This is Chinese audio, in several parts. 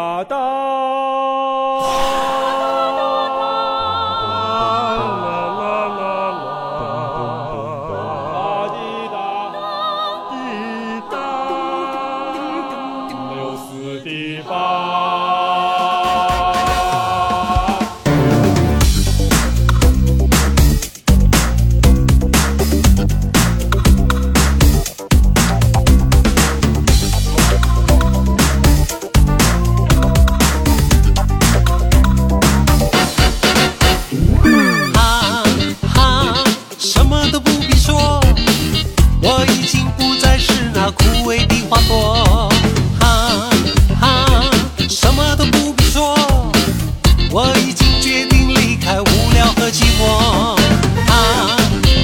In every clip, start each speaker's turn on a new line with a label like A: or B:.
A: 哒哒啦啦啦啦啦，哒滴哒滴哒，六四的八。
B: 哈哈，什么都不必说，我已经不再是那枯萎的花朵。哈哈，什么都不必说，我已经决定离开无聊和寂寞。哈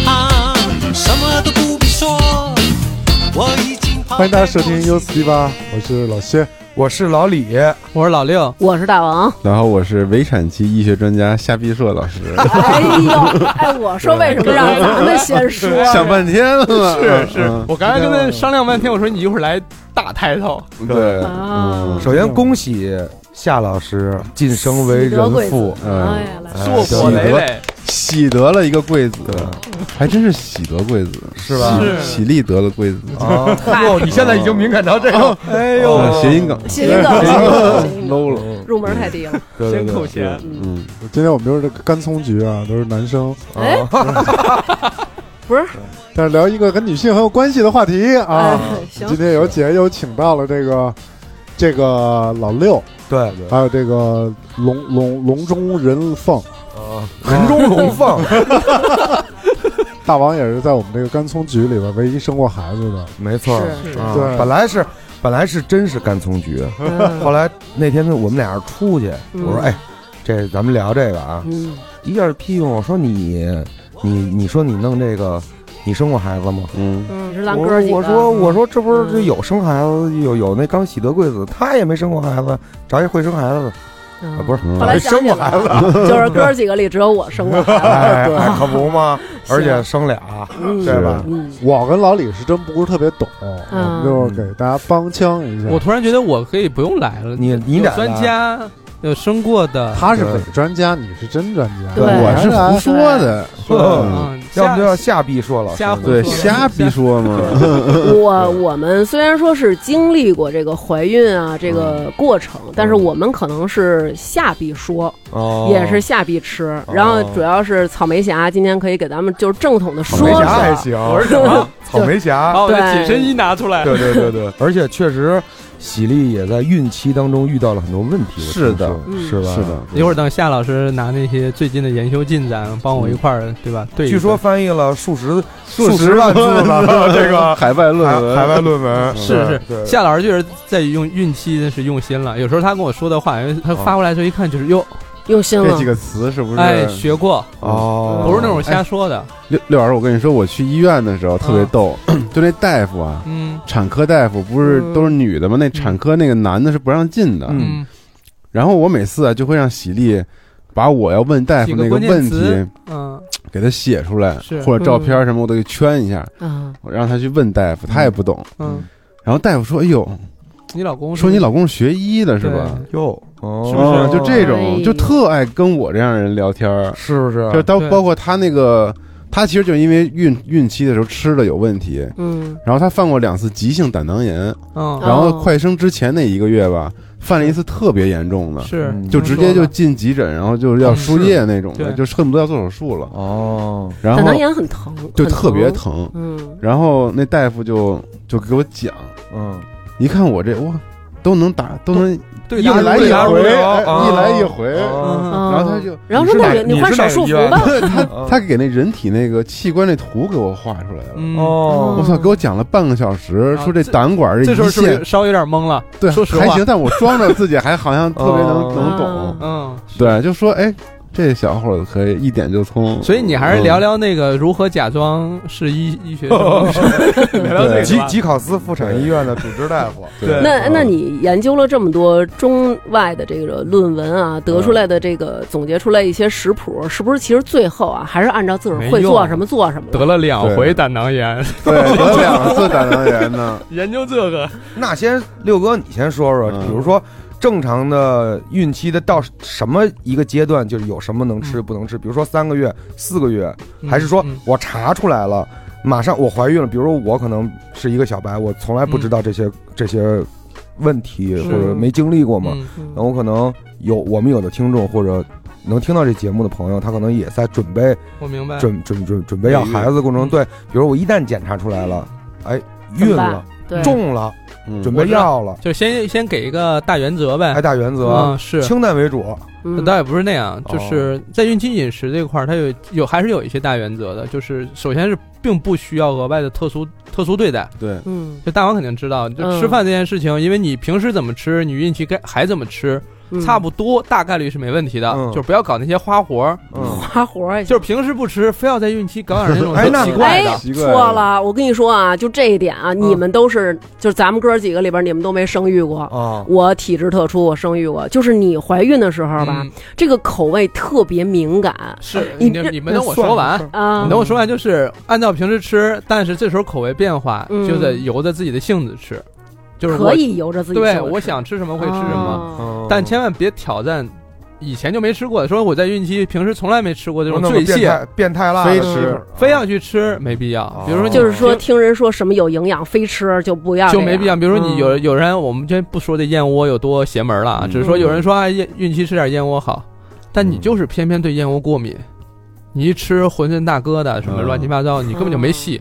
B: 哈，什么都不必说，我已经抛开
C: 欢迎大
D: 哦
C: 家收听
B: 过去
C: U 四 D 八，我是老薛。
E: 我是老李，
D: 我是老六，
F: 我是大王。
G: 然后我是围产期医学专家夏必硕 老师，
F: 哎 呦，哎，我说为什么让咱们先 说？
G: 想半天了，是是，嗯
D: 我刚才跟他商量半天，我说你一会儿来大 title，
G: 对，
F: 啊
G: 嗯，
E: 首先恭喜夏老师晋升为人父，
G: 嗯
F: 哎呀，来
E: 哎
D: 硕果累累，
G: 喜得了一个贵子，嗯还真是喜得贵子，
E: 是吧
G: 喜喜力得了贵子，
E: 啊！
D: 哦
E: 你现在已经敏感到这个，哎
G: 啊
E: 呦，
G: 谐音梗
F: 谐音
E: 哎
F: 梗， 谐音梗
G: low 了，
F: 入门太低了。
E: 对对
D: 先
E: 对
D: 扣钱，
G: 嗯，
C: 今天我们都是这个干葱局啊，都是男生，
F: 哎，不
E: 啊
F: 是，
C: 但是聊一个跟女性很有关系的话题啊。
F: 哎，行
C: 今，天有姐又请到了这个这个老六，
E: 对对
C: 还有这个龙龙龙中人凤
E: 啊！人中龙凤，
C: 大王，也是在我们这个干葱局里边唯一生过孩子的。
E: 没错
F: 是是
E: 啊
C: 对
E: 本来是本来是真是干葱局，后来那天我们俩人出去，
F: 嗯
E: 我说哎，这咱们聊这个啊，
F: 嗯，
E: 一下批评我说你你你说你弄这个，你生过孩子吗？
G: 嗯，
F: 你是
E: 我
F: 狼哥
E: 说
F: 几个？
E: 我说我说这不是这
F: 嗯
E: 有生孩子有有那刚喜得贵子，他也没生过孩子，找一会生孩子的，啊
F: 嗯，
E: 不是哎
G: 嗯
F: 后来想
E: 生
F: 起
E: 过
F: 来
E: 孩子，
F: 了， 就是哥几个里只有我生过 孩子。
E: 哎，哎可不嘛，
F: 行
E: 而且生俩，
F: 嗯
E: 对吧？
F: 嗯，
C: 我跟老李是真不是特别懂，
F: 嗯
C: 就是给大家帮腔一下
H: 我。突然觉得我可以不用来了，
E: 你你
H: 有
E: 俩
H: 专家有生过的，
C: 他是伪专家，你是真专家。
F: 对
G: 我是胡说 的，
E: 嗯，
H: 嗯，
E: 要不就
H: 下
E: 要夏必说老师
H: 瞎
E: 呢，
H: 胡
G: 对，
H: 说
G: 瞎逼说嘛，
F: 我我们虽然说是经历过这个怀孕啊这
E: 嗯
F: 个过程，但是我们可能是下必说，
E: 哦
F: 也是下必吃。然后主要是草莓侠今天可以给咱们就是正统的说
E: 草莓侠还
F: 说，
E: 行，
D: 我是什么？
E: 草莓侠，
H: 把我的
F: 对
H: 紧身衣拿出来，
E: 对对对对，而且确实喜力也在孕期当中遇到了很多问题，我
G: 是的
E: 听
F: 嗯
E: 说是吧？
G: 是的，
H: 一会儿等夏老师拿那些最近的研修进展，帮我一块
G: 嗯
H: 儿，对吧？对一对，
E: 据说翻译了数 十
G: 数
E: 十万字的这个
G: 海外
E: 海
G: 论文，
E: 海外论文，
H: 是是
E: 对
H: 夏老师确实在用孕期真是用心了，有时候他跟我说的话，因为他发过来的时候一看就是哟，
F: 用心
G: 这
F: 了
G: 几。个词啊是不啊哎是？
H: 哎，学过，
E: 哦，
H: 不是那种瞎说的，
G: 六六老师，我跟你说，我去医院的时候特别
F: 嗯
G: 逗， 就那大夫啊，
H: 嗯
G: 产科大夫不是
F: 嗯
G: 都是女的吗？那产科那个男的是不让进的。
E: 嗯
H: 嗯
G: 然后我每次啊就会让喜力把我要问大夫那个问
H: 几个关键
G: 题
H: 嗯，
G: 给他写出来
H: 是，
G: 或者照片什么我都给圈一下，
F: 啊，
G: 我让他去问大夫，他也不懂。
H: 嗯，
G: 然后大夫说：“哎呦，
H: 你老公
G: 说你老公是学医的是吧？
E: 哟，哦
H: 是不是嗯
G: 哦就这
F: 哎
G: 种，就特爱跟我这样的人聊天儿，
E: 是不是？
G: 就包
H: 对
G: 包括他那个。”他其实就是因为孕孕期的时候吃的有问题，
F: 嗯，
G: 然后他犯过两次急性胆囊炎，
H: 嗯
G: 然后快生之前那一个月吧，犯了一次特别严重的，
H: 是
E: 嗯
G: 就直接就进急诊，然后就是要输液那种的，
H: 对
G: 就是恨不得要做手术了。
E: 哦，
G: 然
F: 胆囊
G: 后
F: 炎很疼，
G: 就
F: 很
G: 特别。疼，
F: 嗯，
G: 然后那大夫就就给我讲，
E: 嗯，
G: 一看我这哇，都能打，都能
H: 对
G: 一
H: 答
G: 来一
H: 对答
G: 回，哎
E: 啊
G: 一来一回。
E: 哦
H: 嗯
G: 然后他就
F: 然后说
E: 你是
F: 那
E: 哪
F: 个你
E: 你
F: 换
E: 是哪
F: 手
E: 个
F: 术
E: 医
F: 服
E: 院
F: 吧。
H: 啊
G: 他
E: 嗯
G: 他给那人体那个器官那图给我画出来了。
H: 嗯
E: 哦
G: 我操！给我讲了半个小时，
H: 啊
G: 说这胆管
H: 这
G: 一
H: 时候是不
G: 线
H: 是稍微有点懵了？
G: 对，
H: 说实话
G: 还行，但我装着自己还好像特别能
E: 哦
G: 能懂
F: 啊，
H: 嗯，
G: 对，就说哎，这小伙子可以一点就通，
H: 所以你还是聊
G: 嗯
H: 聊那个如何假装是医医学
G: 哦
H: 生，聊聊这
G: 嗯对
H: 个
E: 吉
H: 吧
E: 吉考斯妇产医院的主治大夫，
G: 对嗯
F: 那那你研究了这么多中外的这个论文啊，得出来的这个总结出来一些食谱，是不是其实最后啊，还是按照自个儿会做什么做什么？
H: 得了两回胆囊炎，
G: 对得两次胆囊炎呢，
H: 研究这个，
E: 那先六哥，你先说说，
G: 嗯
E: 比如说。正常的孕期的到什么一个阶段，就是有什么能吃
H: 嗯
E: 不能吃？比如说三个月、四个月，
H: 嗯
E: 还是说
H: 嗯
E: 我查出来了，马上我怀孕了？比如说我可能是一个小白，我从来不知道这些这些问题，
H: 是
E: 或者没经历过嘛。
H: 嗯
E: 那我可能有我们有的听众或者能听到这节目的朋友，他可能也在准备
H: 我明白。
E: 准准准准备要孩子的过程中，对，
H: 哎嗯
E: 比如我一旦检查出来了，哎，
F: 怎
E: 孕
F: 么办
E: 了，
F: 对，
E: 中了，
G: 嗯
E: 准备要了，
H: 就先先给一个大原则呗
E: 哎，。大原则
H: 嗯，，是。
E: 清淡为主，
F: 嗯
H: 倒也不是那样，
E: 哦
H: 就是在孕期饮食这块儿，它有有还是有一些大原则的。就是首先是并不需要额外的特殊特殊对待，
G: 对，
F: 嗯
H: 就大王肯定知道，就
F: 嗯
H: 吃饭这件事情，因为你平时怎么吃，你孕期该还怎么吃，
F: 嗯
H: 差不多大概率是没问题的。
E: 嗯
H: 就是不要搞那些花活儿，
E: 嗯，
F: 花活儿也
H: 就是平时不吃，非要在孕期搞点那 种
E: 哎那
H: 奇怪嗯的。
G: 奇怪
F: 错了，我跟你说啊，就这一点啊，你们都是，就是咱们哥几个里边，你们都没生育过。
H: 哦
E: 啊，
F: 我体质特殊，我生育过。就是你怀孕的时候吧，
H: 嗯
F: 这个口味特别敏感
H: 是
F: 你
H: 你
F: 这
H: 你们等我说完，
F: 啊
H: 你等。我说完，就是按照平时吃，但是这时候口味变化，
F: 嗯
H: 就得由着自己的性子吃，就是我
F: 可以由着自己
H: 对，
F: 做
H: 我
F: 吃
H: 想吃什么会吃什么，
F: 哦
E: 嗯
H: 但千万别挑战以前就没吃过的。说我在孕期平时从来没吃过这种
E: 弄个
H: 醉
E: 变
H: 蟹，
E: 态哦变态辣的
G: 非
E: 媳妇儿，
H: 非要去吃没必要。比如说你
F: 就是说，听人说什么有营养，非吃就不要这
H: 嗯就
F: 样，
H: 没必要。比如说你有
F: 啊嗯
H: 有人，我们先不说这燕窝有多邪门了啊，
G: 嗯
H: 只是说有人说啊，燕孕期吃点燕窝好，但你就是偏偏对燕窝过敏，你一吃浑身大疙瘩什么
G: 嗯
H: 乱七八糟，你根本就没戏。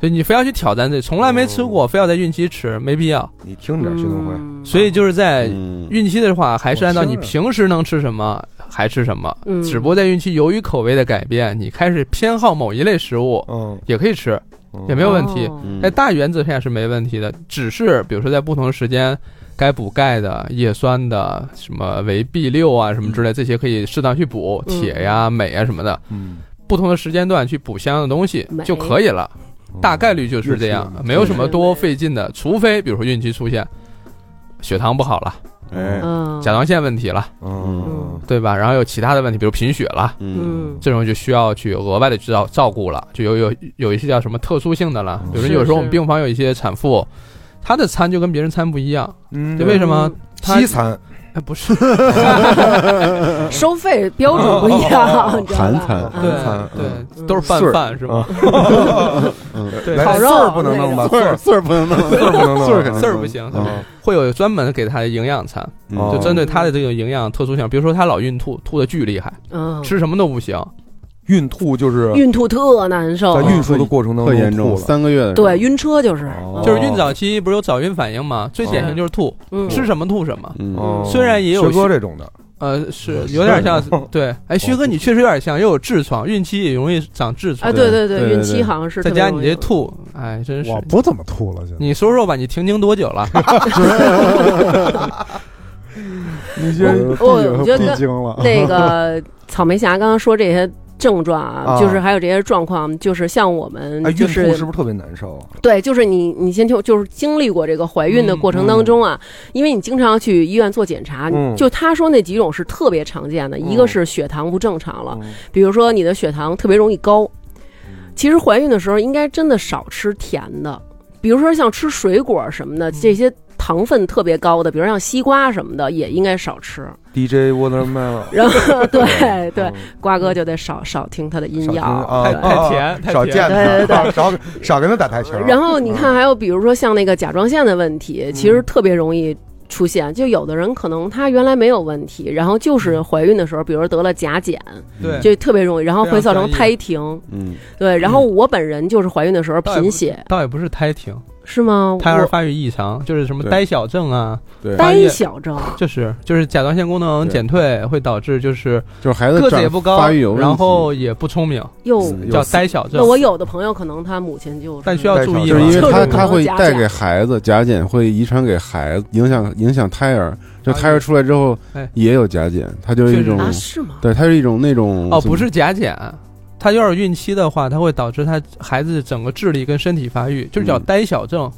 H: 所以你非要去挑战这，从来没吃过，非要在孕期吃，没必要。
E: 你听着，徐东辉，
F: 嗯
H: 所以就是在
G: 嗯
H: 孕期的话，还是按照你平时能吃什么还吃什么，
F: 嗯
H: 只不过在孕期由于口味的改变，你开始偏好某一类食物
E: 嗯，
H: 也可以吃，也没
E: 有，
H: 有问题。
F: 哦
G: 嗯
H: 在哎大原则下是没问题的，只是比如说在不同的时间，该补钙的、叶酸的、什么维 B 六啊什么之类，这些可以适当去补，
F: 嗯
H: 铁呀、镁啊什么的，
G: 嗯
H: 不同的时间段去补相应的东西
F: 镁嗯
H: 就可以了。大概率就是这样
G: 越吃越，
H: 没有什么多费劲的，除非比如说孕期出现血糖不好了、
G: 哎
F: 嗯，
H: 甲状腺问题了，
E: 嗯，
H: 对吧？然后有其他的问题，比如贫血了。
G: 嗯
F: 嗯
H: 这种就需要去额外的去照照顾了，就有有有一些叫什么特殊性的了
G: 嗯，
H: 比如说
F: 是
H: 有时候我
F: 是
H: 们病房有一些产妇，她的餐就跟别人餐不一样，
E: 嗯，
H: 对为什么她
E: 西餐
H: 哎不是
F: 嗯收费标准不一样，你知道吧
G: 韩餐
H: 对
F: 嗯
E: 餐
H: 对
F: 嗯
H: 都是拌饭是吗？对
E: 来
F: 烤肉
E: 穗儿不能弄吧？穗儿
G: 穗儿不能弄，
E: 穗儿不能弄，
G: 穗儿肯定
H: 字儿不行，
G: 嗯
H: 会有专门给她的营养餐，
E: 哦
H: 就针对她的这个营养特殊性，比如说她老孕吐，吐的巨厉害，
F: 嗯，
H: 吃什么都不行，
E: 孕吐就是
F: 孕吐特难受
E: 在，运输的过程当
G: 特严
E: 中
G: 重，
E: 吐了，
G: 三个月的时候
F: 对，，晕车就是，
G: 哦
H: 就是孕早期不是有早孕反应吗？最典型就是吐，
F: 嗯
H: 吃什么吐什么。
G: 嗯
E: 哦
H: 虽然也有
E: 薛哥这种的，
H: 呃，是有点像对，哎，薛哥，你确实有点像，又有痔疮，孕期也容易长痔疮
F: 啊，。对对
G: 对对
F: 孕期
G: 对
F: 好像是
H: 再
F: 特别
H: 加
F: 容
H: 你
F: 易
H: 这吐，哎，真是
C: 我。不怎么吐了，现在
H: 你说说吧，你停经多久了？
C: 你这
F: 我
C: 闭
F: 我觉得
C: 闭经了，
F: 那个草莓侠刚刚说这些症状啊，
E: 啊
F: 就是还有这些状况，就是像我们
E: 哎，
F: 就
E: 孕吐
F: 是
E: 是不是特别难受？
F: 对，就是你你先听，就是经历过这个怀孕的过程当中啊，因为你经常去医院做检查，
E: 嗯
F: 就他说那几种是特别常见的，一个是血糖不正常
E: 嗯
F: 了，比如说你的血糖特别容易高。其实怀孕的时候应该真的少吃甜的，比如说像吃水果什么
E: 嗯
F: 的，这些糖分特别高的，比如像西瓜什么的，也应该少吃。
E: DJ Watermelon，
F: 然后 对对
H: 哦
E: 嗯，，
F: 瓜哥就得少少听他的
E: 少
F: 音
E: 听
F: 药，
E: 啊
H: 太
F: 对
H: 太甜太
E: 少
H: 甜
E: 见
F: 对对
E: 他，少少跟他打台球。啊
F: 然后你
H: 嗯
F: 看，还有比如说像那个甲状腺的问题，其实特别容易出现。就有的人可能他原来没有问题，然后就是怀孕的时候，比如得了甲减，
H: 嗯对，
F: 就特别容易，然后会造成
H: 非常专
F: 胎
H: 业
F: 停。
G: 嗯
F: 对，然后我本人就是怀孕的时候
H: 倒也不
F: 贫血，
H: 倒也不是胎停，
F: 是吗？
H: 胎儿
F: 我
H: 发育异常，就是什么
G: 对
H: 呆小症啊，
G: 对，
H: 发
F: 呆
H: 育
F: 小症，
H: 就是就是甲状腺功能
G: 对
H: 减退，会导致就是
G: 就是孩子
H: 个子
G: 长
H: 也不高
G: 发育有，问题嗯
H: 然后也不聪明，
F: 哟。
G: 有
H: 叫呆小症
F: 那。我有的朋友可能他母亲就是，
H: 但需要注意
G: 就
H: 了，
G: 是因
F: 就
G: 为
F: 是
G: 他
F: 不能
G: 他会
F: 假
G: 带
F: 假
G: 给孩子甲减，会遗传给孩子，影响影响胎儿。就胎儿出来之后
H: 哎
G: 也有甲减，他就是一
H: 确实
G: 种
F: 啊是吗？
G: 对，它是一种那种
H: 哦，
G: 怎么
H: 不是甲减，他要是孕期的话，它会导致他孩子整个智力跟身体发育，就是叫
G: 嗯
H: 呆小症，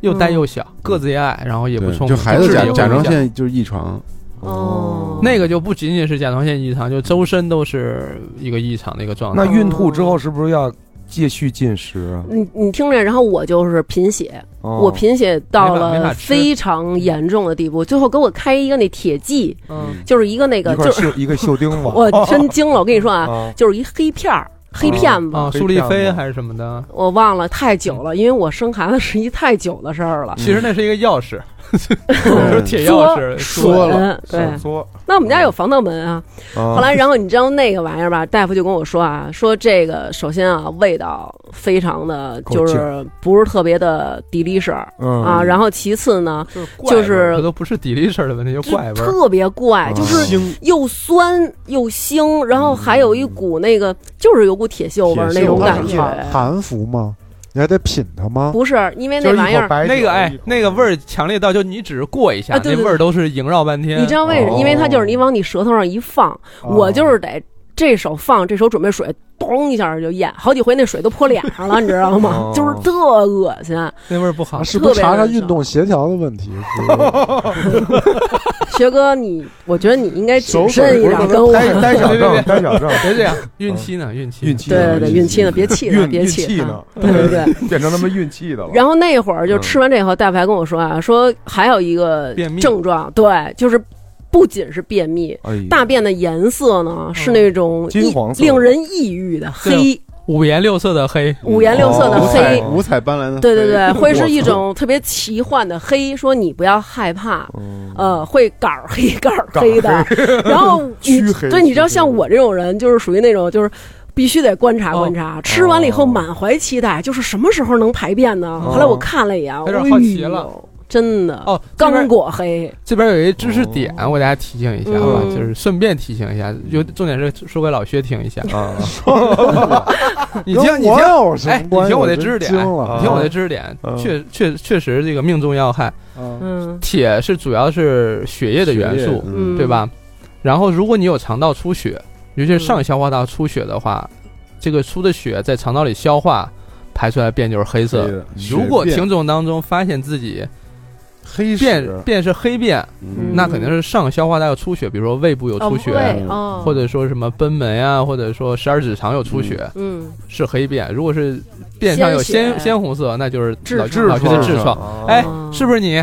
H: 又呆又小，个子也矮，然后也不
G: 对
H: 聪
G: 就
H: 明，
G: 孩子
H: 智力
G: 甲
H: 也会
G: 甲
H: 影
G: 状
H: 响
G: 腺就是异 常，
F: 哦，
H: 那个就不
E: 啊
H: 仅仅是甲状腺异常，就周身都是一个异常的一个状态
E: 那。孕吐之后是不是要继续进食，啊
F: 你你听着，然后我就是贫血，
E: 哦
F: 我贫血到
H: 没法没
F: 了
H: 法吃
F: 非常严重的地步，最后给我开一个那铁剂，
H: 嗯，
F: 就是一个那个
E: 一
F: 就
E: 块
F: 是
E: 绣一个绣钉网，
F: 我真惊了，我跟你说啊，
E: 哦啊，
F: 就是一黑片儿黑片子，
H: 啊，
E: 可以
H: 苏
E: 这
H: 丽
E: 样
H: 菲
E: 吗
H: 还是什么的，
F: 我忘了太久了，因为我生孩子是一太久的事儿了。
H: 其实那是一个钥匙， 我说铁钥匙
F: 说
H: 了，
F: 了，对
E: 手，搓，
F: 那我们家有防盗门啊。后
E: 后
F: 来，然后你知道那个玩意儿吧？大夫就跟我说啊，说这个首先啊，味道非常的，
E: 够劲儿
F: 就是不是特别的 delicious
E: 嗯
F: 啊。然后其次呢，
H: 就是怪味儿
F: 就是
H: 这都不是迪丽事儿的问题，就怪味儿。
F: 特别怪，
E: 嗯
F: 就是又酸又腥，然后还有一股那个就是有股铁锈味儿
E: 铁锈
F: 那种
E: 味儿
F: 感
C: 含
F: 觉。
C: 含服吗？你还得品它吗？
F: 不是因为
E: 就
F: 那
E: 是一
F: 玩意
E: 口
F: 儿，
E: 白酒
H: 那个哎，那个味，儿强烈到就你只是过一下，
F: 啊对对
H: 那味儿都是萦绕半天。
F: 你知道为什么？因为它就是你往你舌头上一放，我就是得这手放，这手准备水，咚一下就咽，好几回那水都泼脸上了，你知道吗
E: 哦？
F: 就是特恶心，
H: 那味儿不好
C: 啊，，是不是
F: 特别
C: 查查
F: 难受
C: 运动协调的问题？是不是
F: 学哥你，我觉得你应该谨
C: 手
F: 慎
C: 水
F: 一
C: 不是
F: 点，
C: 不
F: 跟我
E: 呆呆小
H: 别别别
E: 症，呆小症，
H: 别这样，运气呢，运气，
G: 运气
F: 对对对，运气呢，别气他，
E: 运
F: 别
E: 运
F: 气啊
E: 气
F: 他
E: 呢，，
F: 对对对。
E: 变成他妈运气的了。
F: 然后那会儿就吃完这以后，大夫还跟我说
E: 嗯
F: 啊，说还有一个
H: 便秘
F: 症状，对，就是不仅是便秘，
E: 哎呀
F: 大便的颜色呢是那种
E: 嗯金
F: 抑
E: 黄色嗯
F: 令人抑郁的黑，
H: 五颜六色的黑，
F: 五颜六色的
E: 哦
F: 黑。
G: 五彩斑斓的，
F: 对对 对，会是一 种特别奇幻的黑，说你不要害怕，
E: 嗯
F: 呃，会杆儿黑杆儿黑 的，然后 你
E: 黢黑
F: 对，你知道
E: 黢黑
F: 像我这种人，就是属于那种就是。必须得观察观
H: 哦
F: 察，吃完了以后满怀期待，就是什么时候能排便呢？
E: 哦
F: 后来我看了一眼，
H: 有点
F: 哎
H: 好奇
F: 呦
H: 了，
F: 真的
H: 哦，这
F: 刚
H: 边
F: 果黑，
H: 这边有一知识点，我给大家提醒一下吧，
F: 嗯
H: 就是顺便提醒一下，有重点是说给老薛听一下。
E: 啊，
H: 你听，
C: 跟
H: 你听，
C: 我有什
H: 哎
C: 么
H: 你
C: 关系？
H: 听我这
C: 真
H: 知识点
C: 惊了
H: 你听我的知识点
E: 嗯，
H: 确确确实这个命中要害，
C: 啊
F: 嗯
H: 铁是主要是血液的元素，
F: 嗯，
H: 对？吧？然后如果你有肠道出血，尤
F: 嗯
H: 其是上消化道出血的话，这个出的血在肠道里消化。排出来便就是黑
G: 黑
H: 色
G: 的。
H: 如果
G: 血便
H: 听众当中发现自己
G: 黑
H: 便
G: 屎，
H: 便是黑便，
F: 嗯
H: 那肯定是上消化道有出血，比如说胃部有
F: 哦嗯
H: 出血，
F: 对哦，
H: 或者说什么贲门啊，或者说十二指肠有出血，
F: 嗯，
H: 是黑便。如果是便上有
F: 鲜
H: 鲜
F: 血
H: 鲜红色，那就是
F: 痔
H: 老
F: 疮
H: 老薛的
G: 痔
H: 痔
G: 疮
H: 疮。哎
F: 哦，
H: 是不是你？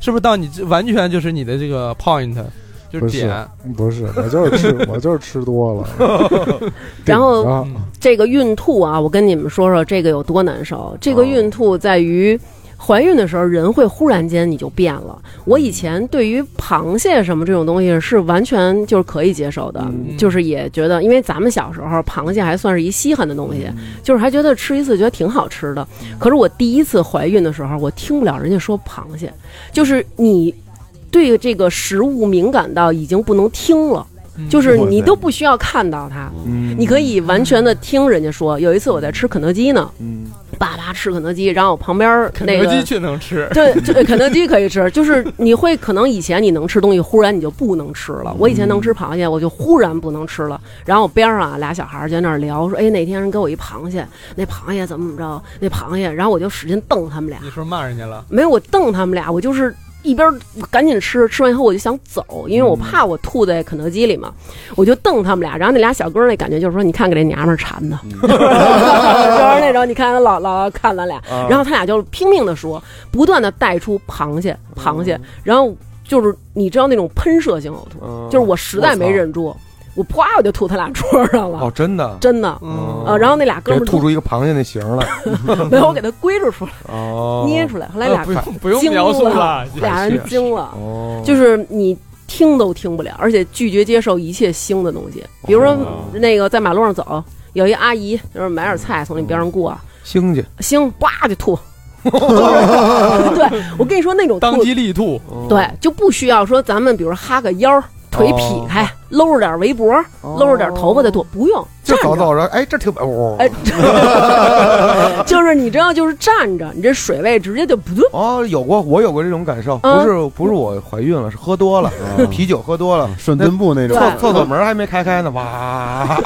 H: 是不是到你这完全就是你的这个 point，就是
C: 不是
H: 点？
C: 不是，我就是吃，我就是吃多了。
F: 然后
C: 顶着
H: 嗯
F: 这个孕吐啊，我跟你们说说这个有多难受。这个孕吐在于怀孕的时候，人会忽然间你就变了。我以前对于螃蟹什么这种东西是完全就是可以接受的，
H: 嗯
F: 嗯就是也觉得，因为咱们小时候螃蟹还算是一稀罕的东西，就是还觉得吃一次觉得挺好吃的。可是我第一次怀孕的时候，我听不了人家说螃蟹，就是你对这个食物敏感到已经不能听了。就是你都嗯不需要看到它，
E: 嗯
F: 你可以完全的听人家说。有一次我在吃肯德基呢，
E: 嗯
F: 爸爸吃肯德基，然后我旁边儿
H: 肯
F: 那
H: 德基
F: 个。
H: 却能吃，
F: 对，这肯德基可以吃，就是你会可能以前你能吃东西，忽然你就不能吃了。我以前能吃螃蟹，我就忽然不能吃了。然后我边上啊俩小孩儿就在那儿聊，说：“哎，哪天人给我一螃蟹，那螃蟹怎么怎么着？那螃蟹。”然后我就使劲瞪他们俩，
H: 你说骂人家了？
F: 没有我瞪他们俩，我就是一边儿赶紧吃，吃完以后我就想走，因为
E: 嗯
F: 我怕我吐在肯德基里嘛，我就瞪他们俩。然后那俩小哥儿那感觉就是说，你看给这娘们儿馋的，
E: 嗯
F: 就是那种你看他老老看咱俩，
E: 啊
F: 然后他俩就拼命的说，不断的带出螃蟹
E: 嗯
F: 螃蟹，然后就是你知道那种喷射性呕吐，
E: 嗯
F: 就是我实在没忍住，我啪我就吐他俩桌上了，
E: 哦，真的，
F: 真的。
H: 嗯，
F: 啊，然后那俩哥
E: 给
F: 们儿
E: 吐
F: 都
E: 出一个螃蟹那形儿来，
F: 没有，我给他归置出来，
E: 哦，
F: 捏出来。后来俩
H: 呃不用不用
F: 惊
H: 描述
F: 了
H: 了，
F: 俩人惊了，
E: 哦，
F: 就是你听都听不了，而且拒绝接受一切腥的东西。比如说
E: 哦
F: 那个在马路上走，有一阿姨就是买点菜从你边上过，
E: 星去，
F: 腥叭就 吐。对，我跟你说那种
H: 当
F: 吐，
H: 机立吐，
F: 对就不需要说咱们比如哈个腰，腿劈开，
E: 哦
F: 搂着点围脖，搂着点头发再吐，不用
E: 就
F: 站
E: 走
F: 着。
E: 走着，哎，这挺哦，
F: 哎， 就是你知道，就是站着，你这水位直接就不对，
E: 哦，有过，我有过这种感受，
F: 嗯
E: 不是不是我怀孕了，是喝多了，
H: 嗯
E: 啤酒喝多了，
G: 顺蹲步那种
F: 对，
E: 厕厕所门还没开开呢，哇，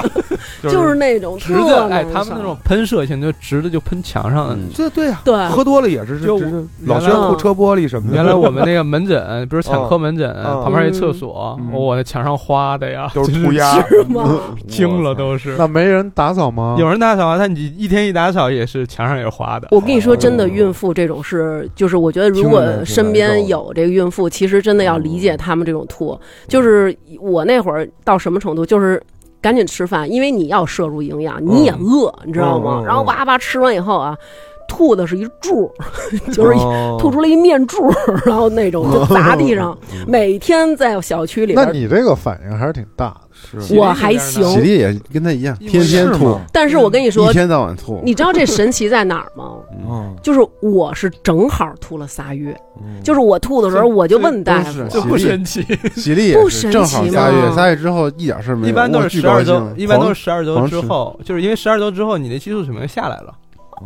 F: 就是那种
H: 直
F: 特
H: 的，哎
F: 难，
H: 他们
F: 受
H: 那种喷射性就直的就喷墙上了。
G: 嗯
E: 这对呀，
F: 对啊嗯
E: 喝多了也是，
H: 就
E: 这这
H: 原
E: 老
H: 来
E: 宣护车玻璃什么的，
H: 原来我们那个门 诊，比如产科门诊，
E: 嗯
G: 哦
H: 旁边一厕所，哦
E: 嗯
H: 我的墙上花的呀，
E: 都
H: 就是
E: 涂鸦，
F: 是吗？
H: 惊了都是。是
G: 嗯
C: 那没人打扫吗？
H: 有人打扫啊，但你一天一打扫也是墙上也是花的。
F: 我跟你说，真的，孕妇这种事，就是我觉得如果身边有这个孕妇，其实真的要理解他们这种吐。就是我那会儿到什么程度，就是赶紧吃饭，因为你要摄入营养，你也饿，你知道吗？
E: 嗯嗯嗯
F: 然后哇哇吃完以后啊，吐的是一柱，就是一
E: 出
F: 吐出了一面柱，然后那种就砸地上。
G: 嗯
F: 每天在小区里
C: 那
F: 边，
C: 你这个反应还是挺大的，
E: 是
F: 我还行
G: 喜力也跟他一样，天天
E: 是
G: 吐
E: 吗，
F: 但是我跟你说
G: 一，天到晚吐。
F: 你知道这神奇在哪儿吗？
E: 嗯，
F: 就是我是正好吐了仨月，
E: 嗯
F: 就是我吐的时候，我就问大夫
G: 都，是
H: 就 不神奇，
G: 喜力
F: 不
G: 也是
F: 神奇
G: 正好仨
F: 吗
G: 月，仨月之后一点事儿没有，
H: 一般都
G: 我
H: 是
G: 巨
H: 十
G: 高
H: 二
G: 兴
H: 周，一般都
G: 狂
H: 是十二周
G: 狂
H: 之
G: 吃
H: 后，就是因为十二周之后你的激素水平下来了，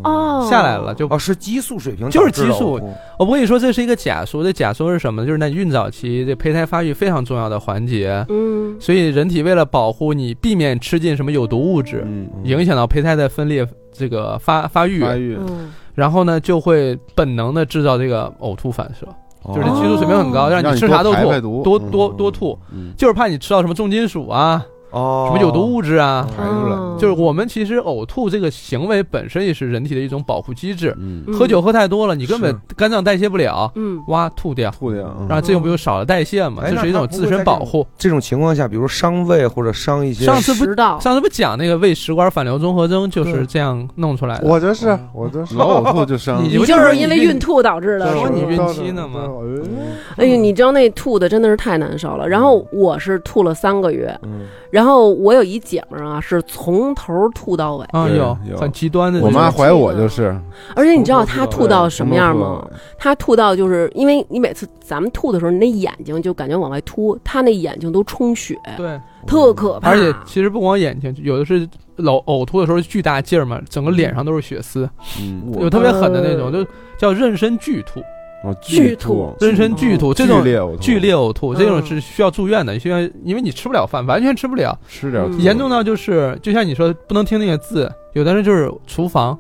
F: 哦，
H: 下来了就
E: 嗯哦，是激素水平
H: 就是
E: 导致的
H: 激素
E: 哦
H: 我不跟你说，这是一个假说。这假说是什么呢？就是在孕早期，这胚胎发育非常重要的环节。
F: 嗯，
H: 所以，人体为了保护你，避免吃进什么有毒物质，
G: 嗯嗯
H: 影响到胚胎的分裂、这个发发育，
G: 发育，
F: 嗯，
H: 然后呢，就会本能的制造这个呕吐反射，就是
F: 哦
H: 激素水平很高，
F: 哦
H: 让你吃啥都
G: 让你多排排
H: 吐，
G: 毒
H: 多
G: 嗯
H: 多多吐，
G: 嗯
H: 就是怕你吃到什么重金属啊，
E: 哦，
H: 什么有毒物质啊。
G: 排出来，
F: 哦
H: 就是我们其实呕吐这个行为本身也是人体的一种保护机制。
G: 嗯，
F: 嗯
H: 喝酒喝太多了，你根本
E: 是
H: 肝脏代谢不了，
F: 嗯
H: 哇，吐掉。
G: 吐
E: 啊
G: 掉，嗯
H: 然后这个不就少了代谢
E: 哦
H: 嘛，
E: 哎
H: 这
E: 那
H: 是一
E: 它
H: 种
E: 不
H: 自
E: 会
H: 身
E: 在
H: 保
E: 这种
H: 护。
E: 这种情况下，比如伤胃或者伤一些
H: 上次不
F: 食道
H: 上次不讲那个胃食管反流综合征就是这样弄出来的，
C: 我就是我就是。
G: 老呕吐就伤
H: 你
F: 你就是因为孕吐导致的
H: 对，
F: 是
H: 我
F: 吗
H: 你孕期呢嘛
C: 嘛，
F: 哎呦，你知道那吐的真的是太难受了。然后
H: 嗯
F: 我是吐了三个月，
E: 嗯
F: 然后我有一姐们儿啊，是从头吐到尾，
H: 啊
G: 对
H: 有
G: 有
H: 很极端的这
G: 我
H: 种，
G: 妈怀我就是，
F: 而且你知道她吐到什么样吗？
G: 对？
F: 她吐到就是因为你每次咱们吐的时候，你那眼睛就感觉往外凸，她那眼睛都充血，
H: 对，
F: 特可怕。
H: 而且其实不光眼睛，有的是老呕吐的时候巨大劲儿嘛，整个脸上都是血丝，
G: 嗯，
H: 有特别狠的那种，就叫妊娠剧吐，
G: 我
F: 巨
G: 巨
F: 吐
H: 妊娠剧吐这
G: 剧
H: 种
G: 烈呕吐，
H: 剧烈呕吐，
F: 嗯
H: 这种是需要住院的，需要因为你吃不了饭，完全吃不了，
G: 吃点儿
F: 嗯
G: 吐，
H: 严重到就是就像你说不能听那个字，有的人就是厨房。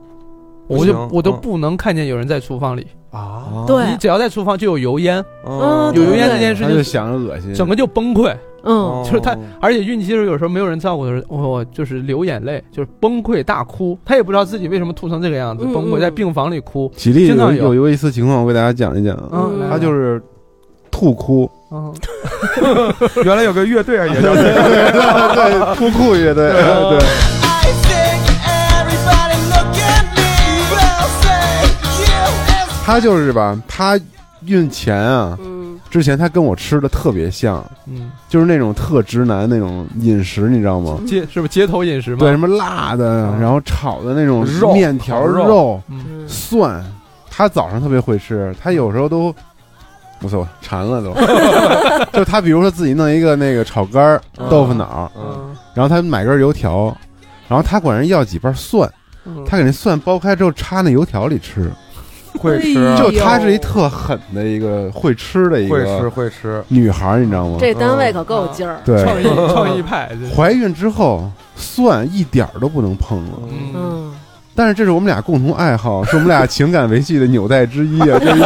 H: 我
E: 不
H: 就
E: 行
H: 我都
E: 嗯
H: 不能看见有人在厨房里，
C: 啊，
F: 对
H: 你，只要在厨房就有油烟，
F: 嗯
H: 有
F: 对
H: 油烟哦
F: 对
H: 这件事
G: 她
H: 情
G: 就，想着恶心，
H: 整个就崩溃。
F: 嗯，
H: 就是他而且孕期的时候，有时候没有人照顾的时候，我、就是流眼泪，就是崩溃大哭。他也不知道自己为什么吐成这个样子，
F: 嗯
H: 崩溃
F: 嗯
H: 在病房里哭。
G: 吉利
H: 经常有
G: 有有一次情况，我给大家讲一讲啊，
F: 嗯
H: 来
G: 她就是吐哭，
H: 嗯，
E: 原来有个乐队啊，也叫
F: 哎
E: 这个
G: 对，吐哭乐队，对，她就是吧，她孕前啊，
F: 嗯，
G: 之前她跟我吃的特别像，
H: 嗯，
G: 就是那种特直男那种饮食，你知道吗？
H: 街是不是街头饮食嘛？
G: 对，什么辣的，然后炒的那种
E: 嗯肉
G: 面条
E: 烤肉
G: 肉
H: 嗯，
F: 嗯
G: 蒜，他早上特别会吃，他有时候都，我操，馋了都。 就他比如说自己弄一个那个炒肝儿、豆腐脑，
H: 嗯
G: 然后他买根油条，然后他管人要几瓣蒜，
H: 嗯，
G: 他给那蒜剥开之后插那油条里吃。
E: 会吃啊
F: 哎
G: 就
F: 呦
G: 他是一特狠的一个会吃的一
E: 会吃
G: 个
E: 会吃，
G: 女孩儿，你知道吗？
F: 这单位可够劲儿。
G: 嗯对，
H: 创意创意派，这
G: 怀孕之后蒜一点儿都不能碰了。
H: 嗯，
F: 嗯，
G: 但是这是我们俩共同爱好，是我们俩情感维系的纽带之一啊，就是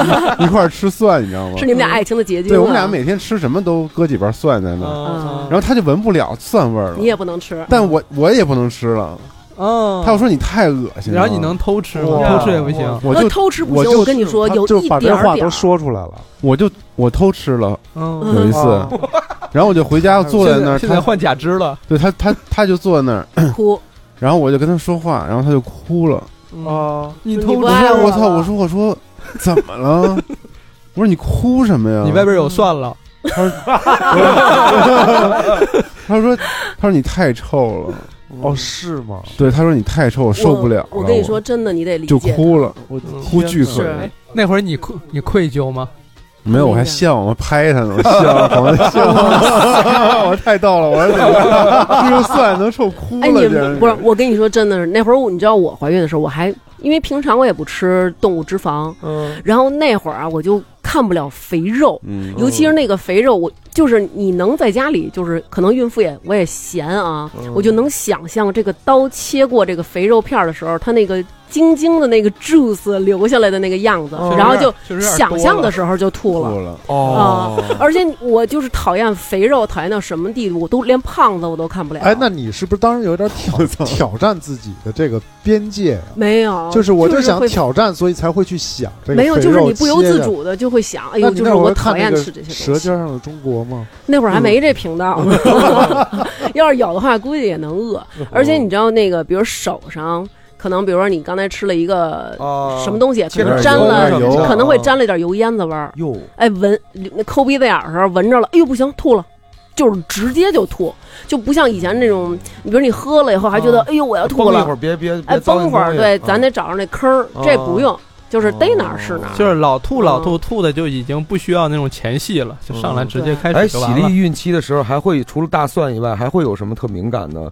G: 一块儿吃蒜，你知道吗
F: 是？你们俩爱情的结晶。
G: 嗯
F: 啊
G: 对，我们俩，每天吃什么都搁几瓣蒜在那儿，
H: 嗯
G: 然后他就闻不了蒜味儿
F: 你
G: 了。
F: 也不能吃。
G: 但我我也不能吃了，
H: 嗯，
G: 他又说你太恶心了。
H: 然后你能偷吃吗？
C: 哇
H: 偷吃也不行，
G: 我
F: 呃
G: 就
F: 偷吃不
G: 我
F: 行，
G: 就
F: 我跟你说，
C: 他
F: 有
C: 就是
F: 一
C: 把
F: 点
C: 这
F: 儿
C: 话
F: 点
C: 都
F: 儿。
C: 说出来了。
G: 我就我偷吃了
H: 嗯。
G: 有一次，
C: 啊
G: 然后我就回家坐在那儿，
H: 现在
G: 他
H: 换假肢了，
G: 对他他他就坐在那儿，
F: 哭，
G: 然后我就跟他说话，然后他就哭了。
H: 嗯
E: 哦
C: 啊，
H: 你
F: 你
H: 偷
F: 不
H: 吃，
F: 爱
G: 哎，我
F: 我
G: 操！
F: 了
G: 我说我说怎么了？我说你哭什么呀？
H: 你外边有蒜了，
G: 他说：“他说你太臭了。
C: 哦，是吗？”
G: 对，他说你太臭，我受不了了
F: 我。我跟你说，，真的，你得理
G: 就
F: 解。
G: 哭了，
C: 我
H: 嗯
G: 哭巨
C: 天
F: 是
G: 损。
H: 那会儿你愧你愧疚吗？
G: 没有，我还笑，我拍他呢，我笑，我笑， 我太逗了。我说你说蒜能臭哭
F: 哎，你
G: 了，这
F: 不是我跟你说，真的是那会儿我，你知道我怀孕的时候，我还因为平常我也不吃动物脂肪，
H: 嗯，
F: 然后那会儿啊，我就看不了肥肉，
G: 嗯
F: 尤其是那个肥肉，我就是你能在家里，就是可能孕妇也
C: 嗯
F: 我也闲啊，我就能想象这个刀切过这个肥肉片儿的时候，它那个晶晶的那个 juice 流下来的那个样子，
E: 哦
F: 嗯然后就
H: 确实有点
F: 想象的时候就吐
G: 吐
C: 嗯
F: 了。
G: 了，
F: 哦，而且我就是讨厌肥肉，讨厌到什么地步，我都连胖子我都看不了。
C: 哎，那你是不是当时有点 挑
G: 操
C: 挑战自己的这个边界啊？
F: 没有，
C: 就是我就想
F: 哦会
C: 挑战，所以才会去想这个
F: 没有，
C: 肥
F: 就是
C: 肉
F: 你不由
C: 切
F: 自
C: 下。
F: 主的就会想，哎
C: 那
F: 呦，
C: 你
F: 就
C: 那
F: 是
C: 会
F: 我
C: 儿看
F: 讨
C: 那
F: 厌
C: 个
F: 吃这
C: 《
F: 些
C: 舌
F: 东
C: 尖嗯
F: 西。
C: 上的中国》吗？
F: 那会儿还没这频 道 呢，要是有的话，估计也能饿。 而且你知道那个，比如手上，可能比如说你刚才吃了一个
E: 啊
F: 什么东西，可
E: 切
F: 能
E: 点
F: 沾
E: 油
F: 了
E: 什么
G: 油
E: 的
F: 可能会沾了一点油烟子味儿。
E: 哟，
F: 哎，闻那抠鼻子眼儿的时候闻着了，哎呦不行，吐了。就是直接就吐，就不像以前那种，你比如你喝了以后还觉得，
E: 啊
F: 哎呦我要吐
E: 崩一
F: 了
E: 会，儿，别别
F: 哎
E: 别糟践
F: 崩会儿，
E: 东西
F: 对，
E: 嗯
F: 咱得找着那坑儿，这不用，就是逮哪儿是哪儿。
H: 就是老吐老吐吐的就已经不需要那种前戏了，就上来直接开
E: 哎，
H: 始
E: 喜
H: 就完了。
E: 力孕期的时候还会除了大蒜以外，还会有什么特敏感的？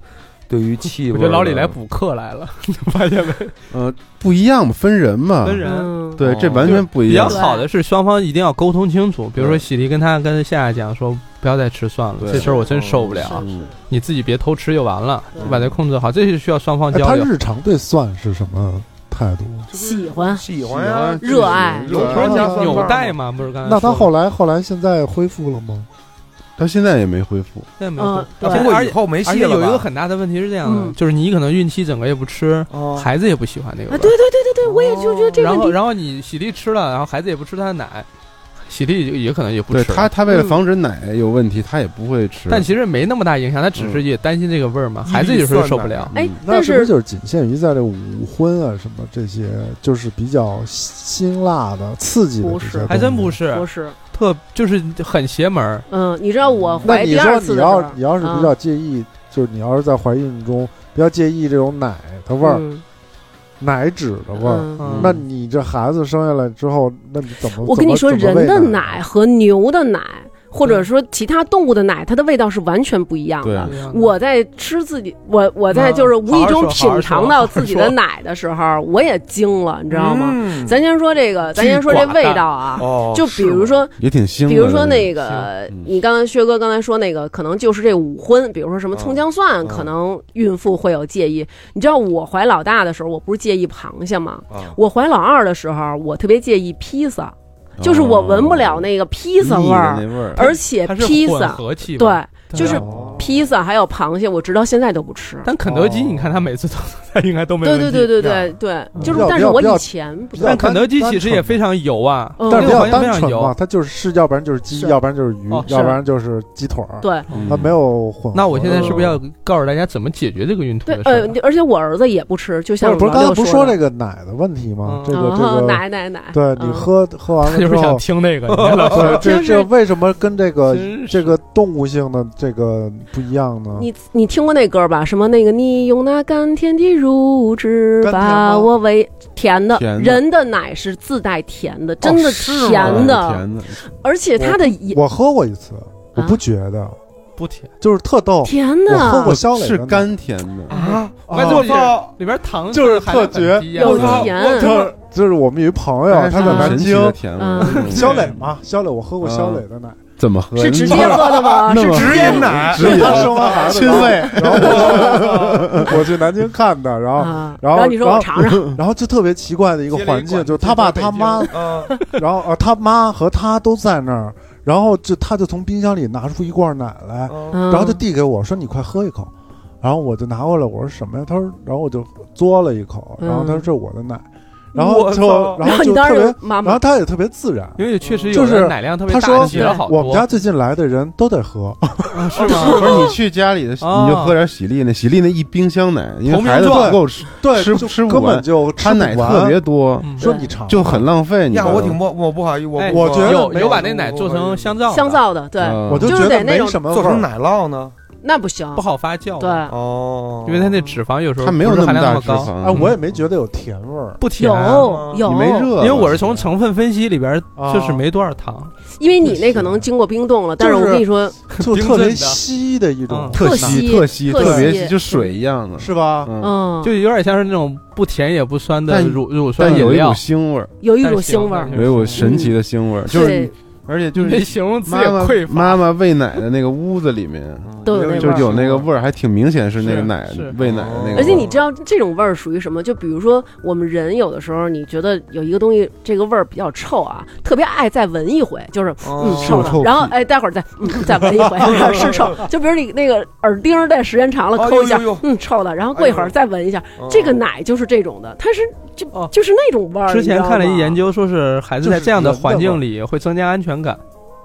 E: 对于气味
H: 我
E: 啊
H: 觉
E: 的，
H: 得老李来补课来 了，你发现没？
G: 呃，不一样嘛，分人嘛，
H: 跟人
F: 嗯，
G: 对，这完全不一
H: 比较
G: 样。
H: 好的是双方一定要沟通清楚，比如说喜力跟他跟夏夏讲说不要再吃蒜了，
G: 对
H: 这事儿我真受不了，
G: 嗯，
H: 你自己别偷吃就完了，
F: 对
H: 你把它控制好，这是需要双方
C: 哎，
H: 交
C: 他
H: 流。
C: 日常对蒜是什么嗯态度？
F: 喜欢，
E: 喜欢呀，
F: 热爱
G: 热
E: 有时候
G: 爱
E: 你。
H: 你纽带嘛，不是刚才
C: 那他
H: 说
C: 后来后来现在恢复了吗？
G: 他现在也没恢复，
H: 的现在没有
F: 嗯，对
H: 而且
E: 不过以后没
H: 而
E: 戏
H: 且
E: 了吧
H: 有一个很大的问题是这样的，
F: 嗯
H: 就是你可能孕期整个也不吃，
E: 哦
H: 孩子也不喜欢那个
F: 啊，
H: 味儿。
F: 对对对对对，我也就觉得这个
H: 然
F: 问
H: 后
F: 题
H: 然后你喜力吃了，然后孩子也不吃他的奶，喜力也也可能也不
G: 对
H: 吃。
G: 他，他为了
F: 嗯
G: 防止奶有问题，他也不会吃。
H: 但其实没那么大影
C: 嗯
H: 响，他只是也担心这个味儿嘛，
F: 嗯
H: 孩子有时候受不了。
F: 哎
G: 嗯，
F: 但
C: 那是不
F: 是
C: 是就是仅限于在这五荤啊什么这些，就是比较辛辣的、刺激的
F: 不
C: 这
F: 是
C: 些东西？
H: 还真不是
F: 不，是，
H: 特就是很邪门儿。
F: 嗯，你知道我
C: 那
F: 怀
C: 你
F: 第二
C: 说
F: 次
C: 你
F: 的时候
C: 要，你要是比
F: 啊
C: 较介意，就是你要是在怀孕中比较介意这种奶的味儿、
F: 嗯
C: 奶脂的味儿，
F: 嗯
H: 嗯
C: 那你这孩子生下来之后，那你怎么？
F: 我跟你说，
C: 怎么
F: 人
C: 喂
F: 的奶和牛的奶，或者说其他动物的奶，它的味道是完全不一样
G: 对
F: 的。
G: 啊
F: 我在吃自己，我我在
H: 嗯
F: 就是无意中
H: 好好说好
F: 品
H: 好
F: 尝
H: 说
F: 到
H: 好好
F: 自己
H: 说
F: 的奶的时候，我也惊了，你知道吗？
E: 嗯
F: 咱先说这个，咱先说这味道啊，
E: 哦，
F: 就比如说
G: 也挺腥的。
F: 比如说
G: 那
F: 那个，
C: 嗯
F: 你刚才薛哥刚才说那个，可能就是这五荤，比如说什么
C: 啊
F: 葱姜蒜，
E: 嗯
F: 可能孕妇会有介意。你知道我怀老大的时候，我不是介意螃蟹吗？
E: 啊
F: 我怀老二的时候，我特别介意披萨，
C: 哦
F: 就是我闻不了那个披萨味
G: 腻
F: 儿，
G: 的那味儿，
F: 而且
H: 它是
F: 披
H: 混
F: 萨
H: 合气嘛，啊
F: 对，就是
C: 哦
F: 披萨还有螃蟹，我直到现在都不吃。
H: 但肯德基，你看他每次都他应该都没
F: 对
H: 问
F: 对
H: 题。啊
F: 对对对对，就是
C: 嗯比较，
F: 但是
C: 比较
F: 我
C: 比较
F: 以前不
C: 比较
H: 但肯德基
C: 单
H: 其实也非常油啊，
F: 嗯
C: 但是
H: 那个
C: 比较
H: 环境非
C: 单
H: 常
C: 纯嘛，
H: 油。
C: 它就是是要不然就是鸡，
F: 是
C: 要不然就是鱼
H: 哦，
F: 是
C: 要不然就是鸡腿儿，
F: 对。
G: 嗯
C: 它没有混合。
H: 那我现在是不是要
C: 哦
H: 告诉大家怎么解决这个孕吐
F: 对
H: 的，事
F: 呃
H: 儿？，
F: 而且我儿子也不吃，就像
C: 不是
F: 老
C: 刚才
F: 六
C: 不
F: 说的
C: 这个奶的问题吗
H: 嗯？
C: 这个这
F: 啊
C: 个，
F: 奶奶奶，
C: 对你
F: 嗯
C: 喝喝完
H: 他
C: 了
H: 就
C: 之
H: 是想
C: 后，
H: 听那个，你看老
C: 对
F: 就
C: 这
F: 是
C: 这为什么跟这个
H: 真是
C: 哦这个动物性的这个不一样呢？
F: 你你听过那歌吧？什么那个你用那甘甜的乳汁
C: 甘甜
F: 把
C: 吗
F: 我喂甜的
G: 甜的
F: 人的奶是自带甜的，真
C: 哦
F: 的
G: 是吗
F: 甜的，
G: 甜的，
F: 而且它的也
C: 我喝过一次，我
F: 啊
C: 不觉得，
H: 不甜，
C: 就是特逗。
F: 甜
C: 我喝
F: 的
C: 过，消磊
G: 是
C: 的奶
G: 甘甜的，
E: 啊，
H: 完
C: 啊
H: 之后
E: 我操，
H: 里边糖
C: 就是
H: 含量
C: 特绝
H: 很低啊
F: 有
C: 我操
F: 甜，
C: 就是就是我们有一朋友，他在
F: 啊
C: 南
G: 神奇
C: 京，
G: 的甜味儿
F: 嗯，
G: 嗯
C: 肖磊嘛，肖磊，我喝过
H: 嗯
C: 肖磊的奶，
G: 怎么喝？
F: 是直接喝的 吗？
G: 那
F: 是
G: 么
F: 直
E: 直
F: 接
E: 饮
A: 啊
E: 奶，
C: 直接生完孩
G: 啊
C: 子，
G: 亲喂，
C: 然后我我去南京看的，然后
F: 啊，
C: 然后
F: 后你说我尝尝，
C: 然后就特别奇怪的一个环境，就是他爸他妈，
E: 啊，
C: 然后呃他妈和他都在那儿，然后就他就从冰箱里拿出一罐奶来，
F: 然
C: 然后就递给我说你快喝一口，然后我就拿过来我说什么呀？他说，然后我就嘬了一口，然后他说这是我的奶，然后
E: 我
C: 就
E: 操
C: 然后
F: 嗯 你
C: 就
F: 当
C: 特
F: 时
C: 别，
F: 妈
C: 然后
F: 妈
C: 他也特别自然。
H: 因为确实
C: 就
H: 有
C: 是
H: 人奶量特别
C: 他说
H: 大，起了好多。
C: 我们家最近来的人都得喝，
H: 啊是吗？
G: 不是你去家里的，你
H: 哦
G: 就喝点喜力那喜力那一冰箱奶，因为
H: 同名
G: 孩子
H: 状
G: 不够吃，
C: 对，
G: 吃
C: 就
G: 吃不
C: 根本
G: 完
C: 就吃
G: 他
C: 不
G: 奶
C: 完
G: 特别多，
H: 嗯
C: 说你尝
G: 就很浪费。你知
E: 呀，
G: 道吗
E: 我挺不，我不好意思，我
H: 哎
E: 我
C: 我觉得
H: 有
C: 没
H: 有把那奶做成
E: 嗯
H: 香皂的，啊
F: 香皂的，对，
G: 嗯
C: 我就
F: 就
C: 觉
F: 是
C: 得
F: 得那
C: 没
F: 种
C: 什么
E: 做
C: 味
E: 成
C: 儿
E: 奶酪呢，
F: 那不行
H: 不，好发酵，
F: 对，，
E: 哦，
H: 因为它那脂肪有时候
G: 它没有
H: 不是
G: 那
H: 含
G: 么
H: 量
G: 大
H: 那么
G: 脂
H: 高，
G: 肪
C: 哎，我也没觉得有甜味儿，
H: 不甜
F: 有
H: 啊。
F: 有
G: 你，没热，
H: 因为我是从成分分析里边
C: 啊
H: 就是没多少糖，
F: 因为你那可能经过冰冻了，但是我
C: 就是
F: 跟你说，
C: 就
H: 冰
C: 特别
H: 镇的
C: 稀的一种
H: 嗯，
G: 特
F: 稀
G: 稀特稀
F: 特
G: 特别
F: 稀
G: 稀，就水一样的，
C: 是啊吧？
G: 嗯，
F: 嗯，
H: 就有点像是那种不甜也不酸的
G: 但
H: 乳乳酸
G: 但
H: 饮
G: 有一
H: 料
G: 股，腥味儿，
F: 有一
H: 但
F: 种
H: 是
F: 腥味儿
H: 但，
C: 嗯
G: 有一股神奇的腥味儿，就是
F: 对
G: 你而且就
D: 没
G: 是
D: 形容词也
G: 妈妈
D: 匮乏。
G: 妈妈喂奶的那个屋子里面，
F: 都有那味
G: 就
F: 儿
G: 有那个味儿，还挺明显是那
D: 是
G: 个奶
D: 是
G: 喂奶的那个味儿。
F: 而且
H: 哦
F: 你知道这种味儿属于什么？就比如说我们人有的时候，你觉得有一个东西这个味儿比较臭啊，特别爱再闻一回，就是嗯
H: 哦
C: 是
F: 臭
C: 有臭
F: 了，
C: 屁
F: 然后哎待会儿再嗯再闻一回 是臭。就比如你那个耳钉儿戴时间长了
E: 哦
F: 抠一下
E: 呦呦呦，
F: 嗯臭的，然后过一会儿再闻一下， 这个奶就是这种的，它是就
H: 哎哦
F: 就是那种味儿。
H: 之前看了一研
F: 究，
H: 究，说是孩子在这样的环境里会增加安全感，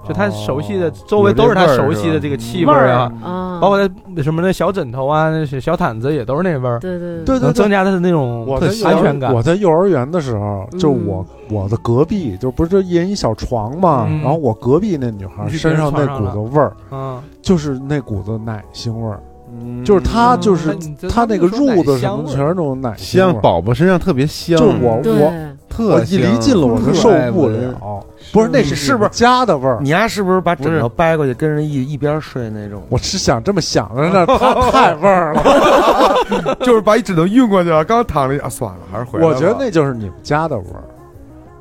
H: 就他熟悉
G: 哦
H: 的周围都是他熟悉的这个气
F: 味
H: 儿
F: 儿
H: 啊，
F: 啊，
H: 包括他什么那小枕头啊、那小毯子也都是那味儿，
F: 对对
C: 对
H: 能
C: 对
H: 增
C: 对。
H: 加他的那种
C: 我在幼
H: 安
C: 儿
H: 全感。
C: 我在幼儿园的时候，就我我的隔壁，就不是就一人一小床嘛，
H: 嗯
C: 然后我隔壁那女孩
H: 你去
C: 身上
H: 别人
C: 那
H: 床
C: 股
H: 上
C: 子味儿，
H: 嗯，
C: 就是那股子奶腥味儿，就是她就是
H: 嗯
C: 她那个褥子什
H: 香
C: 么
H: 味儿
C: 全是那种奶腥味
G: 香
C: 儿，
G: 宝宝身上特别香，
C: 就是我
F: 对
C: 我
G: 特
C: 我一离近了 我就受不了，不是那是
E: 是不是
C: 你们家的味儿？
E: 你丫是不是把枕
G: 不
E: 头
G: 是
E: 掰过去跟人一一边睡那种？
C: 我是想这么想的，那 太太味儿 了。
E: 嗯就是把一枕头运过去了，刚躺了一下，啊算了，还是回来吧。
C: 我觉得那就是你们家的味儿，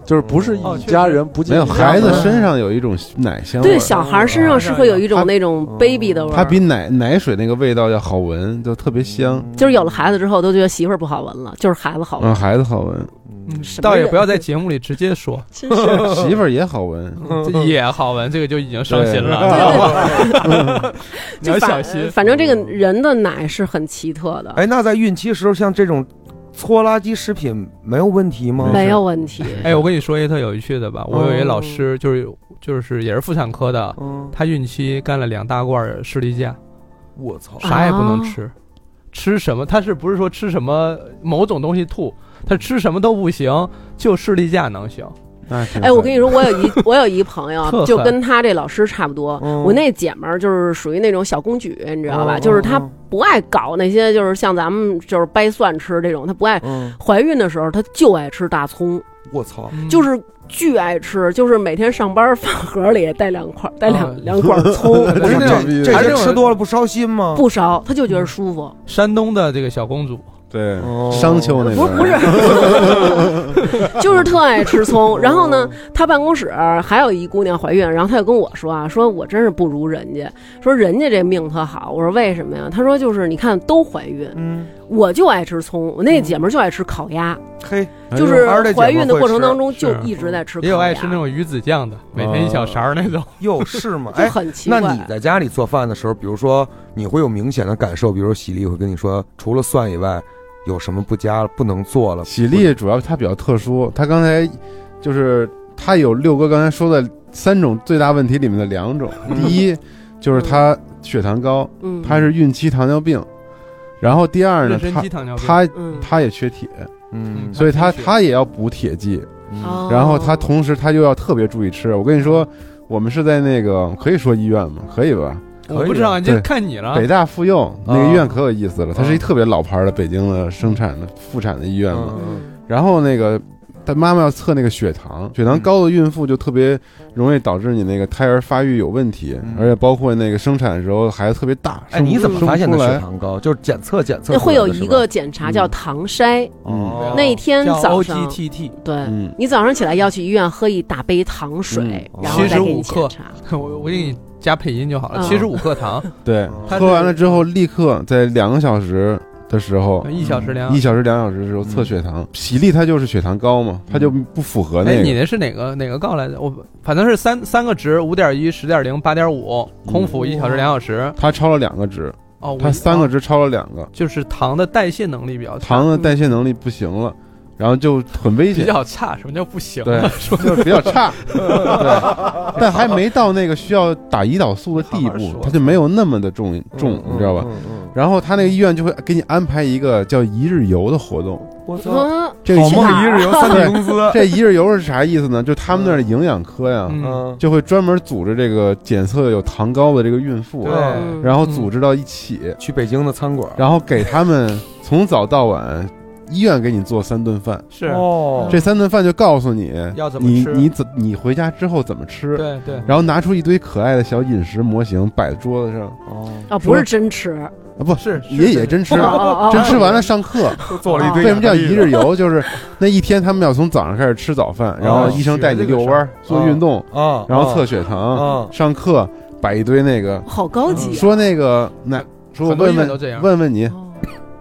C: 就是不是
H: 哦
C: 一家人不进
G: 没有
C: 一家
G: 孩子
C: 门
G: 身上有一种奶香味
F: 对
G: 儿，
F: 小孩儿身上是会有一种那种 baby 的味儿，
G: 它比奶奶水那个味道要好闻，就特别香，
F: 就是有了孩子之后都觉得媳妇儿不好闻了，就是孩子好闻
G: 嗯，。孩子好 闻，
H: 嗯
F: 什么
H: 倒也
F: 人
H: 不要在节目里直接说，
F: 真是对
G: 媳妇儿也好 闻，
H: 这也好闻，这个就已经伤心
F: 对
H: 了。啊
F: 对
H: 你要
F: 反呃
H: 小心。
F: 反正这个人的奶是很奇特的，
E: 哎，那在孕期时候，像这种搓垃圾食品没有问题吗？
F: 没有问题。
H: 哎，我跟你说一个特有趣的吧，我有一老师，就是就是也是妇产科的，
E: 嗯，
H: 他孕期干了两大罐儿士力架，
E: 我操，
H: 啥也不
F: 啊
H: 能吃，吃什么？他是不是说吃什么某种东西吐？他吃什么都不行，就士力架能行。
F: 哎，我跟你说，我有一 我有一朋友啊
H: 特，
F: 就
H: 狠
F: 跟他这老师差不多。
E: 嗯
F: 我那姐们儿就是属于那种小公举，你知道吧？
E: 嗯
F: 就是她不爱搞那些，就是像咱们就是掰蒜吃这种，她不爱。
E: 嗯，
F: 怀孕的时候，她就爱吃大葱，
E: 我操，
H: 嗯
F: 就是巨爱吃，就是每天上班饭盒里带两块带
H: 啊
F: 两两 管葱，
E: 不是
G: 真
E: 这
G: 牛逼
E: 这
H: 还是
E: 些
H: 这种
E: 吃多了不烧心吗？
F: 不烧，她就觉得舒服。
H: 山东的这个小公主，
G: 对
E: 哦
G: 商丘那
F: 不是
G: 边
F: 不是，就是特爱吃葱。然后呢，他办公室还有一姑娘怀孕，然后他就跟我说啊，说我真是不如人家，说人家这命特好。我说为什么呀？他说就是你看都怀孕，
E: 嗯，
F: 我就爱吃葱，我那姐们儿就爱吃烤鸭，
E: 嘿，
F: 就是
E: 还是这姐们儿
F: 怀孕的过程当中
H: 会吃
F: 就一直在吃烤
H: 也
F: 鸭，
H: 有爱吃那种鱼子酱的，每天一小勺儿那
G: 哦
H: 种。
E: 哟是吗？
F: 就
E: 哎，
F: 很奇
E: 那
F: 怪。
E: 你在家里做饭的时候，比如说你会有明显的感受，比如说喜力会跟你说，除了蒜以外，有什么不加啊不能做了？
G: 喜力主要它比较特殊，它刚才就是它有六哥刚才说的三种最大问题里面的两 种，第一就是它血糖高，
F: 嗯，
G: 它是孕期糖尿病，然后第二呢
H: 妊，娠期糖尿病，
G: 它它
F: 嗯，
G: 它也缺铁，
E: 嗯
G: 所以它
H: 缺血
G: 它也要补铁剂，
F: 哦
G: 然后它同时它又要特别注意吃。我跟你说，我们是在那个可以说医院吗？可以吧？
H: 我不知道，就
G: 对
H: 看你了。
G: 北大妇幼那
H: 啊
G: 个医院可有意思了，它是
E: 啊
G: 一特别老牌儿的北京的生产的妇产的医院嘛。
F: 嗯
G: 然后那个他妈妈要测那个血糖，血
E: 嗯
G: 糖高的孕妇就特别容易导致你那个胎儿发育有问题，
E: 嗯
G: 而且包括那个生产的时候孩子特别大。
E: 哎，
G: 生
E: 你怎么发现
G: 生不
E: 的
G: 出
E: 血
G: 来
E: 糖高？就是检测检测
F: 那
E: 出
F: 会
E: 来
F: 有
E: 的是吧，哦
F: 一个检查叫糖筛，
G: 嗯，
F: 那一天
H: 叫
F: 早上
H: OGTT，
F: 对。
G: 嗯，
F: 你早上起来要去医院喝一大杯糖水，
E: 嗯
F: 然后再给你
H: 75克
F: 检查。
H: 我我给你加配音就好了。
F: 嗯
H: 七十五克糖，
G: 对，
E: 哦
H: 它
G: 喝
H: 是
G: 完了之后立刻在两个小时的时
E: 哎
G: 候。
H: 一小时量
G: 嗯一。小时、两小时的时候测血
E: 嗯
G: 糖，喜力它就是血糖高嘛，它就不符合
H: 哎，
G: 那
H: 你
G: 个。
H: 那是哪个哪个杠来着？我反正是三三个值，五点一、十点零、八点五，空腹一小时、两小时。
G: 它超了两个值，
H: 哦，
G: 它
H: 我
G: 嗯三个
H: 哦
G: 值超了两
E: 嗯
G: 个，
H: 就是糖的代谢能力比较差
G: 糖的代谢能力不行了，然后就很危
H: 比
G: 险。
H: 较差。什么叫不行？啊
G: 对
H: 说
G: 就是比较 差，对， 但还没到那个需要打胰岛素的地
H: 好好
G: 步
H: 说，嗯
G: 它就没有那么的重重，
E: 嗯
G: 你知道吧？然后他那个医院就会给你安排一个叫一日游的活动。
E: 我操，
F: 嗯，
G: 这个
F: 好梦
G: 一
F: 一日
G: 游三年工资，这一日游是啥意思呢？就他们那儿的营养科呀，
H: 嗯，
E: 嗯，
G: 就会专门组织这个检测有糖高的这个孕妇
E: 对，
F: 嗯
G: 然后组织到一起，
E: 去北京的餐馆，
G: 然后给他们从早到晚医院给你做三顿饭，
H: 是，
E: 哦
G: 这三顿饭就告诉你
H: 要怎么
G: 你
H: 吃
G: 你怎你回家之后怎么吃，
H: 对对，
G: 然后拿出一堆可爱的小饮食模型摆在桌子上
E: 哦，
F: 啊，不
G: 说
F: 是真吃，
G: 啊，不
H: 是
G: 也也真吃
F: 哦，哦哦
G: 真吃完了上课。
A: 就做了一堆。
G: 为什么叫哦一日？游？就是那一天他们要从早上开始吃早饭，然后医生带你遛弯儿、
E: 是这个事儿
G: 做运动，
A: 哦
E: 啊，
G: 然后测血
E: 啊
G: 糖、
E: 啊
G: 上课摆一堆那个，
F: 好高级啊。
G: 说那个奶，说我
H: 很多医
G: 问
H: 院
G: 问
H: 都这样。
G: 问问你，
F: 哦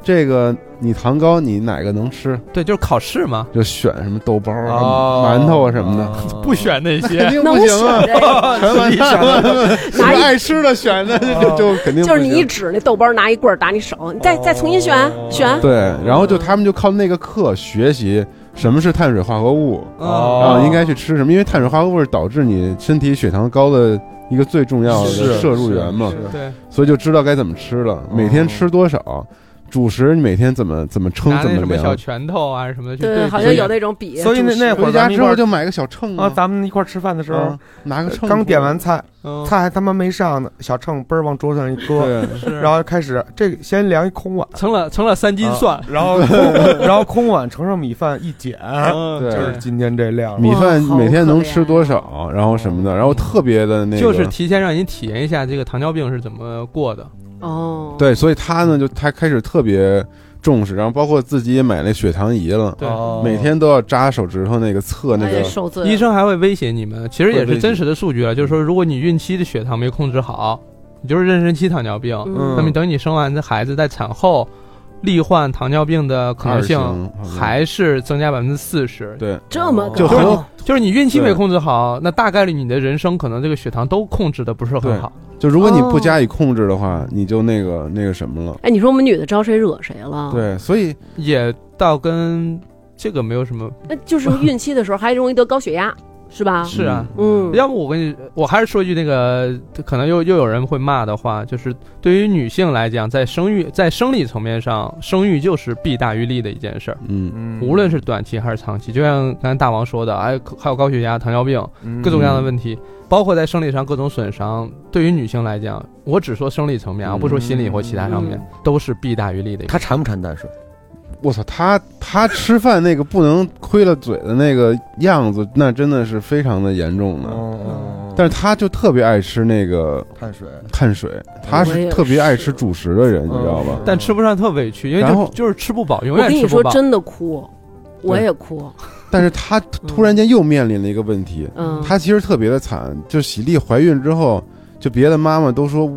G: 这个你糖糕你哪个能吃？
H: 对，就是考试嘛，
G: 就选什么豆包
E: 哦
G: 啊、馒头啊什么的，
E: 哦
H: 不选那些
G: 肯定
F: 那
G: 不
F: 我
G: 行啊
F: 选，这个，
G: 全完蛋 了，什么
F: 拿一
G: 爱吃的选的就就就 肯定不
F: 就是你一
G: 行啊
F: 指那豆包，拿一棍儿打你手，你再再重新选选。
G: 对，然后就他们就靠那个课学习什么是碳水化合物。
E: 哦
H: 啊，
G: 啊，应该去吃什么？因为碳水化合物是导致你身体血糖高的一个最重要
E: 是
G: 的摄入源嘛，
E: 是
H: 对，
G: 所以就知道该怎么吃了，每天吃多
E: 哦
G: 少，主食你每天怎么怎么称
H: 拿
G: 怎
H: 那什么小
G: 量。
H: 拳头啊什么的去
F: 对，好
H: 比
F: 像有那种笔。
E: 所以那
F: 注释
E: 那会儿
G: 回
E: 咱
G: 家
E: 们一
G: 之
E: 块
G: 后
E: 儿
G: 就买个小秤
E: 啊，咱们一块儿吃饭的时候
G: 啊，拿个秤，
E: 刚点完，菜，
H: 嗯
E: 菜还他妈没上呢，小秤嘣儿往桌子上一搁，
G: 对，
H: 是，
E: 然后开始这个先量一空 碗，
H: 成了成了三斤蒜，
G: 啊
E: 然后空然后空碗盛上米饭一减，
H: 嗯，
G: 对
E: 就是今天这量了。
G: 米饭
F: 哇好
G: 每天
F: 可
G: 能
F: 怜啊
G: 吃多少，然后什么的，然后特别的那个，
H: 就是提前让你体验一下这个糖尿病是怎么过的。
F: 哦，，
G: 对，所以他呢就他开始特别重视，然后包括自己也买那血糖仪了，
H: 对，
E: 哦
G: 每天都要扎手指头那个测那
F: 哎呀，
G: 个，
F: 受罪了。
H: 医生还会威胁你们，其实也
G: 会威胁
H: 是真实的数据了，啊就是说，如果你孕期的血糖没控制好，你就是妊娠期糖尿病，
F: 嗯
H: 那么等你生完这孩子在产后，罹患糖尿病的可能性
G: 二型
H: 还是增加百分之四十。
G: 对，
F: 这么
G: 就
F: 高
G: 很有
H: 就是你孕期
G: 对
H: 没控制好，那大概率你的人生可能这个血糖都控制的不是很好。
G: 就如果你不
F: 哦
G: 加以控制的话，你就那个那个什么了。
F: 哎，你说我们女的招谁惹谁了？，
G: 对，所以
H: 也倒跟这个没有什么。
F: 那就是孕期的时候还容易得高血压，是吧？
H: 是啊，
F: 嗯，
H: 要不我跟你，我还是说一句那个，可能又又有人会骂的话，就是对于女性来讲，在生育在生理层面上，生育就是弊大于利的一件事儿。
G: 嗯，
E: 嗯
H: 无论是短期还是长期，就像刚才大王说的，哎，可还有高血压、糖尿病，
G: 嗯
H: 各种各样的问题，包括在生理上各种损伤，对于女性来讲，我只说生理层面啊，
G: 嗯
H: 不说心理或其他上面，
F: 嗯
H: 都是弊大于利的一个。
E: 他馋不馋淡水？
G: 我操，他他吃饭那个不能亏了嘴的那个样子，那真的是非常的严重的。
E: 哦
G: 但是他就特别爱吃那个
E: 是嗯碳水
G: 碳水，他
F: 我也
G: 是特别爱
F: 是
G: 吃主食的人，你知道吧？
E: 嗯
H: 但吃不上特委屈，因为
G: 然后
H: 就就是吃不饱，永
F: 我
H: 远
F: 跟你
H: 吃
F: 说
H: 不饱。
F: 真的哭，我也哭，
G: 但是他突然间又面临了一个问题，
F: 嗯，
G: 她其实特别的惨，就喜力怀孕之后，就别的妈妈都说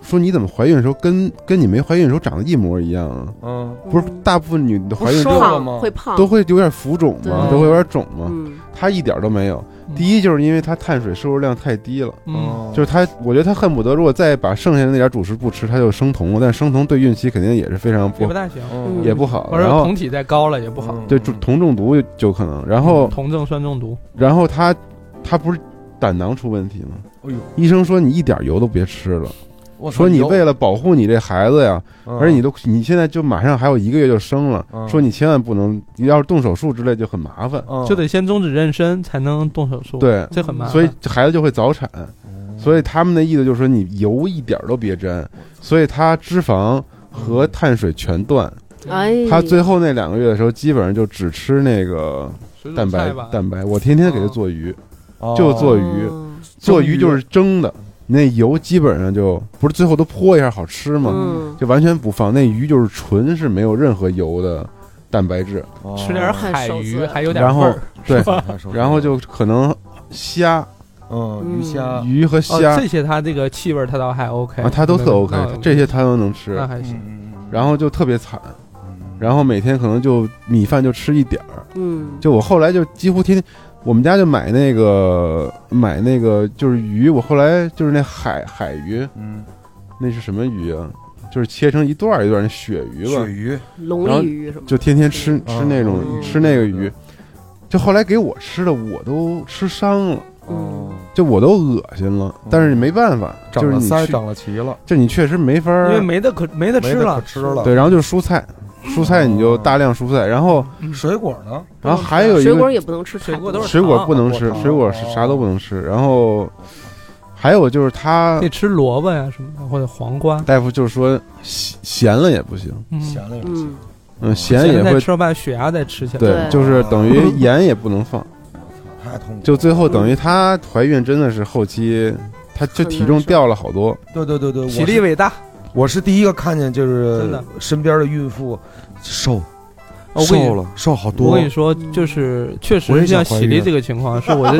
G: 说你怎么怀孕的时候跟跟你没怀孕的时候长得一模一样啊？
E: 嗯，
G: 不是，大部分女的怀孕之
E: 瘦
G: 后
E: 了
F: 胖
E: 吗
F: 会胖，
G: 都会有点浮肿嘛，
F: 对
G: 都会有点肿嘛。
F: 嗯，
G: 她一点都没有。
H: 嗯
G: 第一就是因为她碳水摄入量太低了，
H: 嗯，
G: 就是她，我觉得她恨不得如果再把剩下的那点主食不吃，她就生酮了。但生酮对孕期肯定也是非常
H: 也
G: 不
H: 不大行，
E: 嗯
G: 也不好。
H: 或者
G: 然后
H: 酮体再高了也不好。
E: 嗯
G: 对酮中毒就可能，然后
H: 酮症酸中毒，
G: 然后她她不是胆囊出问题吗？
E: 哎呦，
G: 医生说你一点油都别吃了，
E: 我操
G: 说你
E: 有
G: 为了保护你这孩子呀，
E: 嗯
G: 而且你都你现在就马上还有一个月就生了，
E: 嗯
G: 说你千万不能，你要是动手术之类就很麻烦，
E: 嗯
H: 就得先终止妊娠才能动手术。，
G: 对，
H: 这很麻
G: 嗯
H: 烦。
G: 所以孩子就会早产，
E: 嗯
G: 所以他们的意思就是说你油一点都别沾，所以他脂肪和碳水全断，
F: 哎，
G: 他最后那两个月的时候基本上就只吃那个
H: 水煮
G: 蛋白
H: 菜吧，
G: 蛋白，我天天
E: 嗯
G: 给他做鱼，
E: 哦
G: 就做鱼，
F: 嗯
G: 做鱼就是蒸的，那油基本上就不是最后都泼一下好吃吗？
F: 嗯，
G: 就完全不放。那鱼就是纯是没有任何油的蛋白质，
E: 哦
H: 吃点海鱼还有点
G: 然后
H: 味儿。
G: 对，
E: 手
G: 然后就可能虾、
E: 嗯鱼虾
G: 鱼和
H: 哦
G: 虾
H: 这些它这个啊气味儿它倒还 OK，
G: 啊，它都特
H: 哦那
G: OK，
H: 那
G: 这些它都能吃
H: 那，还行。
E: 嗯
G: 然后就特别惨，
E: 嗯
G: 然后每天可能就米饭就吃一点儿。
F: 嗯，
G: 就我后来就几乎天天，我们家就买那个买那个就是鱼，我后来就是那海海鱼，
E: 嗯
G: 那是什么鱼啊？就是切成一段儿一段儿那鳕鱼吧
E: 鳕，鱼
F: 龙
G: 然后
F: 利鱼什么的，
G: 就天天吃
E: 嗯
G: 吃那种、
F: 嗯
G: 吃那个鱼，就后来给我吃的我都吃伤了，
F: 嗯
G: 就我都恶心了，但是没办法，就是
E: 长了
G: 你
E: 腮
G: 去，
E: 长了鳍了，
G: 就你确实没法
H: 因为
G: 儿，
H: 没得可没得
E: 没
H: 吃
E: 得
H: 了
E: 可，吃了。
G: 对，然后就是蔬菜，蔬菜你就大量蔬菜，然后
E: 水果呢？
G: 然后还有一
F: 水果
G: 个
F: 也不能吃太多，
H: 水果都是
G: 水果不能
E: 水
G: 吃
E: 果，
G: 水果是啥都不能吃，然后还有就是他
H: 得吃萝卜呀什么的，或者黄瓜。
G: 大夫就是说咸咸了也不行，
H: 嗯，
E: 咸了也不行
F: 嗯，
G: 嗯，咸也
H: 在
G: 会
H: 吃到半血压再吃起来。
G: 对，
F: 对
G: 就是等于盐也不能放，
H: 嗯
E: 太痛苦了。
G: 就最后等于她怀孕真的是后期，她就体重掉了好多，
E: 对对对对，我
H: 体
E: 是
H: 力伟大，
E: 我是第一个看见，就
H: 真
E: 是
H: 的
E: 身边的孕妇瘦
F: 哦
H: 我跟你
E: 瘦了，瘦好
H: 我
E: 多
H: 跟你。说，就是确
E: 我也
H: 实
E: 想
H: 像
E: 怀
H: 喜
E: 孕
H: 力这个情况，是我这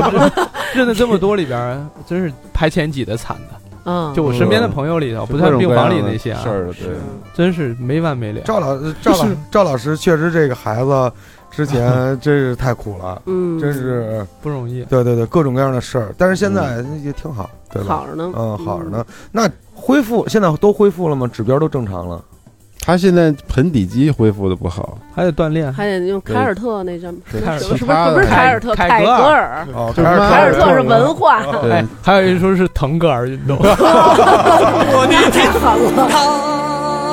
H: 认 的这么多里边儿，真是排前几的惨的。
F: 嗯，
H: 就我身边的朋友里头，
G: 就
H: 不
G: 各
H: 在
G: 种
H: 病
G: 各
H: 房
G: 样
H: 里
G: 的
H: 那些啊
G: 事，儿，对，
H: 真是没完没了。
E: 赵老呃赵老赵老师确实这个孩子之 前真是太苦了，
F: 嗯，
E: 真是
H: 不容易。
E: 对对对各种各样的事儿，但是现在
G: 嗯
E: 也挺好，对吧？
F: 好着呢，
E: 嗯，好着呢。那恢复现在都恢复了吗？指标都正常了。
G: 她现在盆底肌恢复的不 好，
H: 还得锻炼，
F: 还得用凯尔特那什么，
G: 对
H: 凯尔
F: 什么
H: 特
F: 什么不是凯尔特，
H: 凯
F: 凯
H: 凯格
F: 格
H: 尔
F: 尔，
E: 哦，
G: 就
E: 凯尔
G: 妈
E: 特
F: 凯尔特是
G: 尔
F: 文化，
H: 哎
G: 对，嗯
H: 还有一说是腾格尔运动，
G: 哦
F: 太狠了。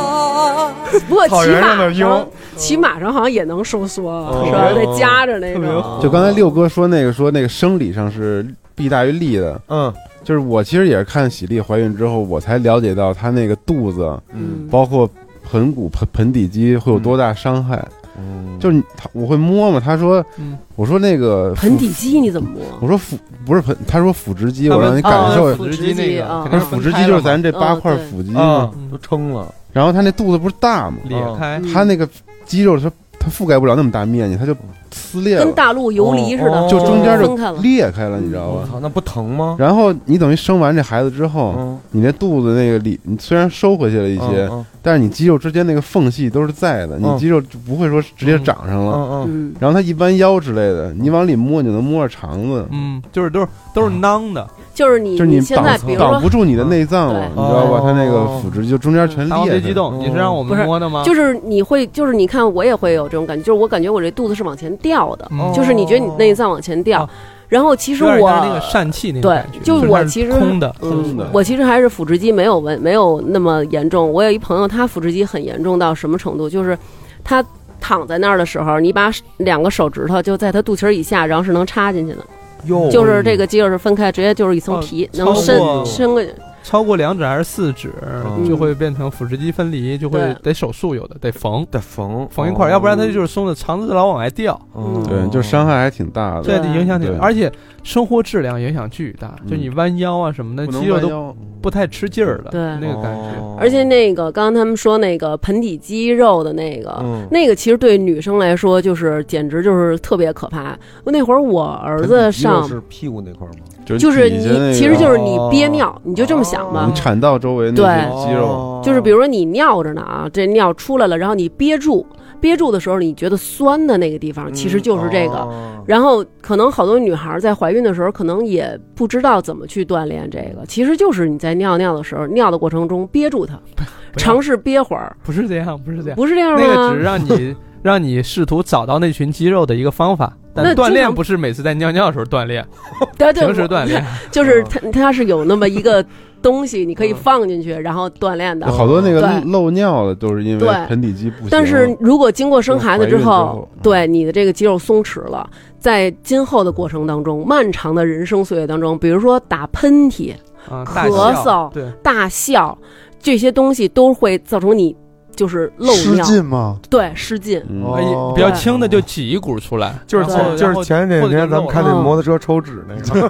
F: 不过
E: 草
F: 骑
E: 原
F: 马
E: 上的
F: 上
E: 鹰，
F: 骑马上好像也能收缩，
E: 哦
F: 是吧？得夹着那
H: 特别
F: 种。
G: 就刚才六哥说那个说那个生理上是弊大于利的，
E: 嗯
G: 就是我其实也是看喜力怀孕之后，我才了解到她那个肚子，
F: 嗯，
G: 包括盆骨、盆盆底肌会有多大伤害。
E: 嗯，
G: 就是你她，我会摸嘛，她说，
H: 嗯
G: 我说那个
F: 盆
G: 腹，
F: 底肌你怎么摸？
G: 我说腹不是盆，她说腹直肌，我
H: 他们
G: 让你感
F: 哦
G: 受。
H: 腹直肌那
F: 腹直肌
H: 个，
F: 啊
H: 肯
G: 她说
H: 定
G: 腹
H: 是分
G: 直
H: 开
G: 肌就
H: 了
G: 是咱这八
F: 嗯
G: 块
F: 对
G: 腹肌
E: 啊
G: 嘛，
H: 嗯
E: 都撑了，
G: 然后她那肚子不是大嘛
H: 嘛，裂开，
G: 她嗯那个肌肉它它覆盖不了那么大面积，它就撕裂
F: 跟
G: 了，
F: 大陆游离似的，
E: 哦
G: 就中间
F: 分
G: 就
F: 开了。
G: 裂开了，你知道
E: 我
G: 吧？
E: 操，那不疼吗？
G: 然后你等于生完这孩子之后，
E: 嗯，
G: 你那肚子那个里，你虽然收回去了一
E: 一
G: 些，但是你肌肉之间那个缝隙都是在的，
E: 嗯
G: 你肌肉就不会说直接长上
E: 嗯
G: 了。
E: 嗯
F: 嗯，
G: 然后它一弯腰之类的，你往里摸，你能摸着肠子，
H: 嗯，就是都是都是囊的，
F: 就是你
G: 就是你
F: 现在
G: 挡
F: 比如
G: 挡
F: 说，嗯
G: 不住你的内脏了，
F: 对嗯
G: 你知道吧
E: 哦？
G: 它那个腹直就中间全
H: 大王
G: 裂嗯
H: 别
G: 开
H: 激动，你是让我
F: 不
H: 们
F: 是
H: 摸
G: 啊
H: 的吗？
F: 就是你会，就是你看我也会有这种感觉，就是我感觉我这肚子是往前掉的，
G: 哦
H: 嗯
F: 就是你觉得你内脏往前掉
H: 哦，
F: 然后其实
H: 有点
F: 我
H: 像那个疝气那个
F: 对
H: 感觉，
F: 就是
H: 是
F: 我
H: 它是
F: 其实
H: 空的，
G: 空的
F: 嗯，我其实还是腹直肌没有问没有那么严重。我有一朋友，他腹直肌很严重到什么程度？就是他躺在那儿的时候，你把手两个手指头就在他肚脐儿以下，然后是能插进去的，
E: 哟，
F: 就是这个肌肉是分开，直接就是一层皮，
H: 哦
F: 能伸
H: 超过
F: 伸过去。
H: 超过两指还是四指
E: 嗯
H: 就会变成腹直肌分离，就会
F: 对
H: 得手术，有的得缝
E: 得缝
H: 缝一
G: 哦
H: 块儿，要不然它就是松的，肠子老往外掉，
F: 嗯
G: 对，就伤害还挺大
H: 这
G: 的，
H: 得影响你
G: 对，嗯
H: 而且生活质量影响巨大，就你弯腰啊什么的，
G: 不
H: 肌
G: 能
H: 肉
G: 弯
H: 都
G: 腰。
H: 不太吃劲儿了，
F: 对
H: 那个感觉。
F: 而且那个刚刚他们说那个盆底肌肉的那个，那个其实对女生来说就是简直就是特别可怕。那会儿我儿子上
E: 是屁股那块吗？
F: 就
G: 就是你以
F: 你
G: 前那个
F: 其实就是你
E: 哦
F: 憋尿，你就这么想吧
G: 你。产道周围那
F: 对哦
G: 些肌肉，
H: 哦
F: 就是比如说你尿着呢啊，这尿出来了，然后你憋住，憋住的时候你觉得酸的那个地
H: 嗯
F: 方，其实就是这个。
H: 哦
F: 然后可能好多女孩在怀孕的时候，可能也不知道怎么去锻炼这个，其实就是你在尿尿的时候，尿的过程中憋住它，尝试憋会儿，
H: 不是这样，不是这样，
F: 不是这样
H: 那个只
F: 吗？
H: 是让 你让你试图找到那群肌肉的一个方法，但
F: 那
H: 锻
F: 经
H: 炼
F: 常
H: 不是每次在尿尿的时候锻炼，
F: 对对，
H: 平时
F: 我
H: 锻 炼，嗯
F: 就是它它是有那么一个东西，你可以放进去，然后锻炼的。
G: 好多那个
F: 对
G: 漏尿的都是因为
F: 对
G: 盆底肌不行。
F: 但是如果经过生孩子之
G: 怀孕之后
F: 后，对你的这个肌肉松弛了，在今后的过程当中，漫长的人生岁月当中，比如说打喷嚏、
H: 嗯，
F: 咳
H: 大笑
F: 嗽
H: 对，
F: 大笑这些东西，都会造成你就是漏
C: 失
F: 尿，哎
C: 禁吗？
F: 对，失禁。
G: 嗯
C: 哦
H: 而且比较轻的就挤一股出来，
E: 就是
H: 然
E: 前就嗯
H: 后然
E: 是
H: 后
E: 前两天咱们看那
F: 嗯
E: 摩托车抽脂那个，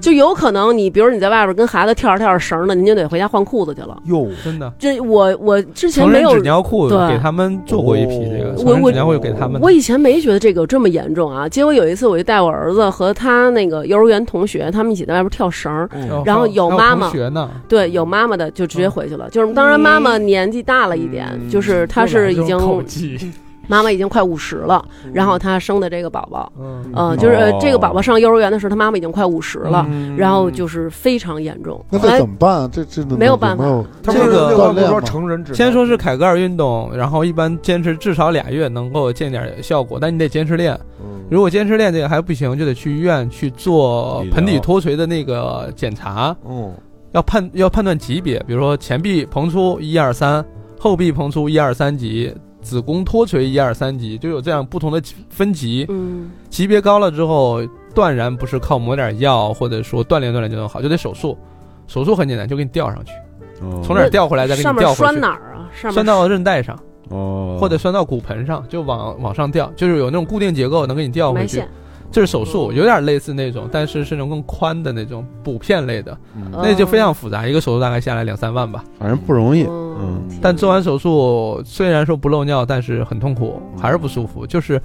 F: 就有可能你，比如你在外边跟孩子跳着跳着绳呢，您就得回家换裤子去了。
E: 哟，
H: 真的。
F: 这我我之前
H: 成
F: 没
H: 人
F: 有
H: 纸，尿裤
F: 对
H: 给他们做过一批这个，
E: 哦
H: 成人
F: 我
H: 纸尿裤给他们
F: 我以前没觉得这个这么严重啊。结果有一次，我就带我儿子和他那个幼儿园同学，他们一起在外边跳绳儿，
H: 哦
F: 然后有
H: 还
F: 妈妈
H: 同学呢，
F: 对，有妈妈的就直
H: 嗯
F: 接回去了。就是当然，妈妈年纪大了一点，
E: 嗯
F: 啊就是她是已经
H: 口技，
F: 妈妈已经快五十了，然后她生的这个宝宝，
H: 嗯，
F: 嗯、就是
G: 哦
F: 这个宝宝上幼儿园的时候，她妈妈已经快五十了，
E: 嗯
F: 然后就是非常严重。
C: 那
F: 后
C: 这
F: 来
C: 怎么办啊？这这能
F: 哎没有办法
C: 有
E: 他们
H: 这个
E: 不是
C: 锻炼
E: 说
C: 吗
E: 成人脂，
H: 先说是凯格尔运动，然后一般坚持至少俩月能够见点效果，但你得坚持练。
E: 嗯
H: 如果坚持练这个还不行，就得去医院去做盆底脱垂的那个检查，
E: 嗯
H: 要判要判断级别，比如说前臂膨出一二三，后臂膨出一二三级，子宫脱垂一二三级，就有这样不同的级分级。
F: 嗯，
H: 级别高了之后，断然不是靠抹点药或者说锻炼锻炼就能好，就得手术。手术很简单，就给你吊上去，
G: 哦
H: 从哪儿吊回来再给
F: 上
H: 你
F: 面
H: 吊回
F: 拴
H: 去，
F: 哪儿啊？上面
H: 拴到韧带上。
G: 哦，
H: 或者拴到骨盆上，就往往上吊，就是有那种固定结构能给你吊回
F: 埋
H: 去
F: 线。，
H: 这是手
F: 嗯
H: 术，有点类似那种，但是是那种更宽的那种补片类的，
F: 嗯
H: 那就非常复杂，一个手术大概下来两三万吧。
G: 反正不容易。
F: 嗯
G: 嗯，
H: 但做完手术虽然说不漏尿，但是很痛苦，还是不舒服，就是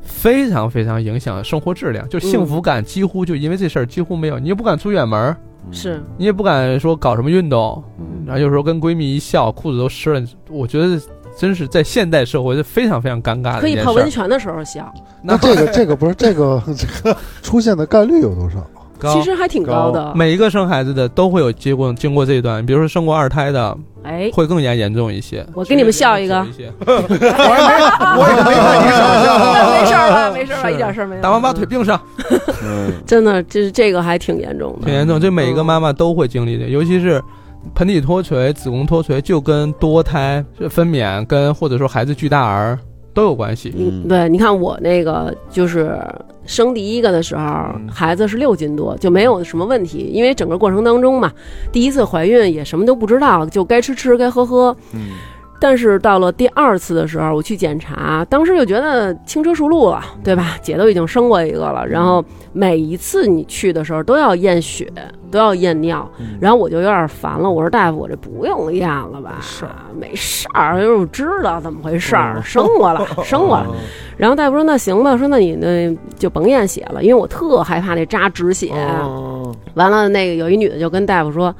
H: 非常非常影响生活质
F: 嗯
H: 量，就幸福感几乎就因为这事儿几乎没有，你也不敢出远门儿，
F: 是
H: 你也不敢说搞什么运动，
G: 嗯
H: 然后有时候跟闺蜜一笑，裤子都湿了，我觉得。真是在现代社会是非常非常尴尬的
F: 可
H: 一
F: 以
H: 件
F: 泡
H: 事
F: 温
H: 儿。
F: 泉的时候笑，
C: 那这个这个不是这个这个出现的概率有多少？
H: 高
F: 其实还挺高的。
H: 每一个生孩子的都会有经过经过这一段，比如说生过二胎的
F: 哎，
H: 会更加严重一些。
F: 我给你们笑一个
H: 是有些
F: 那 没事儿吧？没事儿吧？
H: 是
F: 一点事儿没有。
H: 大王把腿
F: 嗯，
H: 并上，
G: 嗯，
F: 真的，这这个还挺严重的
H: 挺。严重，这每一个妈妈都会经历的，尤其是盆底脱垂、子宫脱垂，就跟多胎是分娩跟或者说孩子巨大儿都有关系。
G: 嗯
F: 对，你看我那个就是生第一个的时候，孩子是六斤多，就没有什么问题，因为整个过程当中嘛，第一次怀孕也什么都不知道，就该吃吃，该喝喝。
E: 嗯
F: 但是到了第二次的时候，我去检查，当时就觉得轻车熟路了，对吧？姐都已经生过一个了，然后每一次你去的时候都要验血，都要验尿，然后我就有点烦了，我说大夫，我这不用验了吧？是，没事儿，就是我知道怎么回事儿，生过了，生过了。然后大夫说那行吧，说那你那就甭验血了，因为我特害怕那扎止血。完了，那个有一女的就跟大夫说，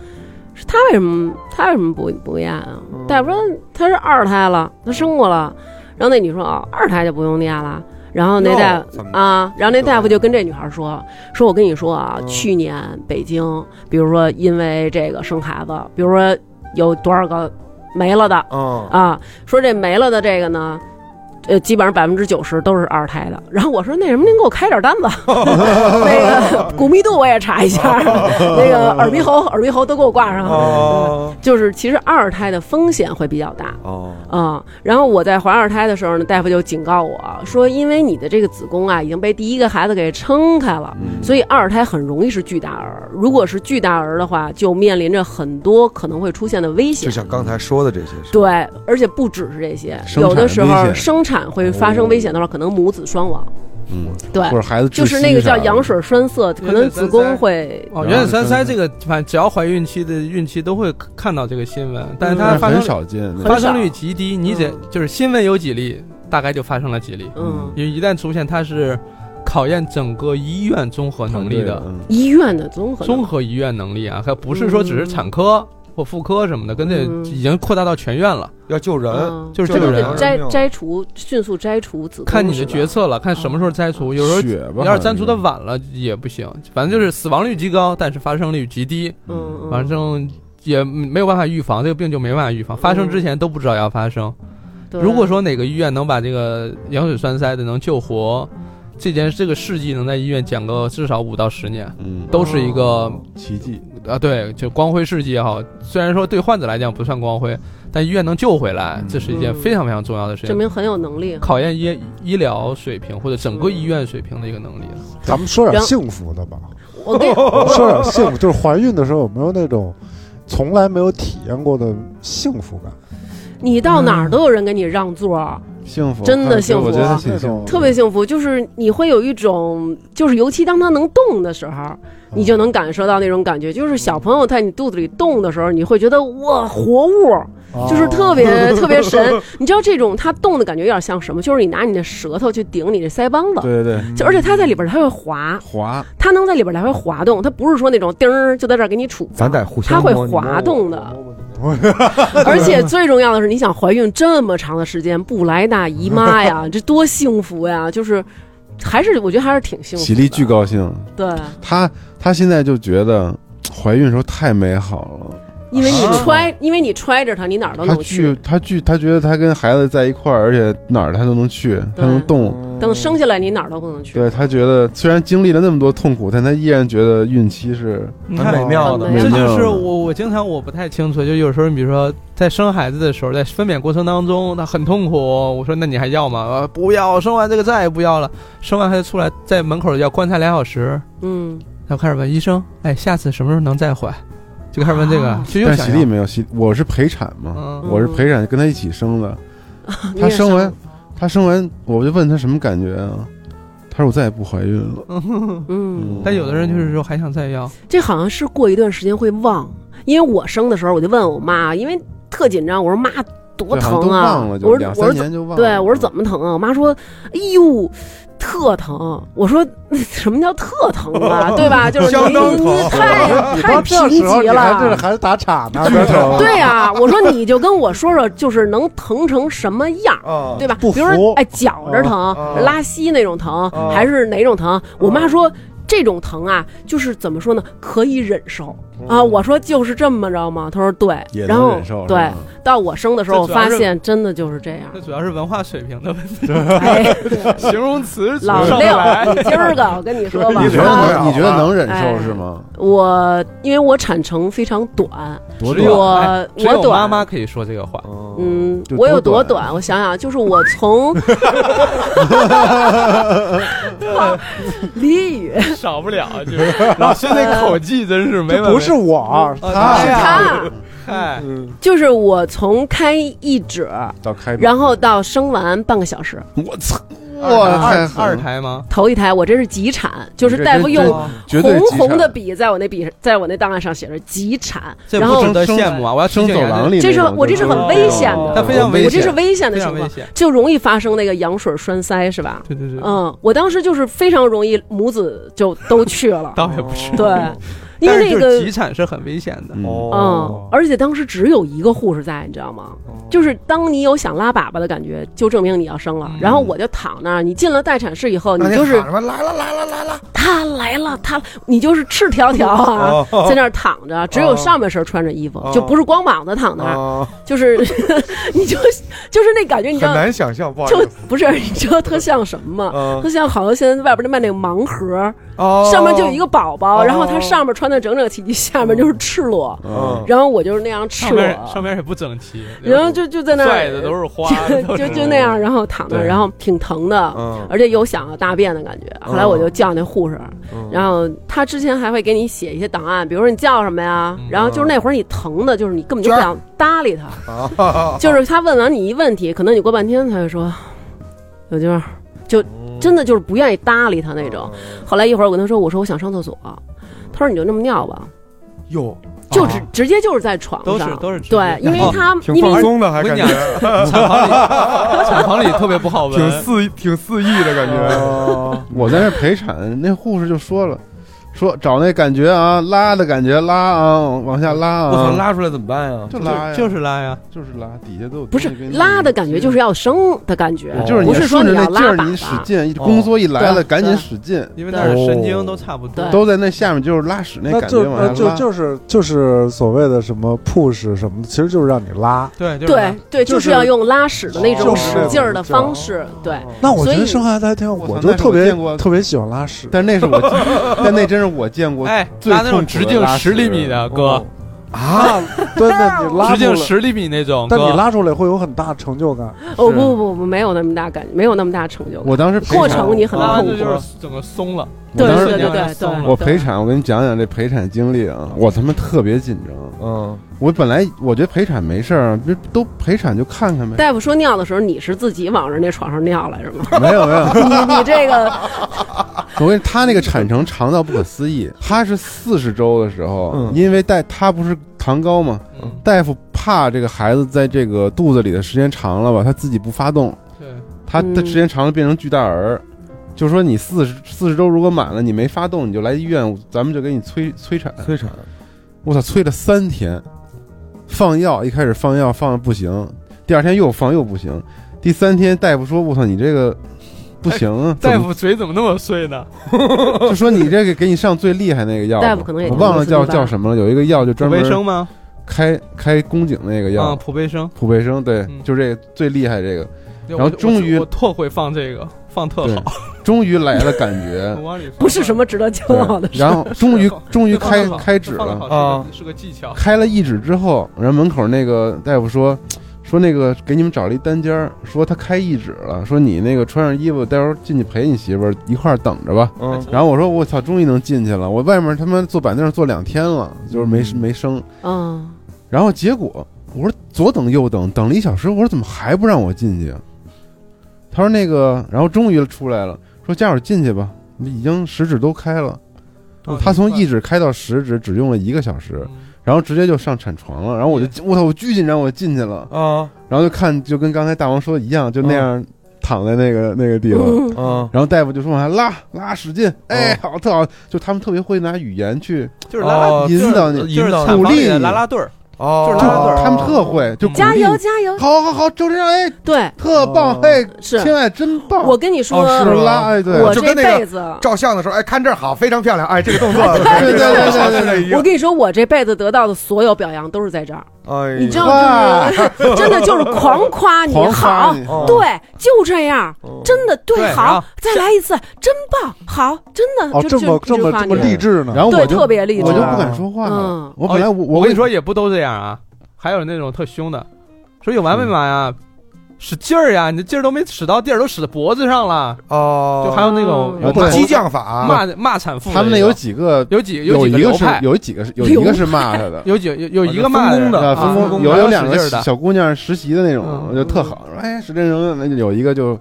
F: 是她为什么她为什么不不验啊？大夫说她是二胎了，她生过了。然后那女说哦，二胎就不用验了。然后那大
E: 怎么
F: 啊，然后那大夫就跟这女孩说：“说我跟你说啊，
E: 嗯
F: 去年北京，比如说因为这个生孩子，比如说有多少个没了的
E: 嗯
F: 啊，说这没了的这个呢，呃，基本上百分之九十都是二胎的。然后我说那什么，您给我开点单 子，那个骨密度我也查一下，那个耳鼻喉耳鼻喉都给我挂上。
E: 哦
F: 就是其实二胎的风险会比较大，
E: 哦
F: 嗯，然后我在怀二胎的时候呢，大夫就警告我说，因为你的这个子宫啊已经被第一个孩子给撑开了，
E: 嗯
F: 所以二胎很容易是巨大儿。如果是巨大儿的话，就面临着很多可能会出现的危
E: 就
F: 险。
E: 像刚才说的这些事，
F: 对，而且不只是这些，
G: 生产
F: 有的时
G: 危
F: 候
G: 险
F: 生产会发生危险的话，可能母子双亡。
G: 嗯，
F: 对
G: 或，者孩子窒息
F: 就是那个叫
G: 啥的嗯
F: 羊，水栓塞，可能子宫会
H: 哦，原始三塞这个，反正只要怀孕期的孕期都会看到这个新闻，但是
G: 但
H: 它
G: 是
H: 发生
G: 很
H: 率
G: 少见。那
H: 发
G: 个
H: 生率极低，你只
F: 嗯
H: 就是新闻有几例，大概就发生了几例。
F: 嗯
H: 因为一旦出现，它是考验整个医院综合能力的，
G: 嗯
F: 医院的综合
H: 综合医院能力啊，它不是说只是产科或妇科什么的，跟这
F: 嗯
H: 已经扩大到全院了。
E: 要救人，
F: 嗯
H: 就是
F: 可能
H: 这个
F: 得
H: 人
F: 摘
E: 命
F: 摘除，迅速摘除子宫，
H: 看你的
F: 是吧
H: 决策了，看什么时候摘除。
F: 嗯
H: 有时候
G: 血吧
H: 你要是摘除的晚了也不行，反正就是死亡率极高，但是发生率极低，
F: 嗯，嗯
H: 反正也没有办法预防，这个病就没办法预防，发生之前都不知道要发生。
F: 对
H: 如果说哪个医院能把这个羊水栓塞的能救活，这件这个事迹能在医院讲个至少五到十年，
G: 嗯，
H: 都是一个
G: 奇迹。
H: 啊，对，就光辉事迹也好。虽然说对患者来讲不算光辉，但医院能救回来，这是一件
F: 嗯
H: 非常非常重要的事
F: 证
H: 情，
F: 明很有能 力。
H: 考验医医疗水平或者整个医院水平的一个能力。
C: 咱们说
F: 然
C: 点
F: 后
C: 幸福的吧，
F: 我跟
C: 说点幸 福，就是怀孕的时候有没有那种从来没有体验过的幸福感？
F: 你到哪儿都有人给你让座儿，
G: 幸福，
F: 真的
G: 啊
F: 幸福
G: 我觉得
F: 啊
G: 挺幸福，
F: 特别幸福。就是你会有一种，就是尤其当他能动的时候，你就能感受到那种感觉。就是小朋友在你肚子里动的时候，你会觉得哇，活物儿，
E: 哦
C: 哦
F: 就是特别、 特别神。你知道这种他动的感觉有点像什么？就是你拿你的舌头去顶你这腮帮子。
G: 对对对，
F: 就而且它在里边儿，它会滑，
G: 滑，
F: 它能在里边儿来回滑动，它不是说那种叮儿就在这儿给你杵，
E: 咱得互
F: 它
E: 相摸
F: 会
E: 你摸我
F: 滑动的。 而且最重要的是，你想怀孕这么长的时间不来大姨 妈呀，这多幸福呀！就是，还是我觉得还是挺幸福的，
G: 喜力巨高兴。
F: 对，
G: 她她现在就觉得怀孕时候太美好了，
F: 因为
G: 啊
F: 你揣，因为你揣着它，你哪儿都
G: 她
F: 能
G: 巨
F: 去。
G: 她巨她觉得她跟孩子在一块儿，而且哪儿她都能去，她能动。
H: 嗯
F: 等生下来，你哪儿都不能去。
G: 对她觉得虽然经历了那么多痛苦，但她依然觉得孕期是
H: 你
E: 嗯很
H: 看
E: 美妙的
F: 很美
H: 这
G: 妙
H: 就是我我经常我不太清楚，就有时候你比如说在生孩子的时候，在分娩过程当中，那很痛苦。我说那你还要吗？呃，不要，生完这个再也不要了。生完孩子出来，在门口要观察俩小时，
F: 嗯，
H: 然后开始问医生，哎，下次什么时候能再怀？就开始问这个
F: 啊，
H: 就又
G: 但
H: 想
G: 喜力
H: 要。
G: 没有喜，我是陪产嘛，
H: 嗯
G: 我是陪产跟她一起生的，
F: 你
G: 她
F: 也
G: 生
F: 上
G: 完，她生完，我就问她什么感觉啊？她说我再也不怀孕了。
F: 嗯，
H: 但有的人就是说还想再要，
F: 这好像是过一段时间会忘，因为我生的时候我就问我妈，因为特紧张，我说妈多
G: 对好像
F: 疼
G: 都
F: 啊
G: 忘了，，就
F: 我说
G: 两
F: 我
G: 三
F: 说
G: 年就忘了。嗯
F: 对，我说怎么疼啊？我妈说，哎呦，特疼。我说 什么叫特疼啊？ 对吧？就是
E: 相
F: 你
E: 当
F: 你
E: 疼
F: 你太太贫
C: 这时
F: 瘠
C: 候你还这
F: 了。
C: 还是打岔 呢，别疼。
F: 对呀、我说你就跟我说说，就是能疼成什么样，
E: 啊
F: 对吧？
C: 不
F: 比如说
C: 服，
F: 哎，绞着疼、
E: 啊
F: 拉稀那种疼，
E: 啊
F: 还是哪种疼？我妈说。这种疼啊，就是怎么说呢，可以忍受啊。我说就是这么着嘛，她说对
G: 也，
F: 然
G: 能
F: 后
G: 忍受。
F: 对，到我生的时候，我
H: 这主要
F: 发
H: 是
F: 现真的就是 这样
H: 这。主要是文化水平的问题，
F: 哎，
H: 形容词
F: 老
H: 上不来
F: 六，你今儿个我跟你说吧，
G: 你觉得
F: 啊
G: 能？你觉得能忍
F: 哎
G: 受是吗？
F: 我因为我产程非常短，
G: 多
H: 只有
G: 短？
F: 我
H: 哎只
F: 我
H: 有
F: 短
H: 妈妈可以说这个话，
F: 嗯
G: 就，
F: 我
G: 多
F: 有多
G: 短
F: 短？我想想，就是我从 俚语
H: 少不了 就是老师那口技真是没
C: 这
H: 完
C: 不是我，
H: 啊
C: 他
H: 是
F: 啊，
H: 嗨，
F: 就是我从开一指，
G: 到开，
F: 然后到生完半个小时，
G: 我操，
H: 二
G: 哇，太
F: 嗯
H: 胎
G: 狠了
H: 二胎吗？
F: 头一胎我这是急产，就是
G: 你这
F: 大夫
G: 真
F: 用
G: 真
H: 哇
G: 绝对
F: 红
G: 急
F: 红
G: 产
F: 的笔在我那笔在我那档案上写着急产，
H: 这
F: 然
H: 不
F: 后
H: 值得
G: 生
H: 羡慕啊！我要提
G: 生
H: 醒
G: 走
H: 人家
G: 廊里那种，
F: 这是我这
G: 就是
F: 很危险的
G: 哦
H: 它非常危
F: 我
H: 险
F: 这是危险的
H: 非
F: 情
H: 常危
F: 况。
H: 险。
F: 就容易发生那个羊水栓塞，是吧？
H: 对对对，，
F: 嗯，我当时就是非常容易母子就都去了
H: 倒也不是，
F: 对，哦因
H: 但
F: 为
H: 是
F: 那
H: 就是
F: 个
H: 急哦产是很危险的。
G: 嗯，
F: 嗯，而且当时只有一个护士在，你知道吗？
E: 就
F: 就是当你有想拉粑粑的感觉，就证明你要生了
H: 嗯。
F: 然后我就躺那儿，你进了待产室以后，你就是他来了，他你就是赤条条啊，在那儿躺着，只有上半身穿着衣服
E: 哦，
F: 就不是光膀子躺那儿，
E: 啊，
F: 就是 你就就是那感觉，你知
E: 很
F: 道，
E: 难想象，不好意
F: 就
E: 思，
F: 不是你知道特像什么吗？
E: 嗯
F: 它像好像现在外边儿卖那个盲盒，
E: 哦
F: 上面就有一个宝宝，
E: 哦
F: 然后它上面穿的整整齐齐，下面就是赤裸，
E: 哦
G: 嗯
F: 然后我就是那样赤
H: 上
F: 裸，
H: 面上面也不整齐，
F: 然后就就在那
H: 拽
F: 儿
H: 的都是花，
F: 就就就那样，然后躺那儿，
E: 对
F: 然后挺疼的。
E: 嗯，
F: 啊而且有想要大便的感觉，后来我就叫那护士，
E: 嗯
F: 然后他之前还会给你写一些档案，比如说你叫什么呀
H: 嗯，
F: 然后就是那会儿你疼的，就是你根本就不想搭理他，
E: 啊
F: 就是他问完你一问题，可能你过半天他就说，小娟儿，就
H: 哦
F: 真的就是不愿意搭理他那种。后来一会儿我跟他说，我说我想上厕所，他说你就那么尿吧，
E: 哟，
F: 就直直接就是在床
H: 都是
F: 上，
H: 都是
F: 对，因为
H: 哦
F: 他
E: 挺
F: 因
E: 放
F: 为
E: 松的，还感觉
H: 我跟产 房里产房里特别不 好
E: 挺
F: 啊
H: 闻，
E: 肆挺肆意的感 觉，
G: 我在那儿陪产，那护士就说了，说找那感觉啊，拉的感觉，拉啊，往下拉
E: 我操，
G: 啊，
E: 拉出来怎么办呀？
G: 就拉呀，
H: 就是拉呀，
G: 就是拉，底下都有
F: 不
G: 东西
F: 是
G: 给你
F: 拉的感觉，就是要生的感觉，
G: 哦就是你
F: 不是说
G: 顺着
F: 你
G: 那
F: 要
G: 劲
F: 拉
G: 儿，
F: 粑
G: 你使
F: 粑。
G: 劲，
E: 哦
G: 宫缩一来了，
F: 对啊
G: 赶紧
F: 对啊
G: 使劲，
H: 因为那儿神经都差不多
F: 对。
G: 都在那下面，就是拉屎那
C: 那
G: 感
C: 就
G: 觉往下
C: 那
G: 拉，
C: 就就是就是所谓的什么 push 什么的，其实就是让你拉。
H: 对，就是拉
F: 对对，就
C: 就是
F: 是要用拉屎的那
E: 哦
F: 种
C: 就是
F: 使劲儿的方式，对，
C: 那我觉
F: 所
C: 得
F: 以
C: 生孩子还挺好，
G: 我操
C: 我就
G: 那是
C: 特
G: 我
C: 别
G: 见过
C: 特别喜欢 拉屎。
G: 但那是我， 但那真是我见过
H: 哎，
G: 最
H: 拉那
G: 痛
H: 种
G: 苦
H: 直
G: 的
H: 径
G: 拉
H: 十
G: 屎
H: 厘米的哥
C: 哦，啊，对 对，你拉
H: 直径
C: 出来
H: 十厘米那种
C: 但
H: 哥，
C: 你拉出来会有很大成就感。
F: 哦不不不不，没有那么大感，没有那么大成就感。
G: 我当时陪
F: 过
G: 产
F: 程你很
H: 拉
F: 痛
H: 的
F: 苦，
H: 就是整个松了，
F: 对
G: 我当
F: 对
G: 时
F: 对对对
H: 松了
F: 对，
G: 我陪产，我给你讲讲这陪产经历啊，我他妈特别紧张。
H: 哦
E: 嗯，
G: 我本来我觉得陪产没事儿，不是都陪产就看看呗。
F: 大夫说尿的时候，你是自己往人那床上尿来是 吗？
G: 没有没有，
F: 你你这个
G: 我跟你他那个产程长到不可思议，他是四十周的时候，
E: 嗯
G: 因为大他不是糖高嘛，
H: 嗯，
G: 大夫怕这个孩子在这个肚子里的时间长了吧，他自己不发动，
H: 对，
G: 他
F: 嗯
G: 的时间长了变成巨大儿。就说你四十四十周如果满了，你没发动，你就来医院，咱们就给你催催产。
E: 催产，
G: 我操，催了三天，放药，一开始放药放的不行，第二天又放又不行，第三天大夫说：“我操，你这个不行啊！”
H: 大
G: 怎么
H: 夫嘴怎么那么碎呢？
G: 就说你这个给你上最厉害那个药吧，
F: 大夫可能也
G: 我忘了
F: 听
G: 叫
F: 不出来
G: 叫什么了，有一个药就
H: 普
G: 专
H: 贝
G: 门
H: 生吗？
G: 开开宫颈那个
H: 啊，
G: 药，
H: 普贝生。
G: 普贝生，对，
H: 嗯
G: 就这个最厉害这个，
H: 然
G: 后终于
H: 我特会放这个，放特
G: 对哎
H: 好，
G: 终于来了感觉
H: 我，往里放
F: 不是什么值得骄傲的
G: 对
F: 事。
G: 然后终 于终于
H: 放得
G: 开
H: 好
G: 开指
H: 放得
G: 了，
H: 好嗯
E: 啊
H: 是个是个技巧。
G: 开了一指之后，然后门口那个大夫说，说那个给你们找了一单间儿，说他开一指了，说你那个穿上衣服，待会儿进去陪你媳妇儿一块儿等着吧。
E: 嗯，
G: 然后我说我操，终于能进去了，
H: 嗯
G: 我外面他妈坐板凳坐两天了，就是没没生。
F: 嗯，
G: 然后结果我说左等右等，等了一小时，我说怎么还不让我进去啊？他说那个，然后终于出来了，说家属进去吧，已经十指都开了。嗯他从一指开到十指只用了一个小时，然后直接就上产床了。然后我就我操，我巨紧张，我进去了，
E: 啊
G: 然后就看就跟刚才大王说的一样，就那样躺在那个那个地方。
E: 啊，
G: 然后大夫就说往下拉拉使劲，哎，好特好，就他们特别会拿语言去，
H: 就是拉拉
E: 哦
H: 就是
G: 引导你
H: 就是
G: 引导
H: 产
G: 你
H: 房里
G: 鼓励
H: 的
G: 你
H: 拉拉队儿，
E: 哦，
H: 就是
G: 就
H: 拉拉队儿
G: 他们特会，
E: 嗯
G: 就鼓励
F: 加油加油！
G: 好好好，就这样，哎，
F: 对，
G: 特棒，
E: 哦
G: 嘿，亲
F: 是
G: 爱真棒，
F: 我跟你说，
E: 哦是吗
G: 拉，哎，对，
F: 我
E: 就
F: 这
E: 跟那个
F: 辈子，
E: 照相的时候，哎，看这儿好，非常漂亮，哎，这个动作，
G: 对对 对对对
E: 对
F: 我跟你说，我这辈子得到的所有表扬都是在这儿，
E: 哎，
F: 你知道
G: 哇，
F: 真的就是 狂夸你
G: 狂夸
F: 好
G: 你，嗯哦
E: 哦
F: 对，就这样，真的对
H: 对然
F: 好
H: 后，
F: 再来一次，真棒，好，真的
C: 哦，
F: 就
C: 这么这么这么励，志呢？
G: 然后
F: 就
G: 我
F: 对，
G: 就
F: 特别励志
G: 我就，不敢说话了
F: 嗯，
G: 我本来我
H: 我
G: 我
H: 跟哦你说也不都这样啊，还有那种特凶的，说有
G: 嗯
H: 完没完啊，使劲儿呀，你这劲儿都没使到地儿，都使到脖子上了，
E: 哦，
H: 就还有那种
G: 哦
H: 有
G: 对
H: 骂
E: 激将法，
H: 骂骂产妇的种，
G: 他们那有几个
H: 有几
G: 有
H: 几
G: 一
H: 流
G: 个是
H: 派，
G: 有几个是有一个是骂他的，
H: 有几有有一
E: 啊
H: 个骂
E: 分工的
G: 啊，
H: 啊
G: 分工
H: 工
G: 有
H: 还
G: 有两
H: 使
G: 个
H: 劲儿的，
G: 小姑娘实习的那种，
H: 嗯
G: 就特好。说哎，使劲扔，那就有一个就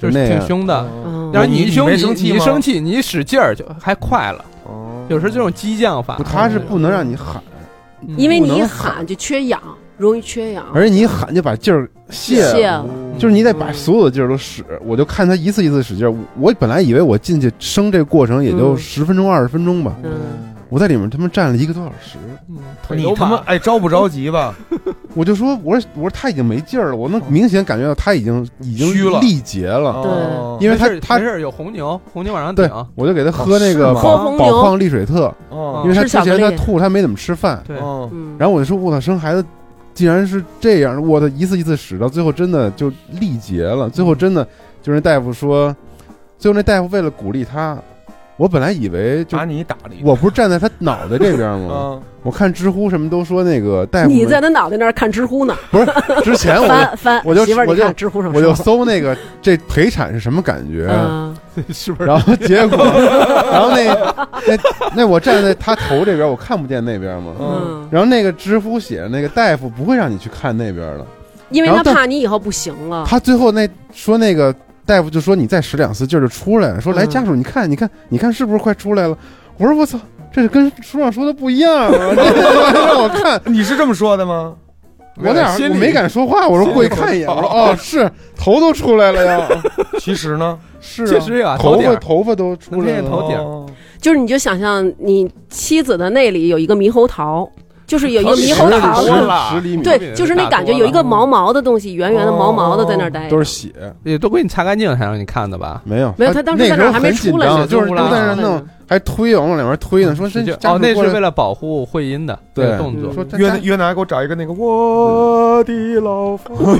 H: 就
G: 那
H: 是挺
G: 样。
H: 凶的。
F: 嗯
H: 然后你
E: 你
H: 一凶，
E: 没
H: 你
E: 生气
H: 你一
E: 吗
H: 生气，你一使劲儿就还快了。
E: 哦
H: 有时候这种激将法
G: 不，他是不能让你喊，
H: 嗯
F: 因为
G: 不
F: 你一
G: 能
F: 喊就缺氧，容易缺氧，嗯
G: 而且你一喊就把劲儿泄了，
F: 谢了，
G: 就是你得把所有的劲儿都使。我就看他一次一次使劲儿。我我本来以为我进去生这过程也就
F: 嗯
G: 十分钟二十分钟吧，
F: 嗯，
G: 我在里面他妈站了一个多小时。
H: 嗯腿
E: 你
H: 都
E: 他妈
H: 麻
E: 哎着不着急吧？
G: 我就说，我说我说他已经没劲儿了，我能明显感觉到他已经已经
E: 虚了
G: 力竭了，
E: 哦
G: 因为他
H: 没事
G: 他
H: 没事有红牛，红牛往上顶
G: 对，我就给他喝
E: 哦
G: 那
E: 是
G: 个
E: 吗
G: 宝
F: 喝红
G: 宝
F: 牛
G: 矿力水特，
E: 哦
G: 因为他
F: 吃巧
G: 之前
F: 克
G: 他
F: 力
G: 吐，他没怎么吃饭。
H: 对，
E: 哦
F: 嗯
G: 然后我就说，我操，生孩子竟然是这样，我的一次一次使，到最后真的就力竭了，最后真的就是那大夫说，最后那大夫为了鼓励他，我本来以为就
E: 把你打了一顿，
G: 我不是站在他脑袋这边吗？
E: 嗯
G: 我看知乎什么都说那个大夫们，
F: 你在他脑袋那儿看知乎呢，
G: 之前哎 我就
F: 翻翻，
G: 我就
F: 媳妇儿
G: 我
F: 你
G: 就
F: 看知乎上
G: 我就
F: 说，
G: 搜那个这陪产是什么感觉，
F: 嗯，
H: 是不是？
G: 然后结果， 然后那那那我站在他头这边，我看不见那边嘛。
F: 嗯，
G: 然后那个知乎写的那个大夫不会让你去看那边的，
F: 因为
G: 然
F: 他
G: 后但
F: 怕你以后不行了，
G: 他最后那说那个大夫就说你再使两次劲儿就出来了，说来
F: 嗯
G: 家属你看你看你看是不是快出来了？我说我操，这是跟书上说的不一样啊！这让我看，
E: 哦你是这么说的吗？
G: 我哪
H: 心
G: 我
H: 里
G: 没敢说话，我说过去看一眼，我说哦是头都出来了呀，哦
E: 其实呢，
G: 是啊
H: 确实有啊
G: 头
H: 头顶
G: 发
H: 儿
G: 头发都出来
H: 那天
G: 了
H: 头，顶
E: 哦
F: 就是你就想象你妻子的那里有一个猕猴桃，就是有一个猕猴
G: 十
F: 桃
G: 厘
H: 多
F: 呢，
H: 了
G: 十厘米
F: 对，就是那感觉有一个毛毛的东西，圆圆的毛毛的在那儿待着
G: 嗯哦都是血，
H: 也都给你擦干净才让你看的吧？
G: 没有
F: 没有他当时在
G: 那
F: 那
G: 时
F: 儿
G: 候
F: 还没
G: 很紧
F: 出来
G: 张啊
F: 呢
G: 就是
H: 出
G: 都
H: 来
G: 在那
H: 了
G: 弄，还推往往两边推呢，说真
H: 就
G: 家
H: 哦
G: 属，
H: 那
G: 过
H: 是
G: 来
H: 为了保护会阴的这
G: 对
H: 个动作
G: 说。这
E: 约约拿给我找一个那个我的老父，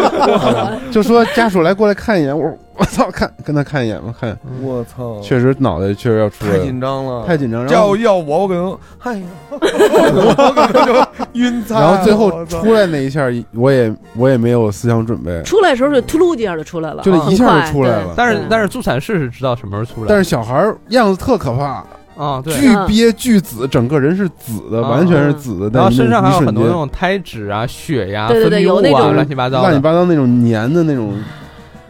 G: 就说家属来过来看一眼，我说我操，看跟他看一眼吧，看一眼，
E: 我操，
G: 确实脑袋确实要出来
E: 太
G: 了，
E: 紧张
H: 啊
E: 了，
G: 太紧张，然
E: 要
G: 后
E: 要我，我可能，哎呀， 我可能就晕菜了。
G: 然后最后
E: 我操
G: 出来那一下，我也我也没有思想准备，
F: 出来的时候就秃噜一下就出来了，
G: 就是一下就出来
F: 很快
G: 了嗯
F: 对。
H: 但是但是助产士是知道什么时候出来的，
G: 但是小孩儿样子特可怕，
H: 啊对，
G: 巨憋巨紫，整个人是紫的，
H: 啊
G: 完全是紫的，
H: 然
G: 但
H: 后
G: 是
H: 身上还
G: 一
H: 有
G: 瞬
H: 很多那
G: 间
H: 种胎脂啊、血呀、
F: 对对
H: 分
F: 对
H: 泌
F: 有那
H: 物啊，
F: 种
H: 乱七八糟
G: 乱七
H: 的。
G: 八糟那种黏的那种，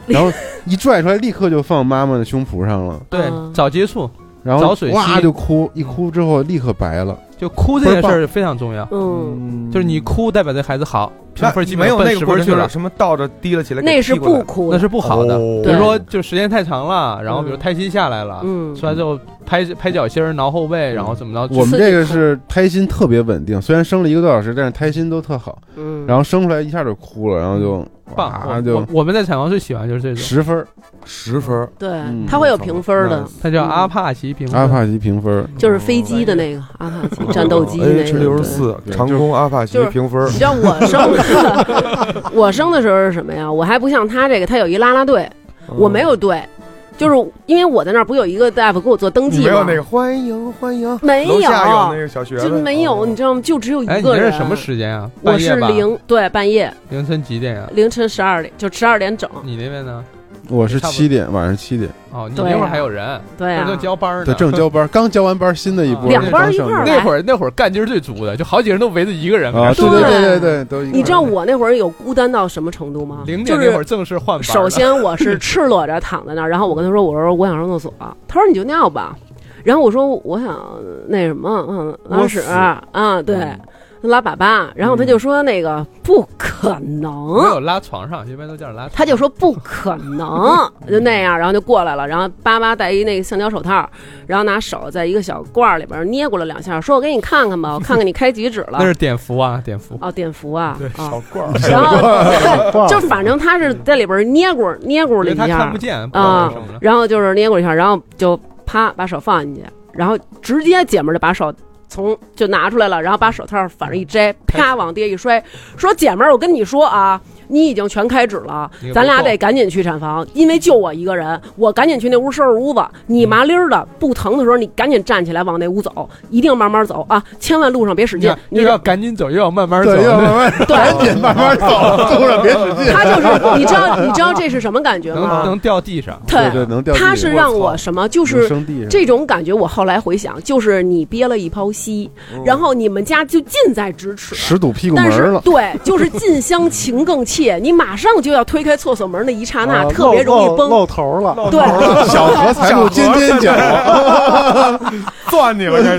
G: 然后一拽出来立刻就放妈妈的胸脯上了，
H: 对
F: 嗯，
H: 早接触
G: 然后
H: 早水
G: 哇
H: 吸
G: 就哭，一哭之后立刻白了。
H: 就哭这件事儿非常重要，
F: 嗯，
H: 就是你哭代表这孩子好，评
E: 那
H: 分基本
E: 没有
H: 上奔
E: 那个
H: 十
E: 过
H: 分
E: 程，
H: 去
E: 就是
H: 了，
E: 什么倒着滴了起来，
F: 那是
E: 给踢过来
F: 不哭
H: 那
F: 的，
H: 是不好的。
E: 哦
H: 比
F: 对
H: 如说，就时间太长了，然后比如胎心下来了，
F: 嗯，
H: 出来之后拍拍脚心儿、挠后背，然后怎么着？
G: 我们这个是胎心特别稳定，虽然生了一个多小时，但是胎心都特好。
F: 嗯，
G: 然后生出来一下就哭了，然后就
H: 棒！
G: 哇
H: 我
G: 就
H: 我我们在产房最喜欢就是这种，
G: 十分儿
E: 十分，
F: 对
G: 嗯，
F: 它会有评分的，
H: 它叫阿帕奇评分。
G: 阿帕奇评分，
F: 就是飞机的那个阿帕奇战
G: 哎
F: 斗机那
E: H
F: 个。
E: 六十
F: 对
E: 四
G: 对
E: 长空阿帕奇
F: 就是
E: 评分
F: 你，知道我生我生的时候是 什么呀？我还不像他这个，他有一拉拉队，
E: 嗯
F: 我没有队，就是因为我在那儿不有一个大夫给我做登
E: 你
F: 记
E: 没有
F: 吗？
E: 那个欢迎欢迎，
F: 没
E: 楼下有那个小学哦
F: 真
E: 问
F: 没有，你知道吗？就只有一
H: 哎，你
F: 个
H: 这
F: 人。
H: 是什么时间啊？
F: 我
H: 半夜
F: 是
H: 吧？
F: 零对半夜
H: 凌晨几点啊？嗯
F: 凌晨十二点，就十二点整。
H: 你那边呢？
G: 我是
H: 差不多
G: 七点，晚上七点，
H: 哦，你
F: 对
H: 那会儿
F: 啊
H: 还有人，
F: 对
H: 那
F: 啊
H: 正，交班呢，
G: 对，正交班，刚交完班，新的一波
H: 两
G: 刚
H: 班
F: 儿一
G: 上
F: 块儿
G: 班
F: 来
H: 那会儿那会儿干劲儿最足的，就好几个人都围着一个人
G: 啊，
H: 干
G: 对
F: 对
G: 对对对，都一块儿
F: 你知道我那会儿有孤单到什么程度吗？
H: 零
F: 就
H: 点那会
F: 是
H: 儿正式换班了，
F: 首先我是赤裸着躺在那儿，然后我跟他说，我说我想上厕所，他说你就尿吧，然后我说我想那什么，嗯，拉屎啊，对，
E: 嗯
F: 拉粑粑，然后他就说那个不可能
H: 没，有拉床上，一般都叫人拉床上。
F: 他就说不可 能，就那样，然后就过来了，然后巴巴戴一那个橡胶手套，然后拿手在一个小罐儿里边捏过了两下，说我给你看看吧，我看看你开几指了
H: 那。是碘伏啊，碘伏。
F: 哦，碘伏啊，啊，
H: 罐儿，
F: 然后
C: 棒
F: 就反正他是在里边捏咕捏咕
H: 因
F: 了
H: 为
F: 一
H: 他看
F: 下
H: 不，见，不知道
F: 啊
H: 为什么 了。
F: 然后就是捏咕一下，然后就啪把手放进去，然后直接姐们儿就把手。从就拿出来了，然后把手套反正一摘，
G: 嗯
F: 啪往地下一摔，说：“姐们儿，我跟你说啊，你已经全开指了
H: 你，
F: 咱俩
H: 别动
F: 得赶紧去产房，因为就我一个人，我赶紧去那屋收拾屋子。你麻利儿的，不疼的时候你赶紧站起来往那屋走，一定慢慢走啊，千万路上别使
H: 你
F: 劲
H: 看，
F: 你
H: 又要赶紧走，又要慢慢走
G: 对，，要慢慢
F: 对
G: 赶紧慢慢走，路上别使劲，
F: 他就是，你知道，你知道这是什么感觉
H: 能
F: 吗？
H: 能掉地上。
G: 对对，能掉地，
F: 他是让我什么？就
G: 就是生地上，
F: 这种感觉。我后来回想，就是你憋了一泡稀，然后你们家就近在咫尺。
G: 屎堵屁嗯股门
F: 但
G: 儿
F: 是
G: 了，
F: 对，就是近乡情更怯，你马上就要推开厕所门那一刹那，
C: 啊
F: 特别容易
C: 露露
F: 崩。
C: 露头了。
F: 对，
G: 小荷才露尖尖 角，
A: 钻你了，这是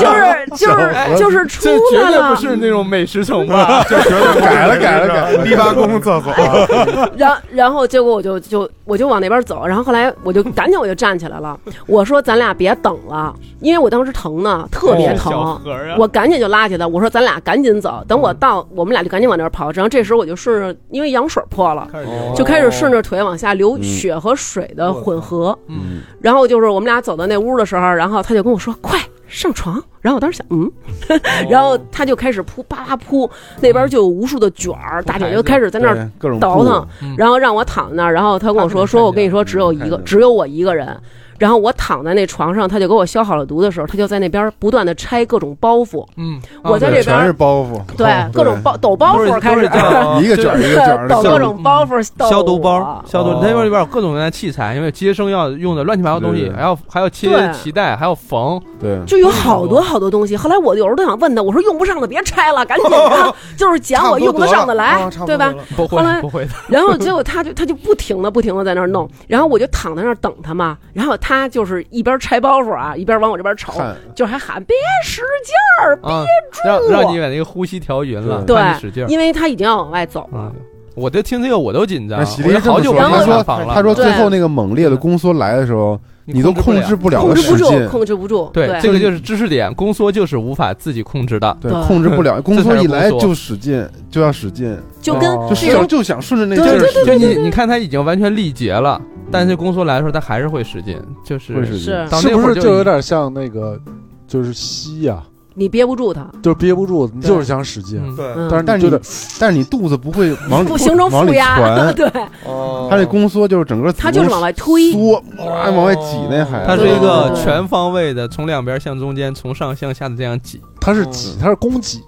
F: 就是就是就是出
H: 这绝
F: 来
H: 对不
F: 了，
H: 是那种美食城 吧？
A: 这绝对不是
G: 改了改了
A: 这是
G: 改了
A: 第八公共厕所，
F: 然然后结果我就就我就往那边走，然后后来我就赶紧我就站起来了，我说咱俩别等了，因为我当时疼呢，特别疼。
H: 小盒儿啊，嗯
F: 我赶紧就拉起他，我说咱俩赶紧走，等我到，我们俩就赶紧往那儿跑。然后这时候我就顺着，因为羊水破
E: 啊
F: 了，
H: 开始流
F: 就开始顺着腿往下流血和水的混合。
H: 嗯，
F: 然后就是我们俩走到那屋的时候，然后他就跟我说：“快上床。”然后我当时想，嗯，
H: 哦
F: 然后他就开始扑，啪啪扑，那边就有无数的卷儿，大卷就开始在那儿
G: 对哎各种
F: 倒腾
G: 吐，
H: 嗯
F: 然后让我躺在那儿，然后他跟我说
H: 他肯定看见
F: 说，我跟你说，只有
G: 看
F: 一
G: 见
F: 个
G: 了，
F: 只有我一个人。然后我躺在那床上，他就给我消好了毒的时候，他就在那边不断的拆各种包袱。
H: 嗯，
F: 我在这边
G: 全是包袱，
F: 对，各种包抖包
H: 都
F: 袱
H: 哦是
F: 开
H: 都
F: 始
H: 是，叫
G: 一个卷儿 一个卷儿的
F: 抖
G: 像
F: 各种包袱，抖
H: 嗯消毒包
F: 我、
H: 消毒
G: 哦，
H: 它里边有各种各样的器材，因为接生要用的乱七八糟东
G: 对
H: 西，
G: 对
H: 还要还要切
F: 对
H: 脐带，还要缝，
G: 对，
F: 就有好多好多东西。后来我有时候都想问他，我说用不上的别拆了，赶紧 的，就是捡我用得上的来，对吧？
H: 不
F: 后来
H: 会不会的，
F: 然后结果他就他就不停的不停的在那儿弄，然后我就躺在那儿等他嘛，然后他就是一边拆包袱啊，一边往我这边瞅，
G: 看
F: 就是还喊别使劲儿，
H: 啊，让让你把那个呼吸调匀了，
G: 对
H: 让你使
F: 对，
H: 劲儿，
F: 因为他已经要往外走了
H: 嗯，，我这听这个我都紧张，
G: 那
H: 我
G: 喜力
H: 都好久没
F: 这么说
H: 上
G: 他说
H: 房了，
G: 他说
F: 对
G: 最后那个猛烈的宫缩来的时候，你都控制
H: 了。
G: 不了
F: 控
G: 的
F: 制不
G: 使
F: 住，
G: 劲，
F: 控制不住，
H: 对，
F: 对
H: 这个就是知识点，宫缩就是无法自己控制的。
G: 对
F: 对，
G: 控制不 了，宫缩一来
H: 这才是宫缩
G: 就使劲，就要使劲，
F: 就跟
C: 哦
G: 就
F: 这种
G: 想就想顺着那
F: 对
G: 劲
H: 就
G: 儿
F: 对
H: 是
G: 使
H: 就
G: 劲，
H: 你 你看他已经完全力竭了，但是宫缩来的时候他还是会使劲，就是
G: 会使劲
F: 是
H: 到
C: 是
H: 那
C: 不
H: 会儿
C: 是
H: 就
C: 就有
H: 已
C: 点像那个，就是吸呀、
F: 你憋不住他，
C: 就是憋不住，你就是想使劲，
H: 嗯
E: 对，
F: 嗯
C: 但是
G: 但
C: 你
G: 是
C: 就
G: 你
C: 得
G: 但是你肚子不会往里
F: 不形成
G: 往
F: 负
G: 里
F: 压，
G: 传，
F: 对，
E: 哦
G: 它这宫缩就是整个子
F: 他就是往外推
G: 宫，缩，哇，往外挤那孩子，
H: 它是一
F: 对对
H: 个
F: 对
H: 全方位的，从两边向中间，从上向下的这样挤。
C: 它是挤，它是供给，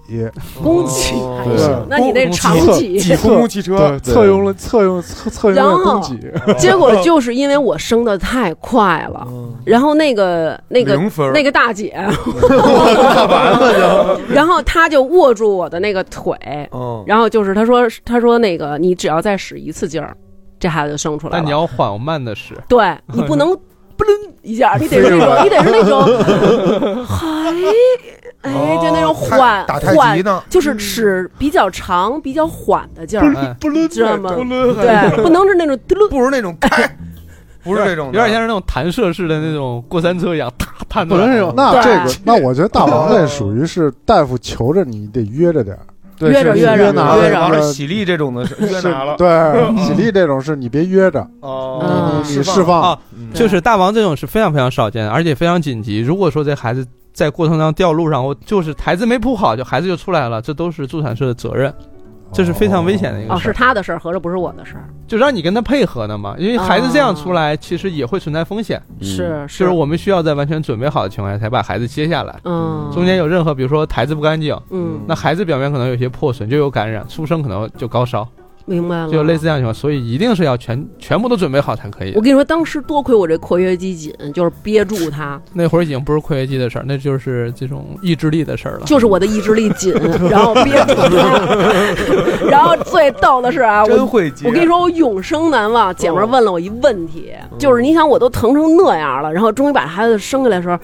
F: 攻击还
G: 对
F: 行，那你那
H: 攻
F: 长
C: 击
F: 期。
C: 挤
A: 公共汽车
C: 对，侧用了侧用侧侧用
F: 然
C: 了
F: 后
C: 供给，
F: 结果就是因为我升的太快了，然后那个那个
A: 零分，
F: 那个大姐，然后她就握住我的那个腿，
E: 嗯，
F: 然后就是她说她说那个你只要再使一次劲儿，这孩子就生出来
H: 但你
F: 了。
H: 要缓慢的使，
F: 对你不能不抡一下，你得是那种你得是那种，嗨，哎，就那种缓
E: 打哦太
F: 缓
E: 极，呢，
F: 就是使比较长、比较缓的劲儿。
H: 哎，
A: 不抡
F: 知道吗
A: 不抡
F: 对，不能是那种嘟噜
E: 不如那种开，不是这种
H: 有
E: 的，
H: 点像是那种弹射式的那种过山车一样，啪弹出
G: 不能
H: 来。
G: 是有
C: 那
F: 对
C: 这个，那我觉得大王这属于是大夫求着你，你得约着点儿，
G: 对
F: 约着
G: 是
F: 约着
C: 约拿
F: 约
C: 着
F: 着
E: 完
C: 那
E: 了
C: 个
E: 喜力这种的是
A: 越拿了，
C: 对，喜力这种是你别约着，
E: 哦
F: 嗯，
C: 你
E: 释
C: 释
E: 放
C: 放
H: 啊，就是大王这种是非常非常少见的，而且非常紧急。如果说这孩子在过程当中掉路上，或就是台子没铺好，就孩子就出来了，这都是助产士的责任，这是非常危险的一
F: 哦，
H: 个事
F: 是
H: 儿。
F: 他的事儿，合着不是我的事儿。
H: 就让你跟他配合的嘛，因为孩子这样出来，其实也会存在风险。
F: 是，
H: 就是是我们需要在完全准备好的情况下才把孩子接下来。
F: 嗯，
H: 中间有任何，比如说台子不干净，
F: 嗯，
H: 那孩子表面可能有些破损，就有感染，出生可能就高烧。
F: 明白了，
H: 就类似这样的情况，所以一定是要全全部都准备好才可以
F: 我。跟你说，当时多亏我这括约肌紧，就是憋住它，
H: 那会儿已经不是括约肌的事儿，那就是这种意志力的事儿了。
F: 就是我的意志力 紧，然后憋住它。然后最逗的是啊，我
E: 真会接。
F: 我跟你，说，我永生难忘。姐们儿问了我一问题，
E: 嗯
F: 就是你想，我都疼成那样了，然后终于把孩子生下来的时候，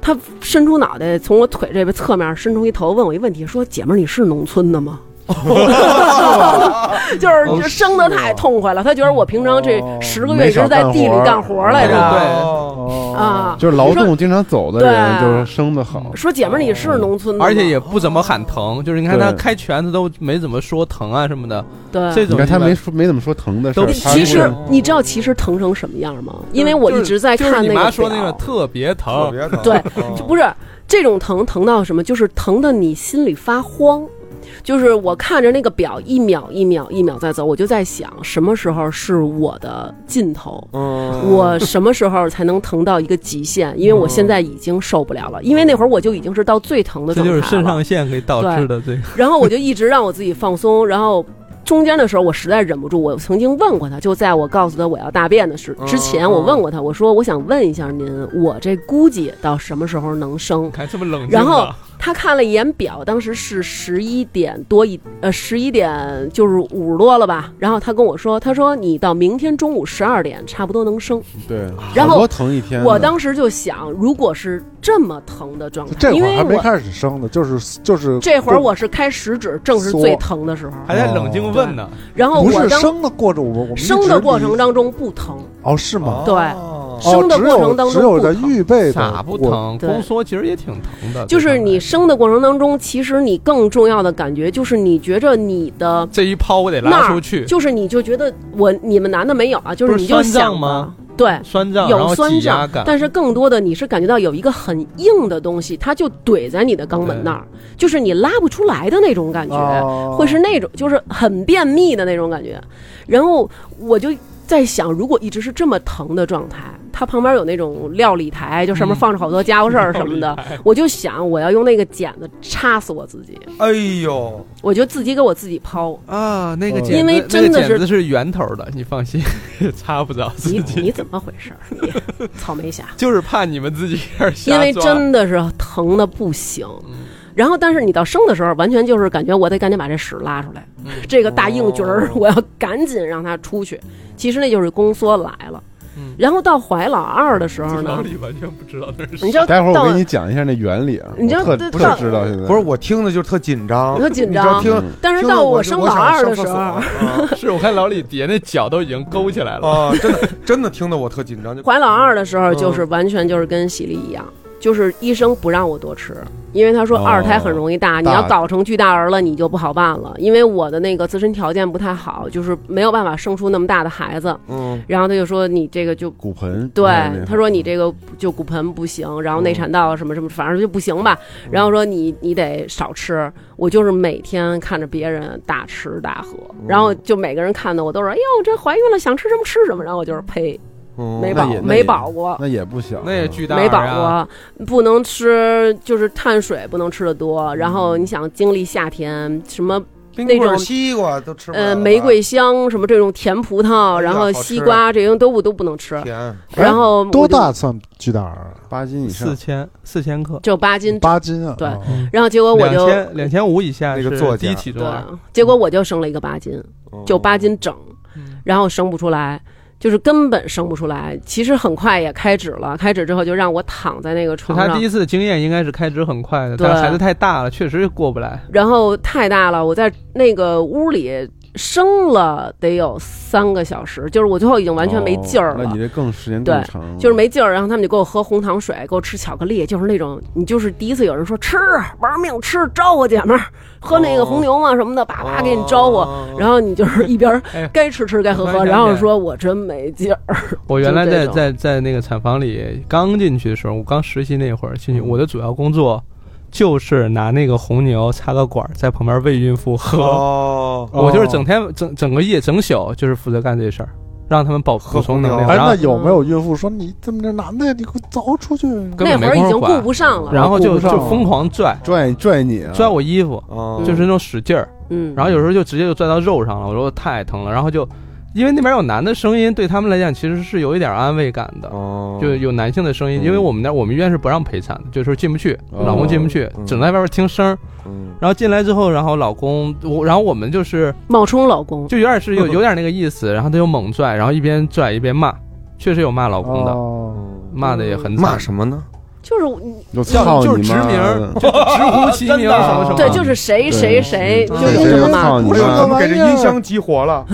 F: 她伸出脑袋从我腿这边侧面伸出一头，问我一问题，说：“姐们儿，你是农村的吗？”
E: 哦
F: 就是就生的太痛快了，她觉得我平常这
C: 哦
F: 十个月一直在地里干活来着。
H: 对
E: 哦
F: 啊，
G: 就是劳动经常走的人，
F: 对嗯
G: 就是生的好。
F: 说姐们儿你是农村的吗，
H: 而且也不怎么喊疼，就是你看
G: 对
H: 他开拳，他都没怎么说疼啊什么的。
F: 对
H: 这。
G: 你
H: 种
G: 看他
H: 一般
G: 没说没怎么说疼的事儿，
H: 都
G: 他说
F: 其实
G: 的
F: 你知道其实疼成什么样吗？因为我一直在
H: 就是
F: 看
H: 你
F: 那
H: 妈
F: 个
H: 说那个
F: 表
H: 哦特别
E: 特
H: 疼，
E: 别疼，
F: 对
E: 嗯，
F: 就不是这种疼疼到什么，就是疼的你心里发慌。就是我看着那个表一秒一秒一秒在走，我就在想什么时候是我的尽头，
E: 嗯，
F: 我什么时候才能疼到一个极限？因为我现在已经受不了了，因为那会儿我就已经是到最疼的
H: 嗯这
F: 状态
H: 就
F: 了。
H: 是肾上腺给导致的这个。
F: 然后我就一直让我自己放松，然后中间的时候我实在忍不住，我曾经问过他，就在我告诉他我要大便的
C: 哦
F: 时之前，我问过他，我说我想问一下您，我这估计到什么时候能生
H: 你？看这么冷静
F: 然后
H: 啊，
F: 他看了一眼表，当时是十一点多一呃十一点就是五十多了吧，然后他跟我说，他说你到明天中午十二点差不多能生。
G: 对，
F: 然后
G: 好多疼一天呢。
F: 我当时就想，如果是这么疼的状态，
C: 这
F: 因
C: 会儿
F: 为
C: 还没
F: 我
C: 开始生呢，就是就是
F: 这会儿我是开食指，正是
C: 缩
F: 最疼的时候。
H: 还在冷静问呢。
F: 然后
C: 不
F: 我
C: 是
F: 当
C: 生的过程，我我们一直
F: 生的过程
C: 离
F: 当中不疼，
C: 哦是吗？
F: 对
E: 哦
F: 生的过程当
C: 哦、只
F: 中不
C: 有只有在
F: 疼。
C: 预备的
H: 咋不
C: 过？
H: 疼？
F: 对
H: 宫缩其实也挺疼的，
F: 就是你
H: 对吧
F: 生的过程当中，其实你更重要的感觉就是你觉着你的，
H: 这一抛我得
F: 那
H: 拉
F: 儿
H: 出去，
F: 就是你就觉得我你们男的没有啊，就是
H: 不是
F: 你就
H: 酸胀
F: 想
H: 吗
F: 吧？对，
H: 酸胀，然
F: 有
H: 后
F: 酸
H: 挤压
F: 胀
H: 感，，
F: 但是更多的你是感觉到有一个很硬的东西，它就怼在你的肛门那儿，就是你拉不出来的那种感觉，
C: 哦
F: 会是那种就是很便秘的那种感觉。然后我就在想，如果一直是这么疼的状态，它旁边有那种料理台，就上面
H: 嗯
F: 放着好多家伙事儿什么的，
H: 好厉害
F: 我就想我要用那个剪子插死我自己，
E: 哎呦，
F: 我就自己给我自己剖。
H: 啊，那个剪
C: 因
H: 子，
F: 为
H: 那个
F: 真的
H: 剪
F: 是
H: 子是圆头的，你放心， 擦不着自
F: 你
H: 己，
F: 你怎么回事儿？你草莓侠。
H: 就是怕你们自己有点瞎
F: 因为
H: 钻
F: 真
H: 嗯
F: 的是疼的不行。然后，但是你到生的时候，完全就是感觉我得赶紧把这屎拉出来，
H: 嗯
F: 这个大硬局
H: 哦
F: 儿，我要赶紧让它出去。其实那就是宫缩来了。
H: 嗯
F: 然后到怀老二的时
H: 这
F: 候
H: 老
F: 呢，
H: 李完全不知道那是
F: 你知道
G: 待会儿
F: 到
G: 我给你讲一下那原理啊，
F: 你知道
G: 我特
F: 对
G: 特
F: 到
G: 知道现在
E: 不是我听着就特紧张，
F: 特紧
E: 你知道
F: 张，
E: 听
G: 嗯
F: 但是
E: 听
F: 到
E: 着我
F: 生
E: 我
F: 老
E: 想
F: 二
E: 上
F: 的
E: 厕
F: 时
E: 所
F: 候，
E: 啊
H: 是，我看老李底下那脚都已经勾起来了，
E: 啊， 真的真的听得我特紧张，就
F: 怀老二的时候
G: 嗯
F: 就是完全就是跟喜力一样，就是医生不让我多吃，因为他说
G: 哦
F: 二胎很容易大，你要搞成巨大儿了你就不好办了，因为我的那个自身条件不太好，就是没有办法生出那么大的孩子。
E: 嗯，
F: 然后他就说你这个就。
G: 骨盆。
F: 对
G: 那个，
F: 他说你这个就骨盆不行，然后
G: 嗯
F: 内产道什么什么，反正就不行吧。然后
E: 嗯
F: 说你你得少吃，我就是每天看着别人大吃大喝，
G: 嗯
F: 然后就每个人看的我都是，哎呦这怀孕了想吃什么吃什么，然后我就是呸，
E: 嗯
F: 没
G: 哦那
F: 饱
G: 也那
F: 没
G: 也
F: 饱过，
G: 那也不小，
H: 那也巨大、啊，
F: 没饱过，不能吃，就是碳水不能吃的多。然
H: 嗯
F: 后你想经历夏天，什么
E: 冰
F: 那
E: 棍儿
F: 种
E: 西瓜都吃不了
F: 呃
E: 吧
F: 玫瑰香，什么这种甜葡
E: 哎
F: 萄，
E: 呀
F: 然后
E: 好
F: 西
H: 啊
E: 吃
F: 瓜这些都不都不能吃。
E: 甜，
C: 哎
F: 然后
C: 多
F: 我就
C: 大算巨大儿？
G: 八斤以上
H: 四。千四千克，
F: 就八斤，
C: 八斤啊？
F: 对
C: 哦
F: 然后结果我
H: 嗯两
F: 就
H: 千两千五以下
E: 那个
H: 是哦
E: 座
H: 低
E: 驾
H: 体重
F: 对
H: 啊，，
F: 结果我就生了一个八斤，
E: 嗯
F: 就八斤整，
H: 嗯
F: 然后生不出来。就是根本生不出来，其实很快也开指了，开指之后就让我躺在那个
H: 就
F: 床上。
H: 他第一次的经验应该是开支很快的，
F: 对
H: 但是孩子太大了，确实过不来。
F: 然后太大了，我在那个屋里生了得有三个小时，就是我最后已经完全没劲儿
G: 哦
F: 了。
G: 那你这更时间
F: 对
G: 更长了，
F: 就是没劲儿，然后他们就给我喝红糖水，给我吃巧克力，就是那种你就是第一次有人说吃玩命吃招呼姐们儿，喝那个红牛嘛什么的，叭叭给你招呼，
A: 哦
F: 然后你就是一边儿
H: 哎
F: 该吃吃该喝
H: 我突
F: 喝，
H: 然
F: 然
H: 想
F: 后
H: 起来
F: 说我真没劲儿，
H: 我原来
F: 就这
H: 在
F: 种
H: 在在那个产房里刚进去的时候，我刚实习那会儿
F: 嗯
H: 进去，我的主要工作就是拿那个红牛插个管儿在旁边喂孕妇喝，
E: 哦，
H: 我就是整天整整个夜整宿就是负责干这事儿，让他们保
E: 喝
H: 补充
E: 红
H: 能
E: 牛
H: 量，
C: 哎，
H: 然
C: 那
H: 后
C: 有没有孕妇说你怎么这男的，你给我走出去？
H: 根
F: 那会
H: 本没
F: 儿已
H: 空
F: 经顾
H: 管，
F: 不上了。
H: 然后
C: 顾
H: 就
C: 不上
H: 就疯狂拽
E: 嗯
G: 拽拽你啊，
H: 拽我衣服，
E: 哦
H: 嗯就是那种使劲儿，
F: 嗯，
H: 然后有时候就直接就钻到肉上了，我说太疼了，然后就因为那边有男的声音，对他们来讲其实是有一点安慰感的，
E: 哦，
H: 就有男性的声音，因为我们那我们医院是不让陪产的，就是进不去，
G: 哦
H: 老公进不去，
E: 嗯
H: 只能在外边听声儿。
E: 嗯
H: 然后进来之后，然后老公我，然后我们就是
F: 冒充老公，
H: 就有点是有有点那个意思，然后他就猛拽，然后一边拽一边骂，确实有骂老公的，
C: 哦，
H: 骂的也很惨
E: 骂什么呢？
F: 就是你
G: 我
H: 叫
G: 操
H: 就是
G: 你
H: 直
G: 妈
H: 名儿
G: 的！
H: 就直呼其名
D: 真的
H: 什么
D: 啊
H: 什么，
F: 对，就是谁谁谁，
H: 对
F: 就是
G: 对
F: 这么
G: 操
F: 骂，
G: 你
E: 不是，
G: 妈
E: 怎么给这音箱激活了？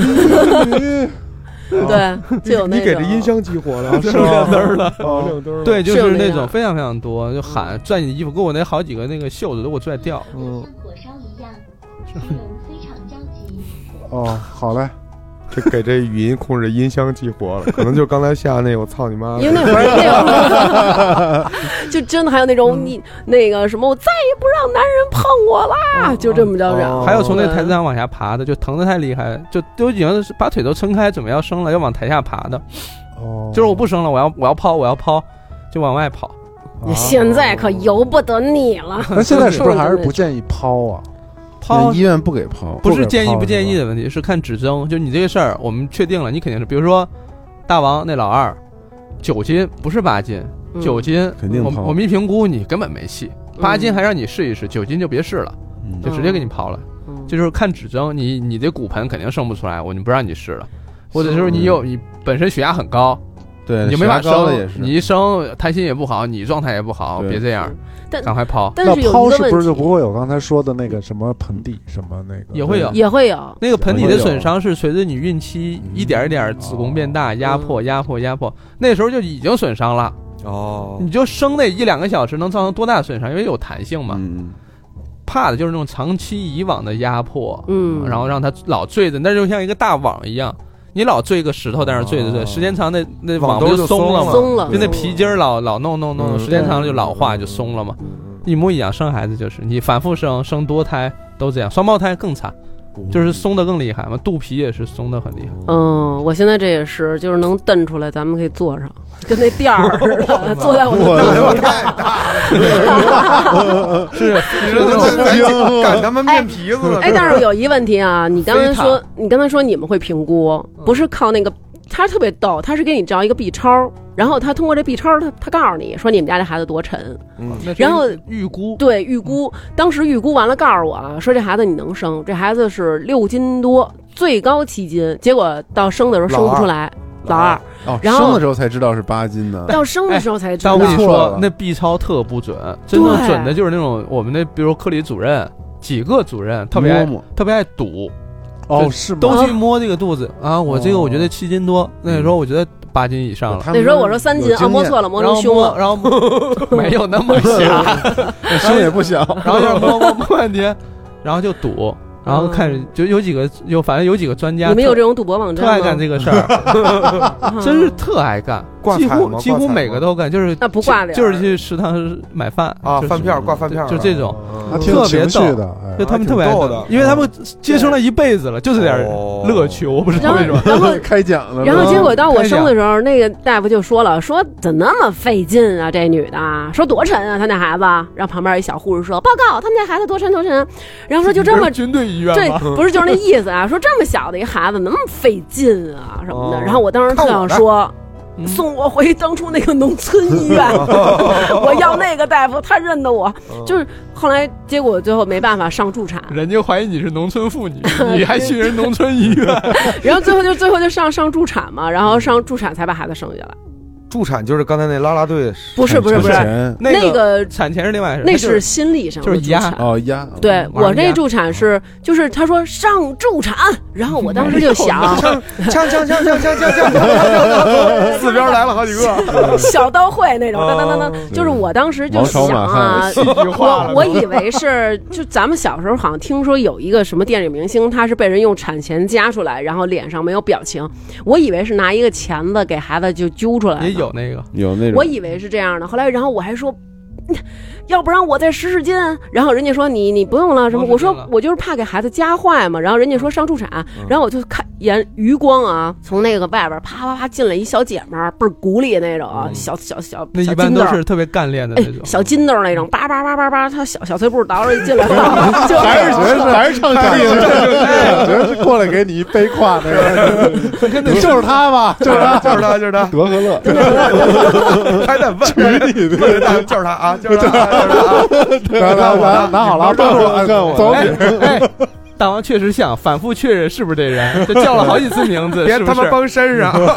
F: 对，就有那
E: 你
F: 种
E: 给这音箱激活了，是
D: 亮
E: 吗？
D: 灯儿了，
E: 哦，亮灯儿了。
H: 对，就是
F: 有
H: 是
F: 那
H: 那
F: 样嗯
H: 种非常非常多，就喊拽你衣服，给我那好几个那个袖子都给我拽掉。
C: 嗯，
I: 像火烧一 样，使人非常着急。
C: 哦，好嘞，
E: 这给这语音控制音箱激活了，可能就是刚才下那我操你妈的！
F: 因为那会儿那会儿就真的还有那种你那个什么，我再也不让男人碰我啦，啊就这么着嚷。
H: 嗯还有从那
F: 对
H: 台子上往下爬的，就疼的太厉害，就都已经是把腿都撑开，准备要升了，要往台下爬的，
C: 哦，
H: 就是我不升了，我要我要抛，我要抛，就往外跑。
C: 啊
F: 你 现在可由不得你了。
C: 那现在是 不是还是不建议抛啊？
H: 抛
G: 那医院不给抛，
H: 不
C: 不
H: 是
C: 给
H: 建议
C: 抛
H: 不
C: 是
H: 建议
C: 吧
H: 的问题，是看指征。就你这个事儿，我们确定了，你肯定是，比如说大王那老二，九斤不是八斤，
F: 嗯
H: 九斤，
G: 肯定
H: 我
G: 抛
H: 们我们一评估你根本没戏，八
F: 嗯
H: 斤还让你试一试，九斤就别试了，
G: 嗯
H: 就直接给你刨了。
F: 嗯
H: 这就是看指征，你你的骨盆肯定生不出来，我就不让你试了。或者就是你有你本身血压很高，
G: 对，
H: 你就没
G: 呃血压
H: 法
G: 高的也
H: 生
G: 是，，
H: 你一生胎心也不好，你状态也不好，
G: 对
H: 别这样
F: 嗯，但
H: 赶快抛。
F: 但
C: 那
F: 是有
C: 抛
F: 一个
C: 是不
F: 问
C: 是就
F: 题，
C: 不会有刚才说的那个什么盆底什么那个？
H: 也会有
F: 也会有，
H: 那个盆底
G: 会
H: 的
G: 有啊嗯
H: 损伤是随着你孕期一点一点子宫变大，压迫、压迫、压迫，那时候就已经损伤了。
E: 哦
H: 你就生那一两个小时能造成多大损伤？因为有弹性嘛。
G: 嗯，
H: 怕的就是那种长期以往的压迫，
F: 嗯
H: 然后让它老坠着，那就像一个大网一样，你老坠个石头在那儿坠着坠，
E: 哦
H: 时间长那那
E: 网
H: 不
E: 兜
H: 就
E: 就
H: 松了
E: 松
H: 吗？
F: 松了，
H: 就那皮筋儿老老弄弄弄，
E: 嗯
H: 时间长了就老化就松了嘛，一模一样。生孩子就是你反复生，生多胎都这样，双胞胎更惨，就是松的更厉害嘛，肚皮也是松的很厉害。
F: 嗯，我现在这也是，就是能蹬出来，咱们可以坐上，跟那垫儿似的，坐在我的凳子上。
E: 你说
G: 哎
E: 咱赶 他妈面皮子 了，
F: 哎，但是有一问题啊，你刚才说，你刚才说你们会评估，
H: 嗯
F: 不是靠那个，他特别逗，他是给你照一个 B 超，然后他通过这 B 超，他他告诉你说你们家这孩子多沉，
H: 那是
F: 然后
H: 预估
F: 对，预估，当时预估完了告诉我啊，说这孩子你能生，这孩子是六斤多，最高七斤，结果到生的时候生不出来，老二，
G: 哦，
F: 然后
G: 生的时候才知道是八斤呢。
F: 到生的时候才知
H: 哎但
F: 道
H: 我，跟你
G: 错
H: 说
G: 了，
H: 那 B 超特不准，真正
F: 对
H: 准的就是那种我们那，比如科里主任，几个主任特别
G: 摸
H: 爱
G: 摸，
H: 特别爱赌，
C: 哦，是吗？
H: 都去摸这个肚子啊。我这个我觉得七斤多，那时候我觉得八斤以上了。
G: 他
F: 那
G: 们
F: 时候我说三斤
G: 有经验
F: 啊，摸 错了，摸
H: 然
F: 成
H: 后
F: 胸
H: 摸，
F: 了，
H: 然后摸 没有那 么瞎，
G: 胸也不小，
H: 然后就是摸摸摸半天，然后就赌，然后看着就有几个有反正有几个专家
F: 嗯你们有
H: 特
F: 这种赌嗯博网站
H: 特
F: 吗？啊
H: 爱干这个事儿，
F: 个
H: 真是特爱干，
E: 挂
H: 几
E: 彩吗
H: 乎
E: 挂
H: 几乎
E: 彩
H: 每
E: 吗
H: 个都干，就是
F: 那不挂脸儿
H: 就是去食堂买饭
E: 啊，
H: 就是
E: 饭票挂饭票，
H: 就这种。
C: 还
E: 嗯，
C: 挺有情绪的，
H: 就
C: 哎，
H: 他们特别爱
E: 挺逗
H: 打
E: 的
H: 因为他们接生了一辈子了，就这点
E: 哦
H: 乐趣，我不知道为什么。
F: 然后
G: 开奖了吗，
F: 然后结果到我
H: 开
F: 生
H: 奖
F: 的时候，那个大夫就说了，说怎么那么费劲啊，这女的啊，说多沉啊，她那孩子。然后旁边一小护士说，报告，他们家孩子多沉多沉。啊然后说就 这么
H: 你是军队医院
F: 这
H: 吗？
F: 不是就是那意思啊，说这么小的一孩子那么费劲啊什么的。
E: 哦
F: 然后我当时特想说。送我回当初那个农村医院，我要那个大夫，他认得我。就是后来结果最后没办法上助产，
H: 人家怀疑你是农村 妇女，你还去人农村医院？
F: 然后最后就最后就上上助产嘛，然后上助产才把孩子生下来。
E: 助产就是刚才那啦啦 队，
F: 不是不是
G: 之
F: 不是，
G: 前
F: 那
H: 个
F: 个
H: 产前是另外一回事，
F: 那是心理上的
H: 就是
F: 助
H: 压
F: 产。
G: 哦压，
F: 对
H: 玩
F: 我这
H: 压
F: 助
E: 哦
F: 产是，就是他说上助产，然后我当时就想，
E: 锵锵锵锵锵锵锵，四边来了好几个，
F: 小刀会那种，当当当
E: 哦
F: 当，就是我当时就
G: 王朝
F: 想
G: 马
F: 啊
G: 汉，
F: 我我以为是就咱们小时候好像听说有一个什么电影明星，他是被人用产钳夹出来，然后脸上没有表情，我以为是拿一个钳子给孩子就揪出来，
H: 也有那个，
G: 有那
F: 我
G: 种
F: 以为是这样的，后来然后我还说， 要不然我再使使劲。啊然后人家说你你不用了什么，
H: 不
F: 我
H: 用使劲
F: 说
H: 了
F: 我就是怕给孩子夹坏嘛。然后人家说上助产，然后我就看眼余光啊，从那个外边啪啪啪进来一小姐们儿，倍儿鼓里那种啊，
E: 嗯
F: 小小小
H: 那
F: 小
H: 一般
F: 金豆
H: 都
F: 儿
H: 是特别干练的
F: 哎
H: 那种，。
F: 小金豆儿那种，叭叭叭叭叭，他小小碎步倒着一进来，就
G: 还是觉得是还是唱小品， 我觉得是过来给你一背胯那个，就是他吧，就是他，
E: 就是他， 就是他，
G: 德和乐，
E: 还得问
G: 你的
E: 问他，就是他啊，就是他，就是 他啊，
G: 来来来，拿好了，干我，干我，走，
H: 哎哎，大王确实像，反复确认是不是这人，就叫了好几次名字，
E: 别
H: 是不
E: 他妈
H: 是
E: 帮身上。 啊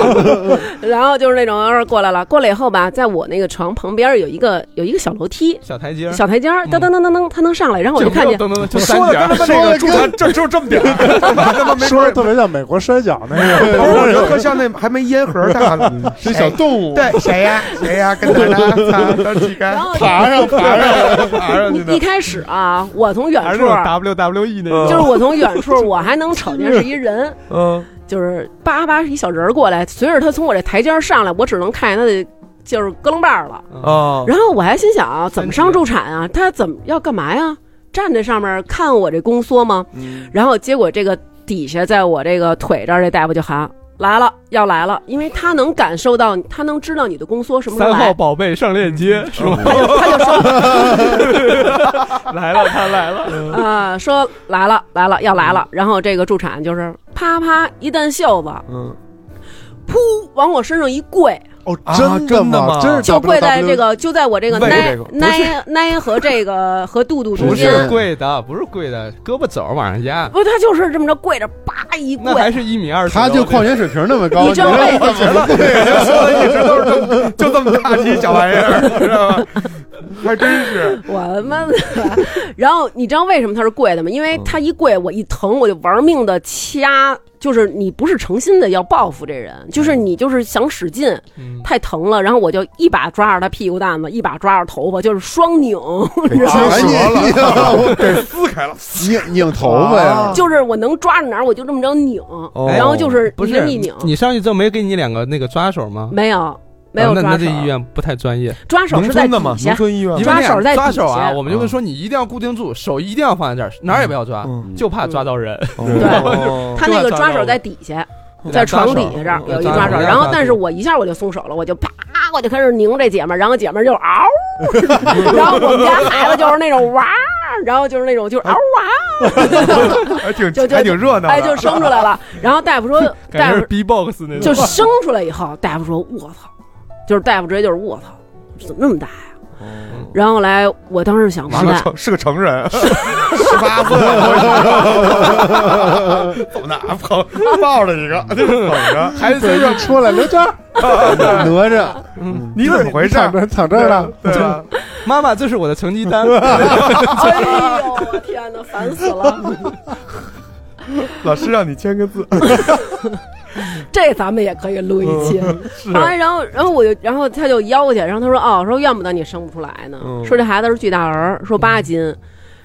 F: 然后就是那种要是过来了，过来以后吧，在我那个床旁边有一个有一个小楼梯、
H: 小台阶儿，
F: 小台阶儿，
H: 嗯
F: 噔噔噔噔噔，他能上来，然后我就看见
H: 噔噔噔，
E: 说
H: 就三
E: 的
H: 节
E: 跟他妈
H: 儿，
E: 那个猪坛，这只有这么点儿，他妈没哦
C: 说的特别像美国摔跤那个，
E: 我 觉得特像那还没烟盒大 呢，
G: 是小动物，
E: 对谁呀谁呀，跟他他他几个
F: 然后
G: 爬上爬上，
E: 爬上去
F: 一一
E: 的，
F: 开始啊，我从远
H: 还是
F: 处
H: 那，种 WWE 那种，
F: 就是我从远处，我还能瞅见是一 人，
E: 嗯，
F: 就是叭叭是一小人儿过来，随着他从我这台阶儿上来，我只能看见他的就是胳楞把儿
H: 嗯
F: 了。
E: 哦，
F: 然后我还心想啊，怎么上助产啊？他怎么要干嘛呀？站在上面看我这宫缩吗？
H: 嗯
F: 然后结果这个底下在我这个腿这儿，这大夫就喊来了，要来了，因为他能感受到，他能知道你的宫缩什么时候
H: 三号
F: 来。
H: 宝贝上链接是吧？
F: 他就他就说
H: 来了，他来了，
F: 啊、说来了来了要来了，然后这个助产就是啪啪一弹袖子，
E: 嗯，
F: 噗往我身上一跪，
G: 哦，
E: 啊真的
G: 吗？
E: 吗
G: 真是
F: 就跪在 这个就在我这个
E: 喂
F: 奶
E: 这个不是
F: 奶奶和这个和肚肚
G: 不
F: 中
H: 不
G: 是
F: 间
H: 是，跪的，不是跪的，胳膊肘往上压，
F: 不，他就是这么着跪着，叭一跪
H: 那，还是一米二，
G: 他就矿泉水瓶那么高，
F: 你知道为什么
E: 对， 就说的一直都是这么就这么大一小玩意儿，知道吗？还真是，
F: 我他妈的！然后你知道为什么他是跪的吗？因为他一跪，我一疼，我就玩命的掐，就是你不是诚心的要报复这人，就是你就是想使劲，
H: 嗯，
F: 太疼了，然后我就一把抓着他屁股蛋子，一把抓着头发，就是双拧，
H: 哎
F: 你知道吗？
G: 赶紧
E: 给撕开了，啊
G: 拧拧头发呀，
F: 就是我能抓着哪儿我就这么着拧，
E: 哦
F: 然后就是
H: 哦不
F: 一
H: 是
F: 人一拧，
H: 你上去之后没给你两个那个抓手吗？
F: 没有嗯没有
H: 啊那
F: 抓
H: 那
F: 手
H: 这，医院不太专业，
F: 抓手是在底下，
E: 村医院
H: 因为
F: 抓
H: 那样
F: 手在
H: 抓
F: 底
H: 手啊，
F: 下
H: 我们就会说你一定要固定住，手一定要放在这儿，哪儿也不要抓，
E: 嗯
H: 就怕抓到人。
E: 哦 对
F: 他那个抓手在底下。在床底下这儿有一抓手，然后但是我一下我就松手了，我就啪，我就开始拧这姐们儿，然后姐们儿就嗷，然后我们家孩子就是那种哇，然后就是那种就是嗷哇，
E: 还挺
F: 就就
E: 还挺热闹的，
F: 哎，就生出来了。然后大夫说，大
H: 感觉是
F: 夫
H: B box 那
F: 就
H: 种，
F: 生出来以后，大夫说我操，就是大夫直接就是我操，怎么那么大呀？然后来，我当时想
E: 是
F: 完
E: 个
F: 蛋，
E: 成是个成人，十八岁，我操走哪捧抱着一个， 就捧着，
H: 孩子就
C: 对，
H: 是
C: 要出来刘 娟儿，
G: 哪吒
E: 嗯你怎么回事？
C: 躺这儿躺这儿呢，
E: 对吧？
H: 妈妈，这是我的成绩单，
F: 哎呦我天哪，烦死了！
E: 老师让你签个字，
F: 这咱们也可以录一期。
E: 嗯是
F: 后来，然后，然后我就，然后他就要去，然后他说：“哦，说怨不得你生不出来呢，
E: 嗯
F: 说这孩子是巨大儿，说八斤，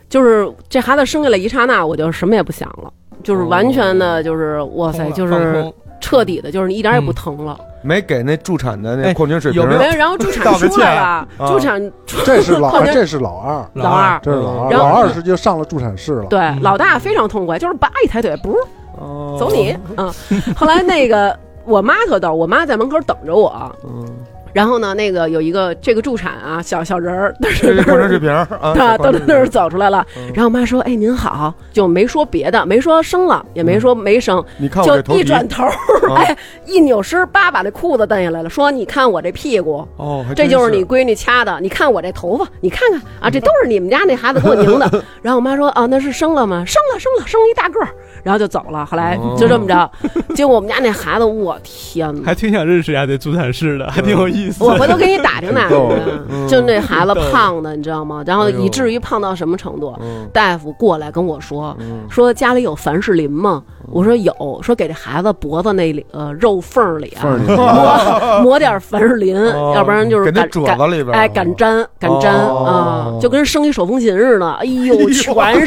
F: 就是这孩子生下来一刹那，我就什么也不想了，就是完
E: 哦
F: 全的，就是、哇塞，就
H: 放
F: 是
H: 空
F: 彻底的，就是一点也
E: 嗯
F: 不疼了。
E: 没给那助产的那矿泉水瓶啊
H: 有没
F: 没有，然后助产
E: 道个
F: 出来了，
E: 歉啊
F: 助产
C: 这是老
F: 矿泉
C: 这是老二，
F: 老 二，
C: 这是老二，
F: 然后
C: 老二是就上了助产士了，
F: 对、
H: 嗯
F: 老大非常痛快，就是叭一抬腿，不
E: 哦
F: 走你啊！后来那个我妈特逗，我妈在门口等着我。
E: 嗯
F: 然后呢，那个有一个这个助产啊，小小人儿，但
E: 这
F: 是
E: 是矿泉水瓶 啊，
F: 他都那儿走出来了
E: 嗯，
F: 然后我妈说：“哎，您好。”就没说别的，没说生了，也没说没生，
E: 你嗯看我
F: 就
E: 这头
F: 一
E: 皮，嗯
F: 转头， 哎，一扭身，叭把那裤子蹬下来了，说：“你看我这屁股，
E: 哦，还
F: 这
E: 真
F: 就是你闺女掐的。你看我这头发，你看看啊，这都是你们家那孩子给我
E: 嗯
F: 拧的。”然后我妈说：“啊，那是生了吗？生了，生了，生了一大个儿。”然后就走了。后来 就这么
E: 哦
F: 着，结果我们家那孩子，我天 哪！
H: 还挺想认识一下这助产士的，还挺有意思。
F: 我回头给你打听打
G: 挺逗的
F: 听，就那孩子胖的，你知道吗？然后
E: 嗯哎呦
F: 以至于胖到什么程度？
E: 嗯
F: 大夫过来跟我说，
E: 嗯
F: 说家里有凡士林吗？我说有，说给这孩子脖子那里呃肉缝儿里啊
G: 缝里
F: 抹 抹点凡士林，
E: 哦
F: 要不然就是
E: 给那
F: 敢
E: 褶
F: 敢
E: 子里边儿啊嗯
F: 哎敢粘敢粘啊
E: 哦，
F: 就跟生一手风琴似的，哎呦 全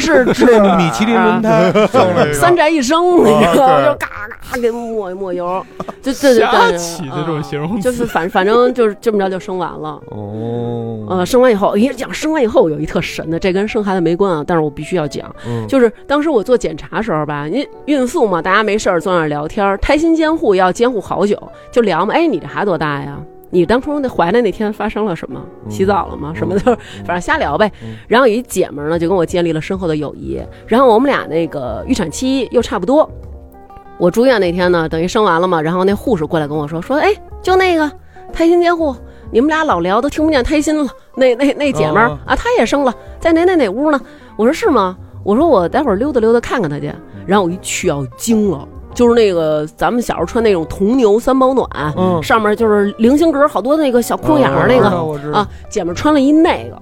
F: 是褶儿，啊
E: 米其林轮胎送了一个 哦
F: 三宅一生，你知道吗？
E: 对
F: 就嘎嘎给抹一抹油，就这就
H: 瞎起这种形容词
F: 啊就是反反正就是这么着就生完了。
E: 哦，
F: 呃，生完以后，你讲生完以后有一特神的，这跟生孩子没关啊，但是我必须要讲，
E: 嗯
F: 就是当时我做检查时候吧，因孕宿嘛，大家没事儿坐那儿聊天儿，胎心监护要监护好久，就聊嘛。哎，你这孩子多大呀？你当初那怀的那天发生了什么？洗澡了吗？什么的，就是 反正瞎聊呗。然后有一姐们儿呢，就跟我建立了深厚的友谊。然后我们俩那个预产期又差不多，我住院那天呢，等于生完了嘛，然后那护士过来跟我说说，哎，就那个胎心监护，你们俩老聊都听不见胎心了。那那那姐们儿
E: 哦
F: 啊，她也生了，在哪哪哪屋呢？我说是吗？我说我待会儿溜达溜达看看她去。然后我一去啊，我惊了。就是那个咱们小时候穿那种铜牛三保暖，
E: 嗯
F: 上面就是菱形格好多那个小窟窿眼儿那个、
E: 哦我知道我知道
F: 啊，姐们儿穿了一那个，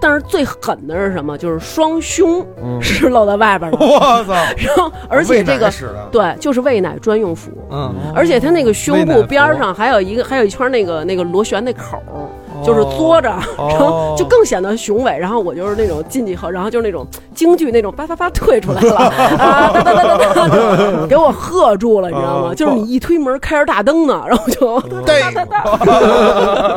F: 但是最狠的是什么？就是双胸
E: 嗯
F: 是露在外边的，
E: 我操！
F: 然后而且这
E: 喂奶
F: 个
E: 使的
F: 对，就是喂奶专用服，
J: 嗯，
F: 而且它那个胸
J: 喂奶
F: 部
J: 服
F: 边儿上还有一个还有一圈那个那个螺旋那口儿，
E: 哦
F: 就是嘬着，然后就更显得雄伟。然后我就是那种进去以后，然后就是那种京剧那种叭叭叭退出 来了，啊，哒哒哒哒哒哒，给我吓住了，你知道
E: 哦
F: 吗？就是你一推门开着大灯呢，然后就哒哒哒哒，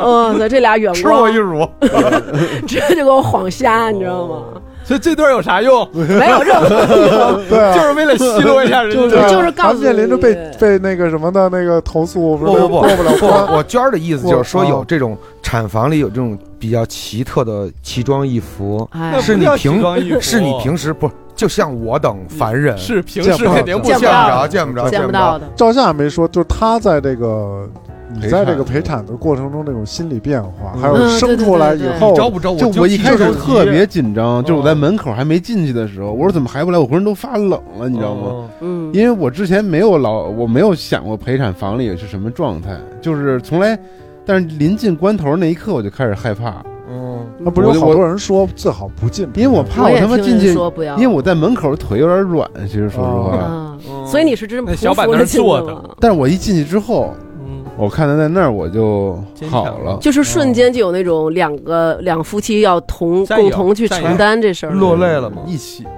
F: 嗯，对，这俩远
K: 吃我
F: 光
K: 一乳，
F: 直接就给我晃瞎，你知道
G: 哦
F: 吗？
H: 所以这段有啥用？
F: 没有 任何，
C: 对啊，
H: 就是为了奚落一下人
C: 就
H: 家。
C: 是
G: 啊
F: 就是
C: 咱
F: 告诉
C: 们面临着被
F: 你
C: 被那个什么的那个投诉，
E: 不
C: 是
E: 不不
C: 过不了
E: 不，
C: 关。
E: 我娟儿的意思就是说，
C: 我
E: 有这种产房里有这种比较奇特的奇装异服，
F: 哎，
E: 是你平
H: 平
E: 是你平时不就像我等凡人
H: 是平
C: 见
H: 时
C: 不到
H: 肯定不
F: 见
E: 见
F: 不
H: 像
F: 到
E: 着啊见不着
F: 见
E: 不
F: 不到的。
C: 赵夏没说，就是他在这个你
E: 陪
C: 在
E: 产
C: 这个陪产的过程中，这种心理变化，
E: 嗯
C: 还有
F: 嗯
C: 生出来
F: 对
C: 以
F: 对对对
C: 后，
H: 招不招我
G: 就我一开始
H: 就是
G: 特别紧张，
H: 嗯
G: 就是我在门口还没进去的时候，我说怎么还不来？我浑身都发冷了，你知道吗？？
F: 嗯，
G: 因为我之前没有老，我没有想过陪产房里是什么状态，就是从来。但是临近关头那一刻，我就开始害怕，
E: 嗯，
C: 那不是有好多人说最好不进，
G: 因为我怕
F: 我也
G: 他妈
F: 听
G: 进
F: 人
G: 去，
F: 说不要，
G: 因为我在门口腿有点软，其实说实话。
F: 啊，所以你是真
H: 那小板
F: 匍匐
H: 凳
F: 着进
H: 坐嗯
F: 去
H: 着
F: 了
G: 但是我一进去之后，
H: 嗯，
G: 我看他在那儿，我就
H: 坚强
G: 好了。
F: 就是瞬间就有那种两个两夫妻要 同
H: 战
F: 共
H: 友
F: 同去承担这事儿，
H: 落泪了吗？
G: 一起吗？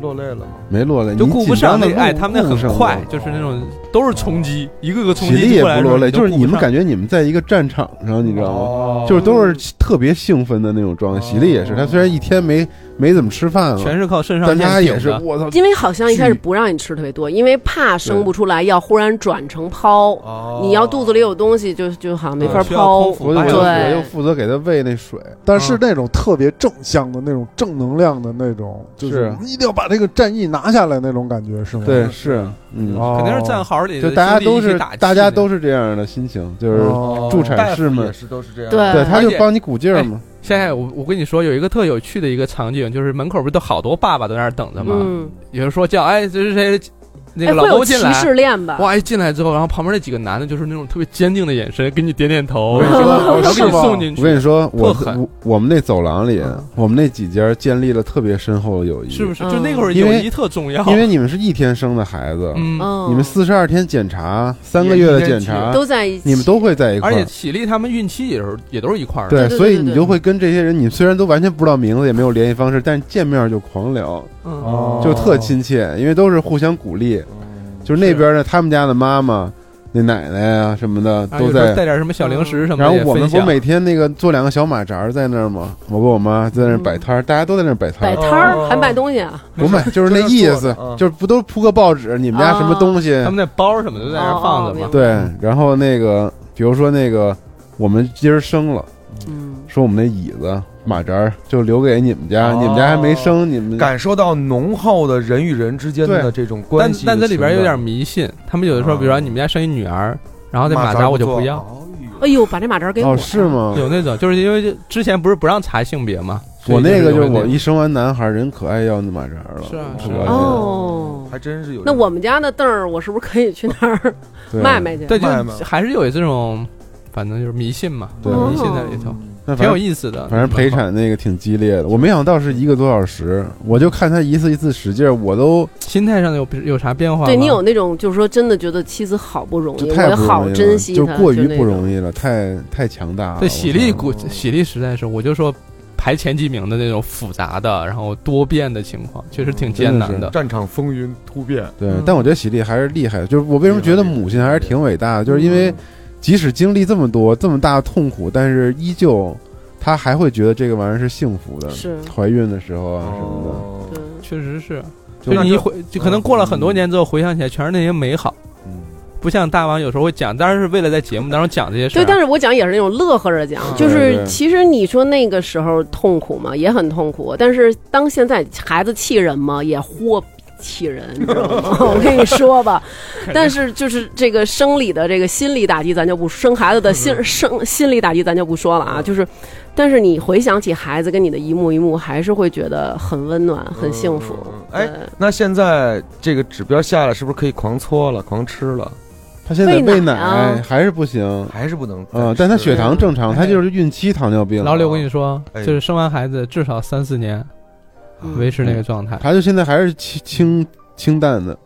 H: 落泪了吗？
G: 没落泪，
H: 就
G: 你
H: 顾不
G: 紧
H: 上
G: 张
H: 那
G: 的
H: 哎，他们那很快，
G: 就
H: 就是那种都是冲击，一个个冲
G: 体力
H: 击
G: 也
H: 过
G: 不
H: 来的时
G: 落
H: 候
G: 泪，就是
H: 你
G: 你们
H: 感
G: 感觉你们在一个战场上，你知道吗？
E: 哦
G: 就是都是特别兴奋的那种状态。喜力也是，他虽然一天没没怎么吃饭
H: 全
G: 了，
H: 是靠肾上
G: 但他
H: 腺
G: 也
H: 顶
G: 是
H: 着。
G: 我操，
F: 因为好像一开始不让你吃特别多，因为怕生不出来，要忽然转成剖，
H: 哦
F: 你要肚子里有东西就就好像没法
H: 需要空
F: 剖。
H: 腹
G: 我就我就
F: 对
G: 我就负责给他喂那水。
C: 但是那种特别正向的那种正能量的那种，就是一定要把这个战役拿下来那种感觉，是吗？
G: 对，，是，嗯，
C: 哦
H: 肯定是战壕里
G: 就
H: 的
G: 大家
H: 兄弟
G: 都
H: 一起
G: 是
H: 打气
G: 大家
H: 那
G: 都
H: 种
G: 是这样的心情，就是
C: 哦
G: 助产士们
E: 也是都是这样。
F: 对，
G: 对，他就
H: 而且
G: 帮你鼓劲儿嘛。
H: 现在我我跟你说，有一个特有趣的一个场景，就是门口不是都好多爸爸都在那儿等着吗？
F: 嗯，
H: 有人说叫哎，这是谁？那
F: 哎，
H: 个老
F: 会
H: 公
F: 有
H: 进
F: 歧
H: 来，
F: 视链吧？
H: 哇！一进来之后，然后旁边那几个男的，就是那种特别坚定的眼神，给你点点头，
G: 我跟你说
H: 然后给
C: 是
H: 你
C: 吗
H: 送进
G: 我跟
H: 去，
G: 你说，我
H: 哎特狠嗯
G: 我我们那走廊里，我们那几家建立了特别深厚的友谊，
H: 是不是？
F: 嗯
H: 就那会儿
G: 因
H: 友
G: 为
H: 谊特重要，
G: 因为你们是一天生的孩子，
H: 哦嗯，
F: 嗯，
G: 你们四十二天检查，三个月啊的检查，
F: 都在一起，
G: 你们都会在一块
H: 而且
G: 儿。
H: 喜力他们孕期也是也都是一块儿的，
F: 对对
G: 所以
F: 对
G: 你
F: 对
G: 就会跟这些人，你虽然都完全不知道名字，也没有联系方式，但是见面就狂聊，
H: 嗯，
C: 哦
G: 就特亲切，因为都是互相鼓励。
H: 哦
G: 就是那边的他们家的妈妈、那奶奶啊什么的
H: 啊
G: 都
H: 有时候
G: 在
H: 带点什么小零食什么
G: 然
H: 的
G: 后
H: 也分享，
G: 我们不每天那个做两个小马扎儿在那儿吗？我跟我妈在那儿摆摊儿，大家都在那儿摆摊
F: 摆
G: 儿，
F: 摊儿还嗯卖东西啊？
G: 不卖就是那意 思，就是不都铺个报纸，你们家什么东西？
H: 他们那包什么都在那儿
F: 哦
H: 放
F: 哦
H: 着
F: 明
H: 嘛
F: 白，
G: 对，然后那个比如说那个我们今儿生了，
F: 嗯，
G: 说我们那椅子马扎儿就留给你们家，
E: 哦
G: 你们家还没生，你们
E: 感受到浓厚的人与人之间的这种关
H: 但
E: 系的
H: 但这里边有
E: 存在
H: 点迷信，他们有的时
G: 嗯
H: 候，
E: 啊
H: 比如说你们家生一女儿，然后这马
E: 扎
H: 扎我就
E: 做
H: 不要，。
F: 哎呦，把这马扎给我
G: 哦
F: 呀，
G: 是吗？
E: 嗯
H: 有那种就是因为就之前不是不让查性别嘛，
G: 我那个就是
H: 所以
G: 我
H: 有那
G: 一生完男孩儿人可爱要那马扎儿了，
H: 是啊
G: 可
H: 是
G: 恶心
H: 啊
G: 哎
F: 哦。
E: 还真是有这
F: 那
E: 种。
F: 我们家那凳儿，我是不是可以去那儿
G: 对
F: 卖卖去？
H: 对
E: 卖
H: 就
E: 嘛
H: 还是有这种，反正就是迷信嘛，
G: 对
F: 哦
H: 迷信在里头，
G: 那
H: 挺
G: 反
H: 有
G: 正
H: 意思的。
G: 反正陪产那个挺激烈的，我没想到是一个多小时，我就看他一次一次使劲儿，我都
H: 心态上有有啥变化吗？
F: 对你有那种就是说真的觉得妻子好不容
G: 就
F: 易，
G: 太
F: 我
G: 不容
F: 好
G: 易了
F: 珍惜
G: 就
F: 她，
G: 过于不
F: 易。
G: 容易了，太太强大了。
H: 对喜
G: 啊我
H: 力
G: 操
H: 股喜力实在是，我就说排前几名的那种复杂的，然后多变的情况，确实挺艰难
G: 嗯真的
H: 的。
E: 战场风云突变，啊
G: 对
H: 嗯，
G: 但我觉得喜力还是厉害的，就是我为什么觉得母亲还是挺伟大的，就是因为即使经历这么多这么大的痛苦，但是依旧她还会觉得这个玩意儿是幸福的。
F: 是
G: 怀孕的时候啊什么
E: 哦
F: 对，
H: 确实是，就你一回，就可能过了很多年之后回想起来，全是那些美好。
G: 嗯
H: 不像大王有时候会讲，当然是为了在节目当中讲这些事儿。
F: 对，但是我讲也是那种乐呵着讲，
G: 对
F: 就是
G: 对
F: 其实你说那个时候痛苦嘛，也很痛苦，但是当现在孩子气人嘛，也豁气人，你知道吗？我跟你说吧，但是就是这个生理的这个心理打击，咱就不生孩子的心生心理打击，咱就不说了啊，就是。但是你回想起孩子跟你的一幕一幕，还是会觉得很温暖、很幸福。
E: 哎
F: 对，
E: 那现在这个指标下来，是不是可以狂搓了、狂吃了？
G: 他现在
F: 喂
G: 喂
F: 奶啊
G: 奶还是不行，
E: 还是不能？
H: 呃
G: 嗯，但他血
F: 啊
G: 糖正常，他就是孕期糖尿病。
H: 老李，我跟你说，
E: 哎
H: 就是生完孩子至少三四年
F: 嗯
H: 维持那个状态。
G: 他就现在还是清清清淡的，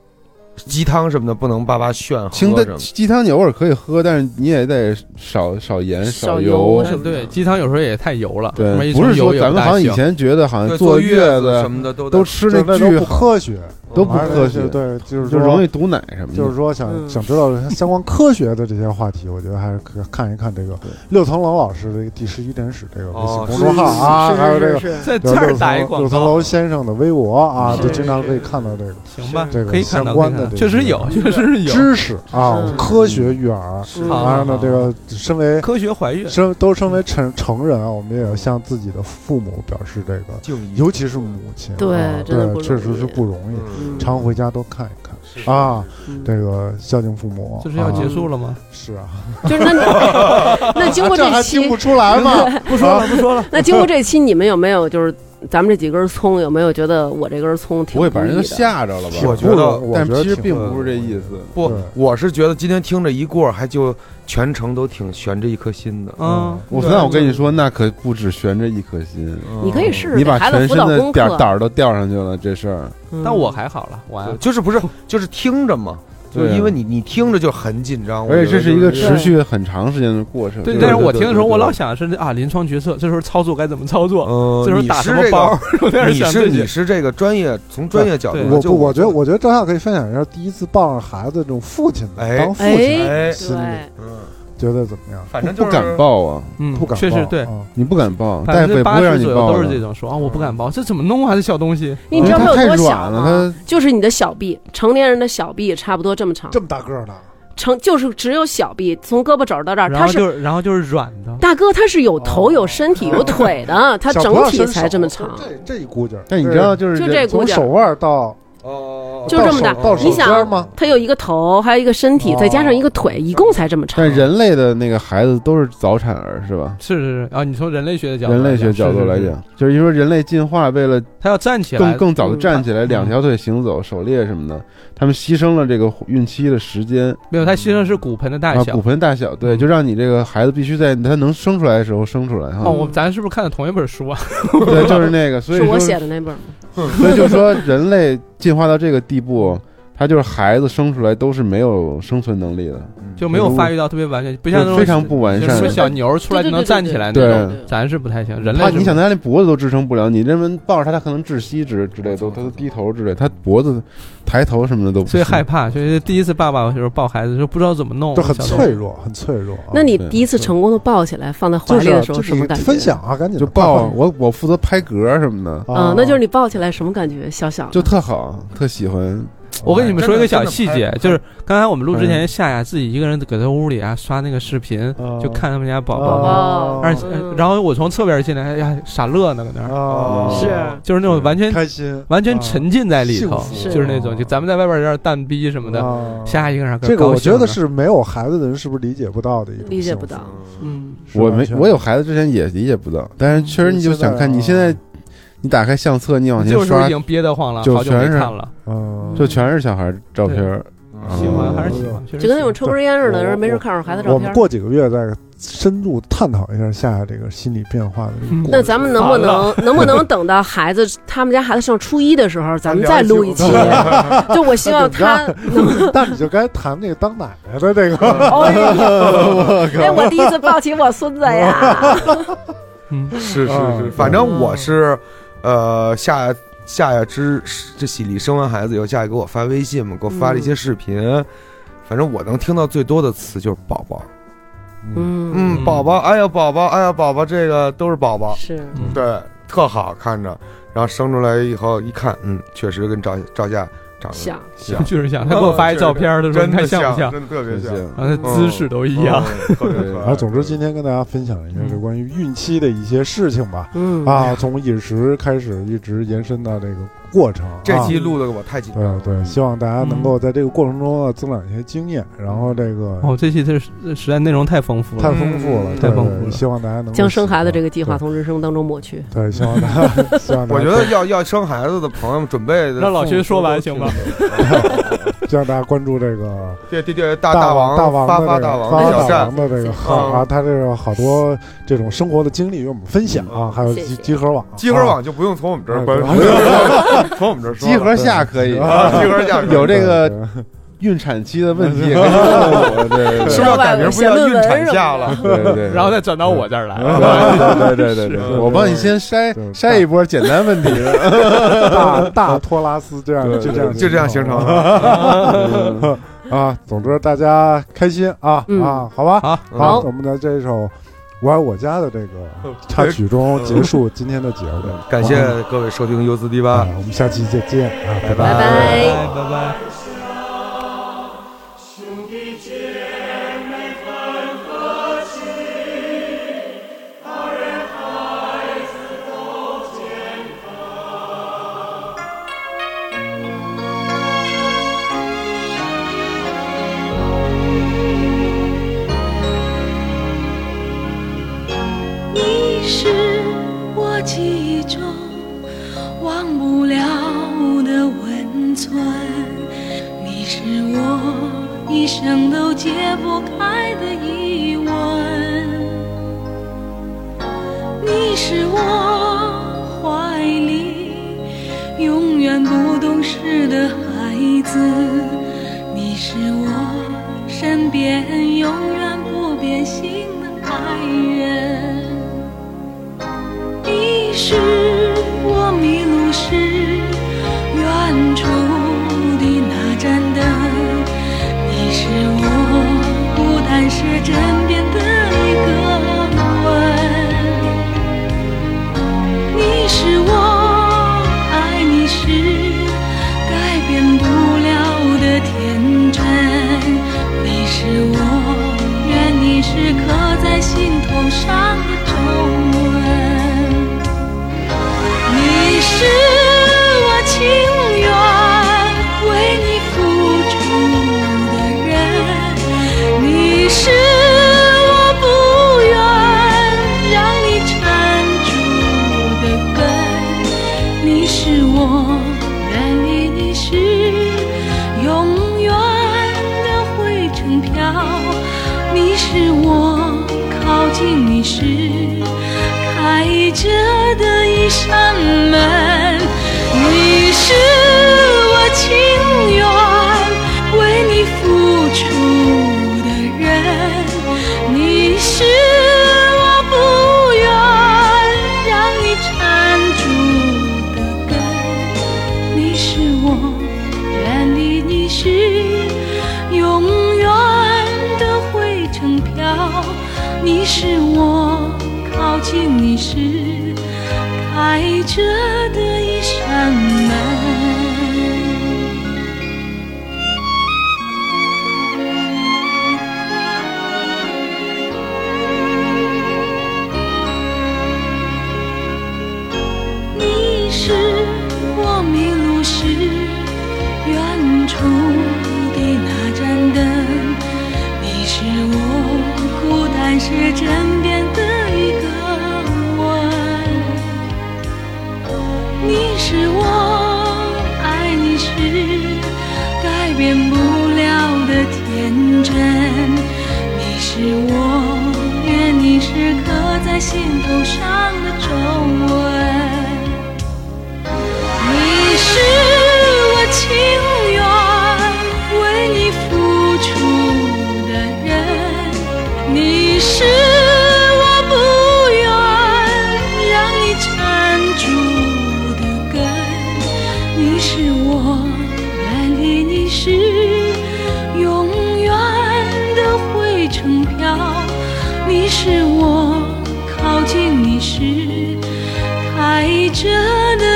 E: 鸡汤什么的不能叭叭炫
G: 清
E: 喝什
G: 淡
E: 么。
G: 鸡汤你偶尔可以喝，但是你也得少少盐
F: 少
G: 少
F: 油
G: 油
H: 但。是对，鸡汤有时候也太油了，什么
G: 对，
H: 一
G: 不是
H: 层油
G: 说
H: 有
G: 咱们
H: 大
G: 好像以
H: 性
G: 前觉得好像
E: 坐
G: 坐
E: 月
G: 月
E: 子什
G: 子
E: 么的都得
G: 都吃那
C: 这
G: 巨
C: 都不科学，
G: 都不科学
C: 而且对，就是
G: 就
C: 说
G: 容易堵奶什么的。
C: 就是说想
F: 嗯
C: 想知道相关科学的这些话题，我觉得还是可以看一看这个六层楼老师这个第十一诊室这个微信
E: 哦
C: 公众号啊，还有这个
F: 是
H: 在这
C: 有六
H: 儿打一
C: 层
H: 广
C: 六层
H: 告，
C: 楼先生的微博啊，
F: 是
C: 就经常可以看到这个
H: 行吧？
C: 这个
H: 可以看到，
C: 相
H: 可以
C: 关
H: 看
C: 的
H: 到
C: 这
H: 确实
C: 些
H: 有，确实是有。
C: 知识啊
F: 嗯，
C: 科学育儿。
F: 嗯
H: 好
C: 然后呢，这个身为
H: 科学怀孕，
C: 身都身为成成人啊，我们也要向自己的父母表示这个，
E: 就一
C: 尤其是母亲啊，
F: 对真的不
C: 对，确实
F: 容易
C: 是不容易。
E: 嗯
C: 常回家多看一看啊，
F: 嗯
C: 这个孝敬父母，
H: 这是要结
C: 啊
H: 束了吗？
C: 是啊，
F: 就是那 你那经过
C: 这还
F: 期
C: 听不出来吗？
H: 不说了，不说了。
F: 那经过这期，你们有没有就是咱们这几根葱，有没有觉得我这根葱挺
G: 不会把人
F: 故
G: 都
F: 意的
G: 吓着了吧？
E: 我觉
C: 不
E: 得
C: 容我
G: 但
C: 觉得
G: 其实
C: 挺
G: 并
C: 不
G: 不是这意思。
E: 不
C: 对，
E: 我是觉得今天听着一过，还就全程都挺悬着一颗心的。
H: 嗯，
G: 我
E: 对
G: 那我跟你说，那可不止悬着一颗心，
E: 嗯
F: 你可以试试
G: 你
F: 给
G: 把
F: 孩子
G: 全
F: 辅
G: 身
F: 导
G: 的
F: 功
G: 点儿胆
F: 课。
G: 儿都掉上去了，这事儿。
F: 嗯
H: 但我还好了，我还好
E: 对，就是不是就是听着嘛，就
G: 对啊
E: 是因为你你听着就很紧张，
G: 而且
E: 我觉
G: 这
E: 得
G: 是一个
E: 就
G: 持续很长时间的过程。
H: 对，
G: 就是
H: 但是我听的时候，
G: 对对对
H: 我老想是啊，临床决策，这时候操作该怎么操作？
E: 呃，
H: 这时候
E: 你
H: 打
E: 是
H: 什么
E: 这
H: 包
E: 个？
H: 我在这
E: 你
H: 想
E: 是
H: 这
E: 你
H: 些。
E: 是这个专业，从专业角度
H: 对，啊
C: 我
E: 就
C: 不，我觉得我觉得张夏可以分享一下第一次抱着孩子这种父亲的
E: 哎
C: 当父亲的
F: 哎，
E: 哎
C: 心里
F: 对，
E: 嗯，
C: 觉得怎么样？
E: 反
G: 不
E: 正就是
G: 不敢抱啊，
H: 嗯，
C: 不敢
H: 确实
C: 抱
H: 对，
C: 啊
G: 你不敢抱，
H: 百
G: 大夫
H: 分之
G: 也不
H: 八
G: 会让
H: 十
G: 你
H: 左右
G: 抱
H: 都
G: 的嗯
H: 是这种说啊，我不敢抱，这怎么弄啊？这小东西，
F: 你知道
G: 因为
F: 它
G: 嗯它
F: 有多
G: 太
F: 小
G: 软
F: 吗
G: 了？
F: 就是你的小臂，成年人的小臂差不多这么长
C: 这，么大个儿的，
F: 成就是只有小臂，从胳膊肘到这儿，
H: 然
F: 它
H: 后
F: 是
H: 就是然后就是软的，
F: 大哥，它是有
G: 哦
F: 头、有身体、有腿 的，它
C: 小
F: 整
C: 朋友
F: 体
C: 伸手
F: 才这么长。
C: 这这一股劲儿。
G: 但你知道，就是
F: 就
G: 人
F: 这
C: 从
F: 股劲
C: 手
F: 儿，
C: 腕到
E: 哦，
F: 就这么大
C: 到手到手
F: 你想
C: 尖儿吗？
F: 它有一个头，还有一个身体，
C: 哦
F: 再加上一个腿，一共才这么长
G: 但。人类的那个孩子都是早产儿，是吧？
H: 是是是啊，你从人类学的角度来
G: 人
H: 讲，
G: 类学角度来
H: 是，是
G: 讲，就是因为人类进化为了
H: 是他要站起来
G: 更，更早的
F: 嗯
G: 站起来，两条腿行走、狩猎什么的，他们牺牲了这个孕期的时间
H: 没有他牺牲是骨盆的大
G: 啊，
H: 小
G: 骨。盆大小，对，
H: 嗯
G: 就让你这个孩子必须在他能生出来的时候生出来
H: 哦，
G: 哈。
H: 我咱是不是看的同一本书啊？
G: 嗯对，就是那个，所以
F: 是
G: 说，
F: 我写的那本儿，
G: 所以就说人类进化到这个地步，他就是孩子生出来都是没有生存能力的，
E: 嗯
H: 就没有发育到特别完全，不像那种
G: 非常不完
H: 就
G: 善
H: 是
G: 的。
H: 什么小牛出来就能站起来那
G: 对
H: 种，咱是不太行。人类
G: 他，
H: 是
G: 你想他连脖子都支撑不了，你这么抱着他，他可能窒息之之类的，都
E: 我操
G: 他都低头之类，他脖子抬头什么的都不
H: 所以
G: 行
H: 害怕，所以第一次爸爸有时候抱孩子就不知道怎么弄，
C: 就很
H: 哦小时候
C: 脆弱，很脆弱啊。
F: 那你
G: 对啊
F: 第一次成功的抱起来放在怀
C: 就
F: 里
C: 是
F: 的时候
C: 就
F: 什么
C: 是
F: 感觉？
C: 分享啊，赶紧啊
G: 就抱我，我负责拍嗝什么
C: 哦
G: 的，
F: 嗯，那就是你抱起来什么感觉？小小的
G: 就特好，特喜欢。
H: 我跟你们说一个小细节，就是刚才我们录之前，
G: 嗯
H: 夏夏自己一个人搁在屋里啊刷那个视频，就看他们家宝宝，
F: 哦
H: 而且
F: 嗯
H: 然后我从侧边进来，哎呀傻乐呢搁那儿，
C: 啊，
F: 是
H: 就是那种完全
C: 开心，
H: 哦完全沉浸在里头
C: 啊，
F: 幸福
H: 就是那种就咱们在外边有点蛋逼什么的，
C: 的
H: 夏夏一个人搁
C: 这个
H: 高
C: 我
H: 兴
C: 觉
H: 呢
C: 得，是没有孩子的人是不是理解不到的一种
F: 理解
C: 幸
F: 不
C: 福
F: 到，
H: 嗯，
C: 是
G: 我
C: 完
G: 没
C: 全
G: 我有孩子之前也理解不到，但是确实你就想看，你现在你打开相册，你往前
H: 这时候已
G: 刷，
H: 经憋得慌了，
G: 就
H: 好久没
G: 全是
H: 看了，
C: 嗯，
G: 就全是小孩照片儿。
E: 嗯
H: 喜欢还是喜欢，确实
F: 就跟那种
H: 喜
F: 抽根烟似的，
C: 我
F: 人没事看会儿孩子
C: 我
F: 照
C: 们
F: 片。
C: 过几个月再深入探讨一下夏夏这个心理变化的这个
H: 嗯
C: 过
F: 那
C: 程。
F: 咱们能不能能不能等到孩子他们家孩子上初一的时候，咱们再录一期？就我希望他能。
C: 但你就该谈这个当奶奶的这 个，
F: 哎呦，哎，我第一次抱起我孙子呀！
H: 欢，嗯，
E: 是是是，
C: 嗯
E: 反正我是，呃，夏夏夏之这喜力生完孩子以后，夏夏给我发微信嘛，给我发了
C: 嗯
E: 一些视频，反正我能听到最多的词就是宝宝，
F: 嗯，
E: 嗯
C: 嗯
E: 嗯，宝宝，哎呀宝宝，哎呀宝宝，这个都是宝宝，
F: 是
H: 嗯
E: 对，特好看着，然后生出来以后一看，嗯，确实跟赵赵夏长得
F: 像
E: 像，
H: 就是想他给我发一照片儿，他说
E: 真
H: 你看
E: 的
H: 像不像？
E: 真的特别
G: 谢谢
E: 像，
H: 然后他姿势都一样。
E: 嗯，特别可爱
C: 然后，哎啊总之今天跟大家分享一下是
H: 嗯
C: 关于孕期的一些事情吧。
F: 嗯，
C: 啊，从饮食开始，一直延伸到这个过程。
E: 这
C: 啊
E: 期录的我太紧张
C: 对
E: 了，
C: 对，希望大家能够
E: 嗯
C: 在这个过程中啊增长一些经验，然后这个
H: 哦，这期这是实在内容太丰富
C: 太
H: 了，
C: 丰富了，
E: 嗯
C: 对
H: 太丰富
C: 对
H: 了
C: 希望大家能够
F: 将生孩子这个计划
C: 对
F: 从人生当中抹去。
C: 对，希望大家， 希望大
E: 我
C: 家，
E: 觉得要要生孩子的朋友们准备的
H: 让老
E: 父母
H: 薛
E: 都
H: 说完
E: 去
H: 行吗？
C: 希望大家关注这个
E: 对对对，大
C: 王大
E: 王发
C: 的
E: 发
C: 这个
E: 大
C: 发
E: 王
C: 发
E: 小
C: 大
E: 站
C: 王，的这个号啊，他这个好多这种生活的经历与我们分享啊，还有
F: 谢
C: 集
F: 谢
C: 集合网，
E: 嗯集合网就不用从我们这儿关
C: 啊，
E: 从我们这儿说了
G: 集合下可以，
E: 啊， 集合价格
G: 有这个
C: 对
G: 孕产期的问题 也可以问我，对对
E: 是不是要改名
F: 外
E: 不叫
F: 论
E: 孕
F: 文
E: 产
F: 什
E: 假
F: 么
E: 了？
G: 对 对对，
H: 然后再转到我这儿来。
G: 对对对对
C: 是
G: 对，我帮你先筛
C: 对
G: 筛一波简单问题的，
C: 大大托拉斯这样
G: 对
C: 就这样
E: 就这样形成
C: 了
E: 了。
G: 嗯
C: 啊。总之大家开心啊
F: 嗯
C: 啊，好吧，
H: 好，
C: 好，
F: 好
C: 我们在这首《我爱我家》的这个插曲中结束今天的节目，
E: 感谢各位收听优思迪
C: 啊
E: 吧，，
C: 我们下期再见啊，拜
F: 拜拜。
H: 拜拜拜。
L: 你是我记忆中忘不了的温存，你是我一生都解不开的疑问，你是我怀里永远不懂事的孩子，你是我身边永远不变心的爱人。你是我迷路时远处的那盏灯，你是我孤单时枕边的一个吻，你是我爱你时改变不了的天真，你是我愿意时刻在心头上的皱纹。你是我情愿为你付出的人，你是我不愿让你缠住的根，你是我愿意你是永远的灰尘飘，你是我靠近你时。开着的一扇门。你是我情愿为你付出的人，你是我不愿让你缠住的根，你是我远离你时永远的灰尘飘。你是我靠近你时开着的一扇门。你是我迷路时远处的那盏灯，你是我孤单时枕边的一个吻，你是我爱你时改变不了的天真，你是我愿意时刻在心头上的皱纹。你是我情愿为你付出的人，你是我不愿让你缠住的根，你是我远离你时永远的灰尘飘，你是我靠近你时。开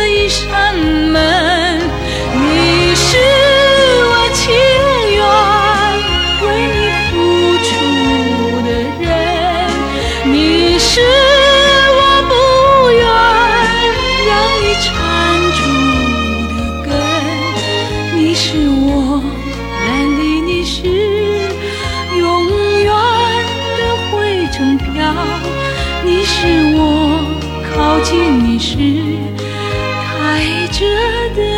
L: 是永远的灰尘飘。你是我靠近你时开着的